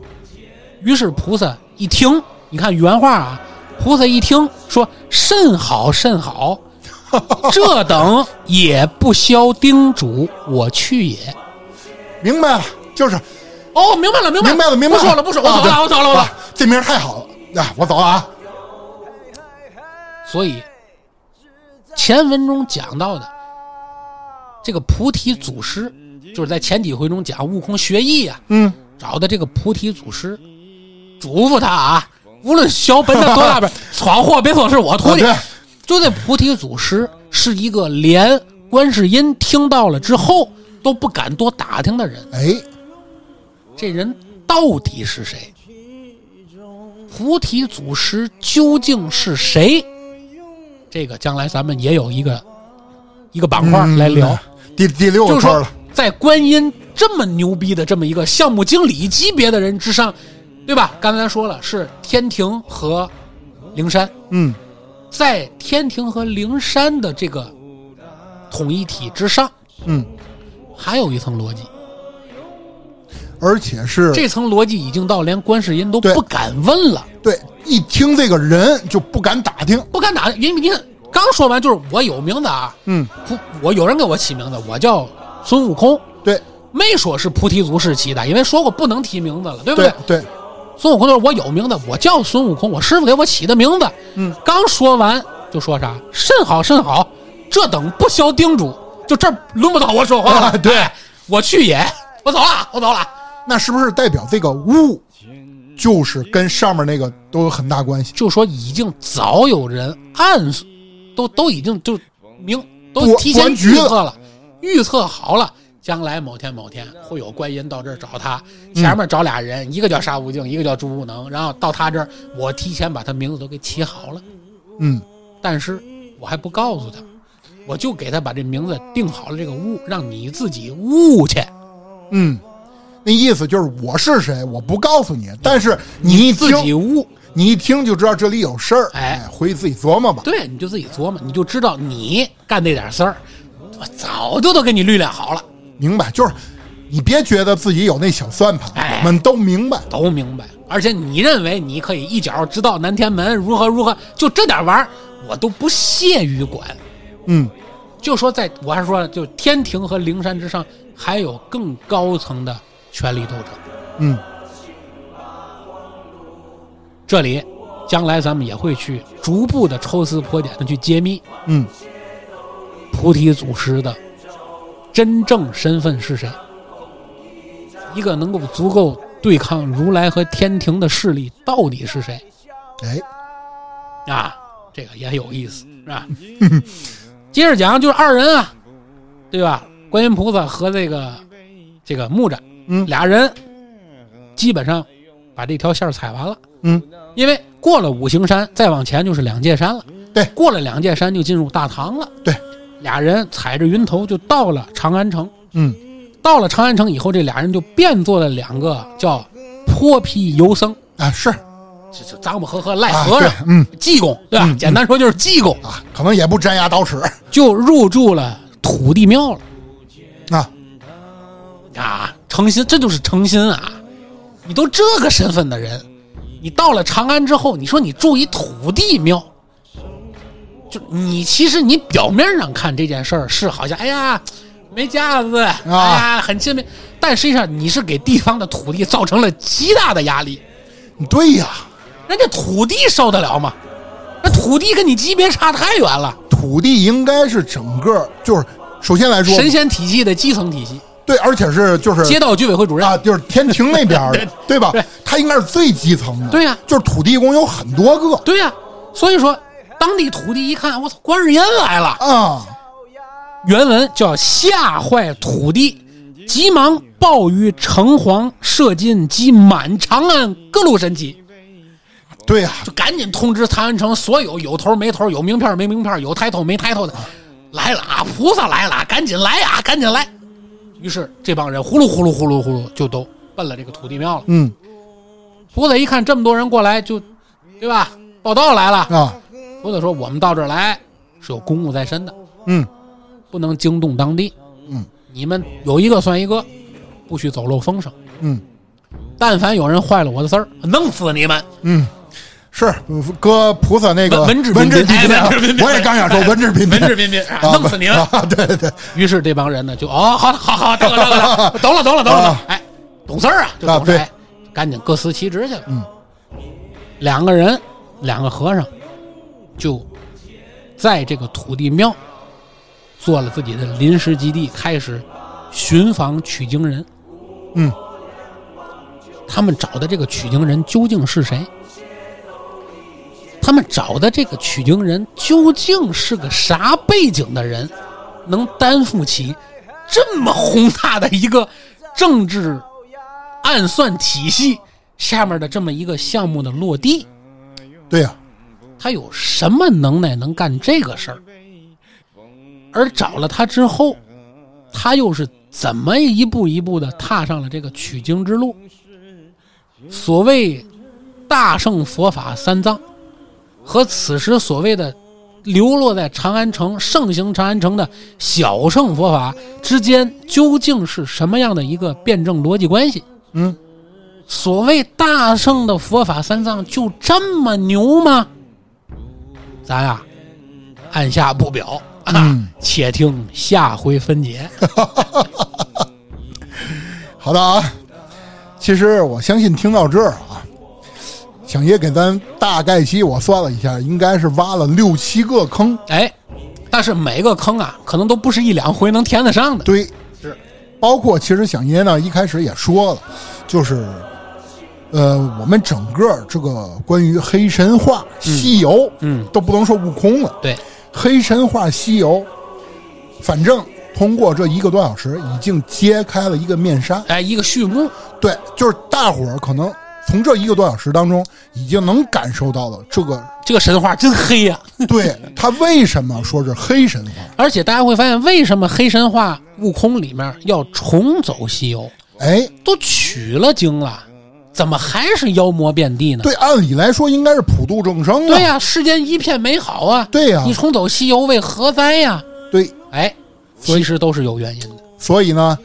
[SPEAKER 3] 于是菩萨一听，你看原话啊，菩萨一听说甚好 甚好，这等也不消叮嘱我去也。
[SPEAKER 2] 明白了，就是
[SPEAKER 3] 哦，明白了，明白
[SPEAKER 2] 明白了，明白
[SPEAKER 3] 不说了，不说了，我走了，我走了，我走了。，
[SPEAKER 2] 对啊这名儿太好了，啊，我走了啊。
[SPEAKER 3] 所以前文中讲到的这个菩提祖师，就是在前几回中讲悟空学艺啊，
[SPEAKER 2] 嗯，
[SPEAKER 3] 找的这个菩提祖师，嘱咐他啊，无论小本子多 大本，闯祸别说是我徒
[SPEAKER 2] 啊
[SPEAKER 3] 弟
[SPEAKER 2] 对。
[SPEAKER 3] 就这菩提祖师是一个连观世音听到了之后都不敢多打听的人，
[SPEAKER 2] 哎，
[SPEAKER 3] 这人到底是谁？菩提祖师究竟是谁？这个将来咱们也有一个一个板块
[SPEAKER 2] 嗯
[SPEAKER 3] 来聊，
[SPEAKER 2] 第第六
[SPEAKER 3] 就
[SPEAKER 2] 个
[SPEAKER 3] 是
[SPEAKER 2] 圈
[SPEAKER 3] 说
[SPEAKER 2] 了，
[SPEAKER 3] 在观音这么牛逼的这么一个项目经理级别的人之上，对吧？刚才咱说了，是天庭和灵山，
[SPEAKER 2] 嗯，
[SPEAKER 3] 在天庭和灵山的这个统一体之上，
[SPEAKER 2] 嗯，
[SPEAKER 3] 还有一层逻辑，
[SPEAKER 2] 而且是
[SPEAKER 3] 这层逻辑已经到连观世音都
[SPEAKER 2] 对
[SPEAKER 3] 不敢问了。
[SPEAKER 2] 对，一听这个人就不敢打听，
[SPEAKER 3] 不敢打，因为你看刚说完就是我有名字啊，
[SPEAKER 2] 嗯，
[SPEAKER 3] 不，我有人给我起名字，我叫孙悟空，
[SPEAKER 2] 对，
[SPEAKER 3] 没说是菩提祖师起的，因为说过不能提名字了，对不
[SPEAKER 2] 对对，
[SPEAKER 3] 孙悟空就是我有名字，我叫孙悟空，我师傅给我起的名字，
[SPEAKER 2] 嗯，
[SPEAKER 3] 刚说完就说啥甚好甚好，这等不消叮嘱，就这儿轮不到我说话了，
[SPEAKER 2] 啊 对
[SPEAKER 3] 哎我去也，我走了，我走了，
[SPEAKER 2] 那是不是代表这个物就是跟上面那个都有很大关系？
[SPEAKER 3] 就说已经早有人暗，都都已经就明都
[SPEAKER 2] 布
[SPEAKER 3] 提前
[SPEAKER 2] 布完局
[SPEAKER 3] 预测了，预测好了，将来某天某天会有观音到这儿找他，
[SPEAKER 2] 嗯
[SPEAKER 3] 前面找俩人，一个叫沙悟净，一个叫朱无能，然后到他这儿，我提前把他名字都给起好了，
[SPEAKER 2] 嗯，
[SPEAKER 3] 但是我还不告诉他，我就给他把这名字定好了，这个悟让你自己悟去，
[SPEAKER 2] 嗯，那意思就是我是谁，我不告诉你，但是你一
[SPEAKER 3] 自己
[SPEAKER 2] 听，
[SPEAKER 3] 悟。
[SPEAKER 2] 你一听就知道这里有事儿，
[SPEAKER 3] 哎
[SPEAKER 2] 哎，回去自己琢磨吧。
[SPEAKER 3] 对，你就自己琢磨，你就知道你干那点事儿，我早就都给你捋量好了，
[SPEAKER 2] 明白，就是你别觉得自己有那小算盘，
[SPEAKER 3] 哎
[SPEAKER 2] 我们都明白。
[SPEAKER 3] 都明白。而且你认为你可以一脚直到南天门，如何如何，就这点玩意儿，我都不屑于管。
[SPEAKER 2] 嗯，
[SPEAKER 3] 就说在，我还是说了，就天庭和灵山之上，还有更高层的权力斗争。
[SPEAKER 2] 嗯，
[SPEAKER 3] 这里将来咱们也会去逐步的抽丝剥茧的去揭秘
[SPEAKER 2] 嗯，
[SPEAKER 3] 菩提祖师的真正身份是谁。一个能够足够对抗如来和天庭的势力到底是谁
[SPEAKER 2] 哎，
[SPEAKER 3] 啊？这个也有意思，是吧？接着讲，就是二人啊，对吧？观音菩萨和这个这个木吒，
[SPEAKER 2] 嗯
[SPEAKER 3] 俩人基本上把这条线儿踩完了。
[SPEAKER 2] 嗯，
[SPEAKER 3] 因为过了五行山，再往前就是两界山了。
[SPEAKER 2] 对
[SPEAKER 3] 过了两界山就进入大唐了。
[SPEAKER 2] 对，
[SPEAKER 3] 俩人踩着云头就到了长安城。
[SPEAKER 2] 嗯，
[SPEAKER 3] 到了长安城以后，这俩人就变做了两个叫泼皮游僧，
[SPEAKER 2] 啊是
[SPEAKER 3] 这这脏不呵呵赖
[SPEAKER 2] 啊，
[SPEAKER 3] 和
[SPEAKER 2] 对
[SPEAKER 3] 尚、，
[SPEAKER 2] 嗯
[SPEAKER 3] 济公，对吧？
[SPEAKER 2] 嗯嗯
[SPEAKER 3] 简单说就是济公，
[SPEAKER 2] 啊，可能也不沾牙倒齿
[SPEAKER 3] 就入住了土地庙了。
[SPEAKER 2] 啊，
[SPEAKER 3] 啊，诚心，这就是诚心啊！你都这个身份的人，你到了长安之后，你说你住一土地庙，就你其实你表面上看这件事儿是好像，哎呀，没架子，哎呀，很亲民，但实际上你是给地方的土地造成了极大的压力。
[SPEAKER 2] 对呀，
[SPEAKER 3] 人家土地受得了吗？那土地跟你级别差太远了，
[SPEAKER 2] 土地应该是整个就是首先来说，
[SPEAKER 3] 神仙体系的基层体系，
[SPEAKER 2] 对，而且是就是
[SPEAKER 3] 街道居委会主任
[SPEAKER 2] 啊，就是天庭那边的，对吧
[SPEAKER 3] 对？
[SPEAKER 2] 它应该是最基层的。
[SPEAKER 3] 对呀
[SPEAKER 2] 就是土地公有很多个
[SPEAKER 3] 对呀、所以说当地土地一看，我操，观世音来了，
[SPEAKER 2] 啊，
[SPEAKER 3] 原文叫吓坏土地，急忙报于城隍，射进及满长安各路神旗，
[SPEAKER 2] 对呀，
[SPEAKER 3] 就赶紧通知长安城所有有头没头、有名片没名片、有抬头没抬头的，来了啊，菩萨来了，赶紧来啊，赶紧来！于是这帮人呼噜呼噜呼噜呼噜就都奔了这个土地庙了。
[SPEAKER 2] 嗯
[SPEAKER 3] 菩萨一看这么多人过来，就对吧？报道来了，
[SPEAKER 2] 啊，
[SPEAKER 3] 菩萨说：“我们到这儿来是有公务在身的，
[SPEAKER 2] 嗯
[SPEAKER 3] 不能惊动当地。
[SPEAKER 2] 嗯，
[SPEAKER 3] 你们有一个算一个，不许走漏风声。
[SPEAKER 2] 嗯
[SPEAKER 3] 但凡有人坏了我的丝儿，弄死你们！
[SPEAKER 2] 嗯，是搁菩萨那个
[SPEAKER 3] 文文质彬彬
[SPEAKER 2] 文质彬彬啊
[SPEAKER 3] 哎文质彬，彬
[SPEAKER 2] 我也刚想说文质彬彬，
[SPEAKER 3] 文质彬彬啊
[SPEAKER 2] 啊
[SPEAKER 3] 弄死你们
[SPEAKER 2] 啊！对对，
[SPEAKER 3] 于是这帮人呢，就哦，好了，好好，得了，得了，得了懂了，懂了，懂了，
[SPEAKER 2] 啊
[SPEAKER 3] 哎，懂事儿啊，就
[SPEAKER 2] 啊
[SPEAKER 3] 懂事儿，
[SPEAKER 2] 对
[SPEAKER 3] 哎赶紧各司其职去了。
[SPEAKER 2] 嗯，
[SPEAKER 3] 两个人，两个和尚，就在这个土地庙做了自己的临时基地，开始寻访取经人。
[SPEAKER 2] 嗯，
[SPEAKER 3] 他们找的这个取经人究竟是谁？他们找的这个取经人究竟是个啥背景的人，能担负起这么宏大的一个政治暗算体系下面的这么一个项目的落地？
[SPEAKER 2] 对呀，
[SPEAKER 3] 他有什么能耐能干这个事儿？而找了他之后，他又是怎么一步一步的踏上了这个取经之路？所谓大圣佛法三藏，和此时所谓的流落在长安城盛行长安城的小圣佛法之间，究竟是什么样的一个辩证逻辑关系？
[SPEAKER 2] 嗯，
[SPEAKER 3] 所谓大圣的佛法三藏就这么牛吗？咱啊，按下不表啊，
[SPEAKER 2] 嗯
[SPEAKER 3] 且听下回分 解。
[SPEAKER 2] 好的啊。其实我相信听到这儿啊，想爷给咱大概期我算了一下，应该是挖了六七个坑。
[SPEAKER 3] 哎，但是每个坑啊，可能都不是一两回能填得上的。
[SPEAKER 2] 对，是，包括其实响爷呢一开始也说了，就是，呃，我们整个这个关于黑神话、西游，
[SPEAKER 3] 嗯
[SPEAKER 2] 都不能说悟空了，
[SPEAKER 3] 对，
[SPEAKER 2] 黑神话、西游，反正通过这一个多小时，已经揭开了一个面纱。
[SPEAKER 3] 哎，一个序幕，
[SPEAKER 2] 对，就是大伙儿可能从这一个多小时当中，已经能感受到了这个，
[SPEAKER 3] 这个神话真黑呀、
[SPEAKER 2] 对他为什么说是黑神话？
[SPEAKER 3] 而且大家会发现，为什么黑神话悟空里面要重走西游？
[SPEAKER 2] 哎，
[SPEAKER 3] 都取了经了，怎么还是妖魔遍地呢？
[SPEAKER 2] 对，按理来说应该是普度众生啊，
[SPEAKER 3] 对呀、世间一片美好啊！
[SPEAKER 2] 对呀
[SPEAKER 3] 你重走西游为何哉呀、
[SPEAKER 2] 对，
[SPEAKER 3] 哎，其实都是有原因的。
[SPEAKER 2] 所以呢，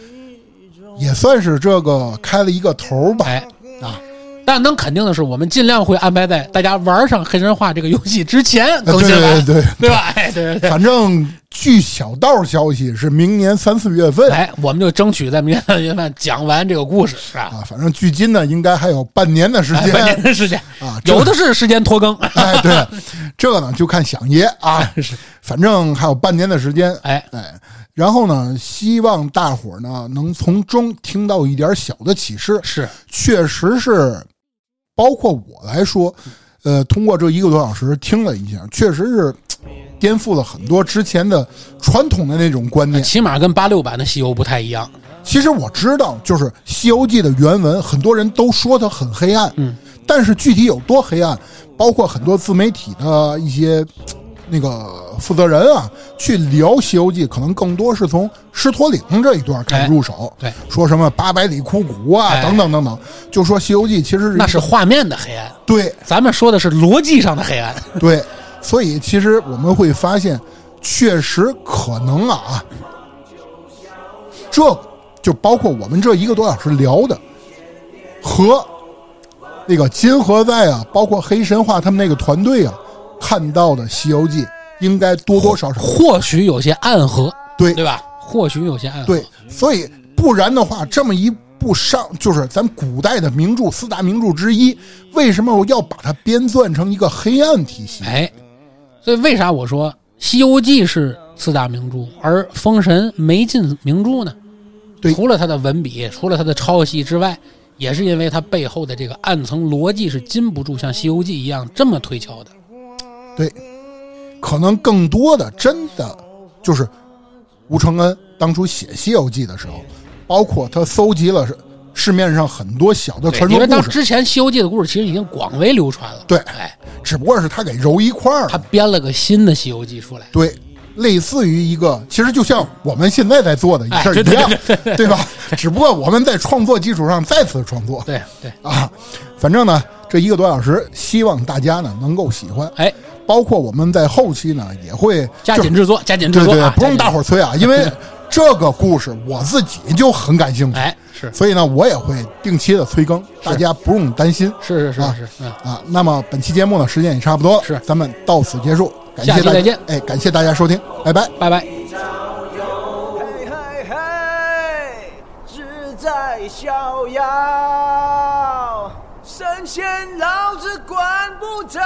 [SPEAKER 2] 也算是这个开了一个头儿吧。
[SPEAKER 3] 哎
[SPEAKER 2] 啊，
[SPEAKER 3] 但能肯定的是，我们尽量会安排在大家玩上黑神话这个游戏之前
[SPEAKER 2] 呃
[SPEAKER 3] 更新完，
[SPEAKER 2] 对对对
[SPEAKER 3] 对吧？哎，对对对。
[SPEAKER 2] 反正据小道消息是明年三四月份
[SPEAKER 3] 哎，我们就争取在明天三月份讲完这个故事，是吧？
[SPEAKER 2] 啊，反正距今呢应该还有半年的时
[SPEAKER 3] 哎，半年
[SPEAKER 2] 间。
[SPEAKER 3] 的时间
[SPEAKER 2] 啊这
[SPEAKER 3] 有的是时间拖更。
[SPEAKER 2] 哎，对，这个呢就看响爷啊，反正还有半年的时间。
[SPEAKER 3] 哎，
[SPEAKER 2] 哎，然后呢，希望大伙儿呢能从中听到一点小的启示。
[SPEAKER 3] 是
[SPEAKER 2] 确实是，包括我来说，呃，通过这一个多小时听了一下，确实是颠覆了很多之前的传统的那种观念。
[SPEAKER 3] 起码跟八六版的西游不太一样。
[SPEAKER 2] 其实我知道，就是《西游记》的原文，很多人都说它很黑暗，嗯，但是具体有多黑暗，包括很多自媒体的一些那个负责人啊，去聊《西游记》，可能更多是从狮驼岭这一段开始入手，
[SPEAKER 3] 哎
[SPEAKER 2] 说什么八百里枯骨啊，
[SPEAKER 3] 哎
[SPEAKER 2] 等等等等，就说《西游记》其实
[SPEAKER 3] 那
[SPEAKER 2] 是
[SPEAKER 3] 是
[SPEAKER 2] 一个
[SPEAKER 3] 画面的黑暗，
[SPEAKER 2] 对
[SPEAKER 3] 咱们说的是逻辑上的黑暗。
[SPEAKER 2] 对，所以其实我们会发现，确实可能啊，这就包括我们这一个多小时聊的和那个金河在啊，包括黑神话他们那个团队啊，看到的《西游记》应该多多少少
[SPEAKER 3] 或许有些暗合，
[SPEAKER 2] 对
[SPEAKER 3] 哦对吧？或许有些暗合。
[SPEAKER 2] 对，所以不然的话，这么一部上就是咱们古代的名著四大名著之一，为什么我要把它编撰成一个黑暗体系？
[SPEAKER 3] 哎，所以为啥我说《西游记》是四大名著，而《封神》没进名著呢？
[SPEAKER 2] 对
[SPEAKER 3] 除了它的文笔，除了它的抄袭之外，也是因为它背后的这个暗层逻辑是禁不住像《西游记》一样这么推敲的。
[SPEAKER 2] 对，可能更多的真的就是吴承恩当初写《西游记》的时候，包括他搜集了市市面上很多小的传
[SPEAKER 3] 因为
[SPEAKER 2] 说
[SPEAKER 3] 当
[SPEAKER 2] 故事，
[SPEAKER 3] 之前《西游记》的故事其实已经广为流传了。
[SPEAKER 2] 对
[SPEAKER 3] 哎，
[SPEAKER 2] 只不过是他给揉一块儿
[SPEAKER 3] 他
[SPEAKER 2] 了。
[SPEAKER 3] 编了个新的《西游记》出来。
[SPEAKER 2] 对，类似于一个，其实就像我们现在在做的一
[SPEAKER 3] 哎
[SPEAKER 2] 事儿
[SPEAKER 3] 对
[SPEAKER 2] 一
[SPEAKER 3] 对
[SPEAKER 2] 样
[SPEAKER 3] 对，
[SPEAKER 2] 对吧？只不过我们在创作基础上再次创作
[SPEAKER 3] 对对，
[SPEAKER 2] 啊。反正呢，这一个多小时，希望大家呢能够喜欢。
[SPEAKER 3] 哎，
[SPEAKER 2] 包括我们在后期呢也会
[SPEAKER 3] 加
[SPEAKER 2] 就
[SPEAKER 3] 紧制作，加紧制
[SPEAKER 2] 对
[SPEAKER 3] 作
[SPEAKER 2] 对，
[SPEAKER 3] 啊！
[SPEAKER 2] 不用大
[SPEAKER 3] 儿。
[SPEAKER 2] 伙儿催啊，因为这个故事我自己就很感兴趣，
[SPEAKER 3] 哎，是
[SPEAKER 2] 所以呢，我也会定期的催更，大家不用担心
[SPEAKER 3] 是是是
[SPEAKER 2] 啊
[SPEAKER 3] 是，嗯，
[SPEAKER 2] 啊。那么本期节目呢，时间也差不多了，
[SPEAKER 3] 是
[SPEAKER 2] 咱们到此结束，感谢
[SPEAKER 3] 下期
[SPEAKER 2] 大家
[SPEAKER 3] 再见
[SPEAKER 2] 哎，感谢大家收听，拜拜。
[SPEAKER 3] 拜拜。
[SPEAKER 4] 嘿嘿嘿，志在逍遥，神仙老子管不着。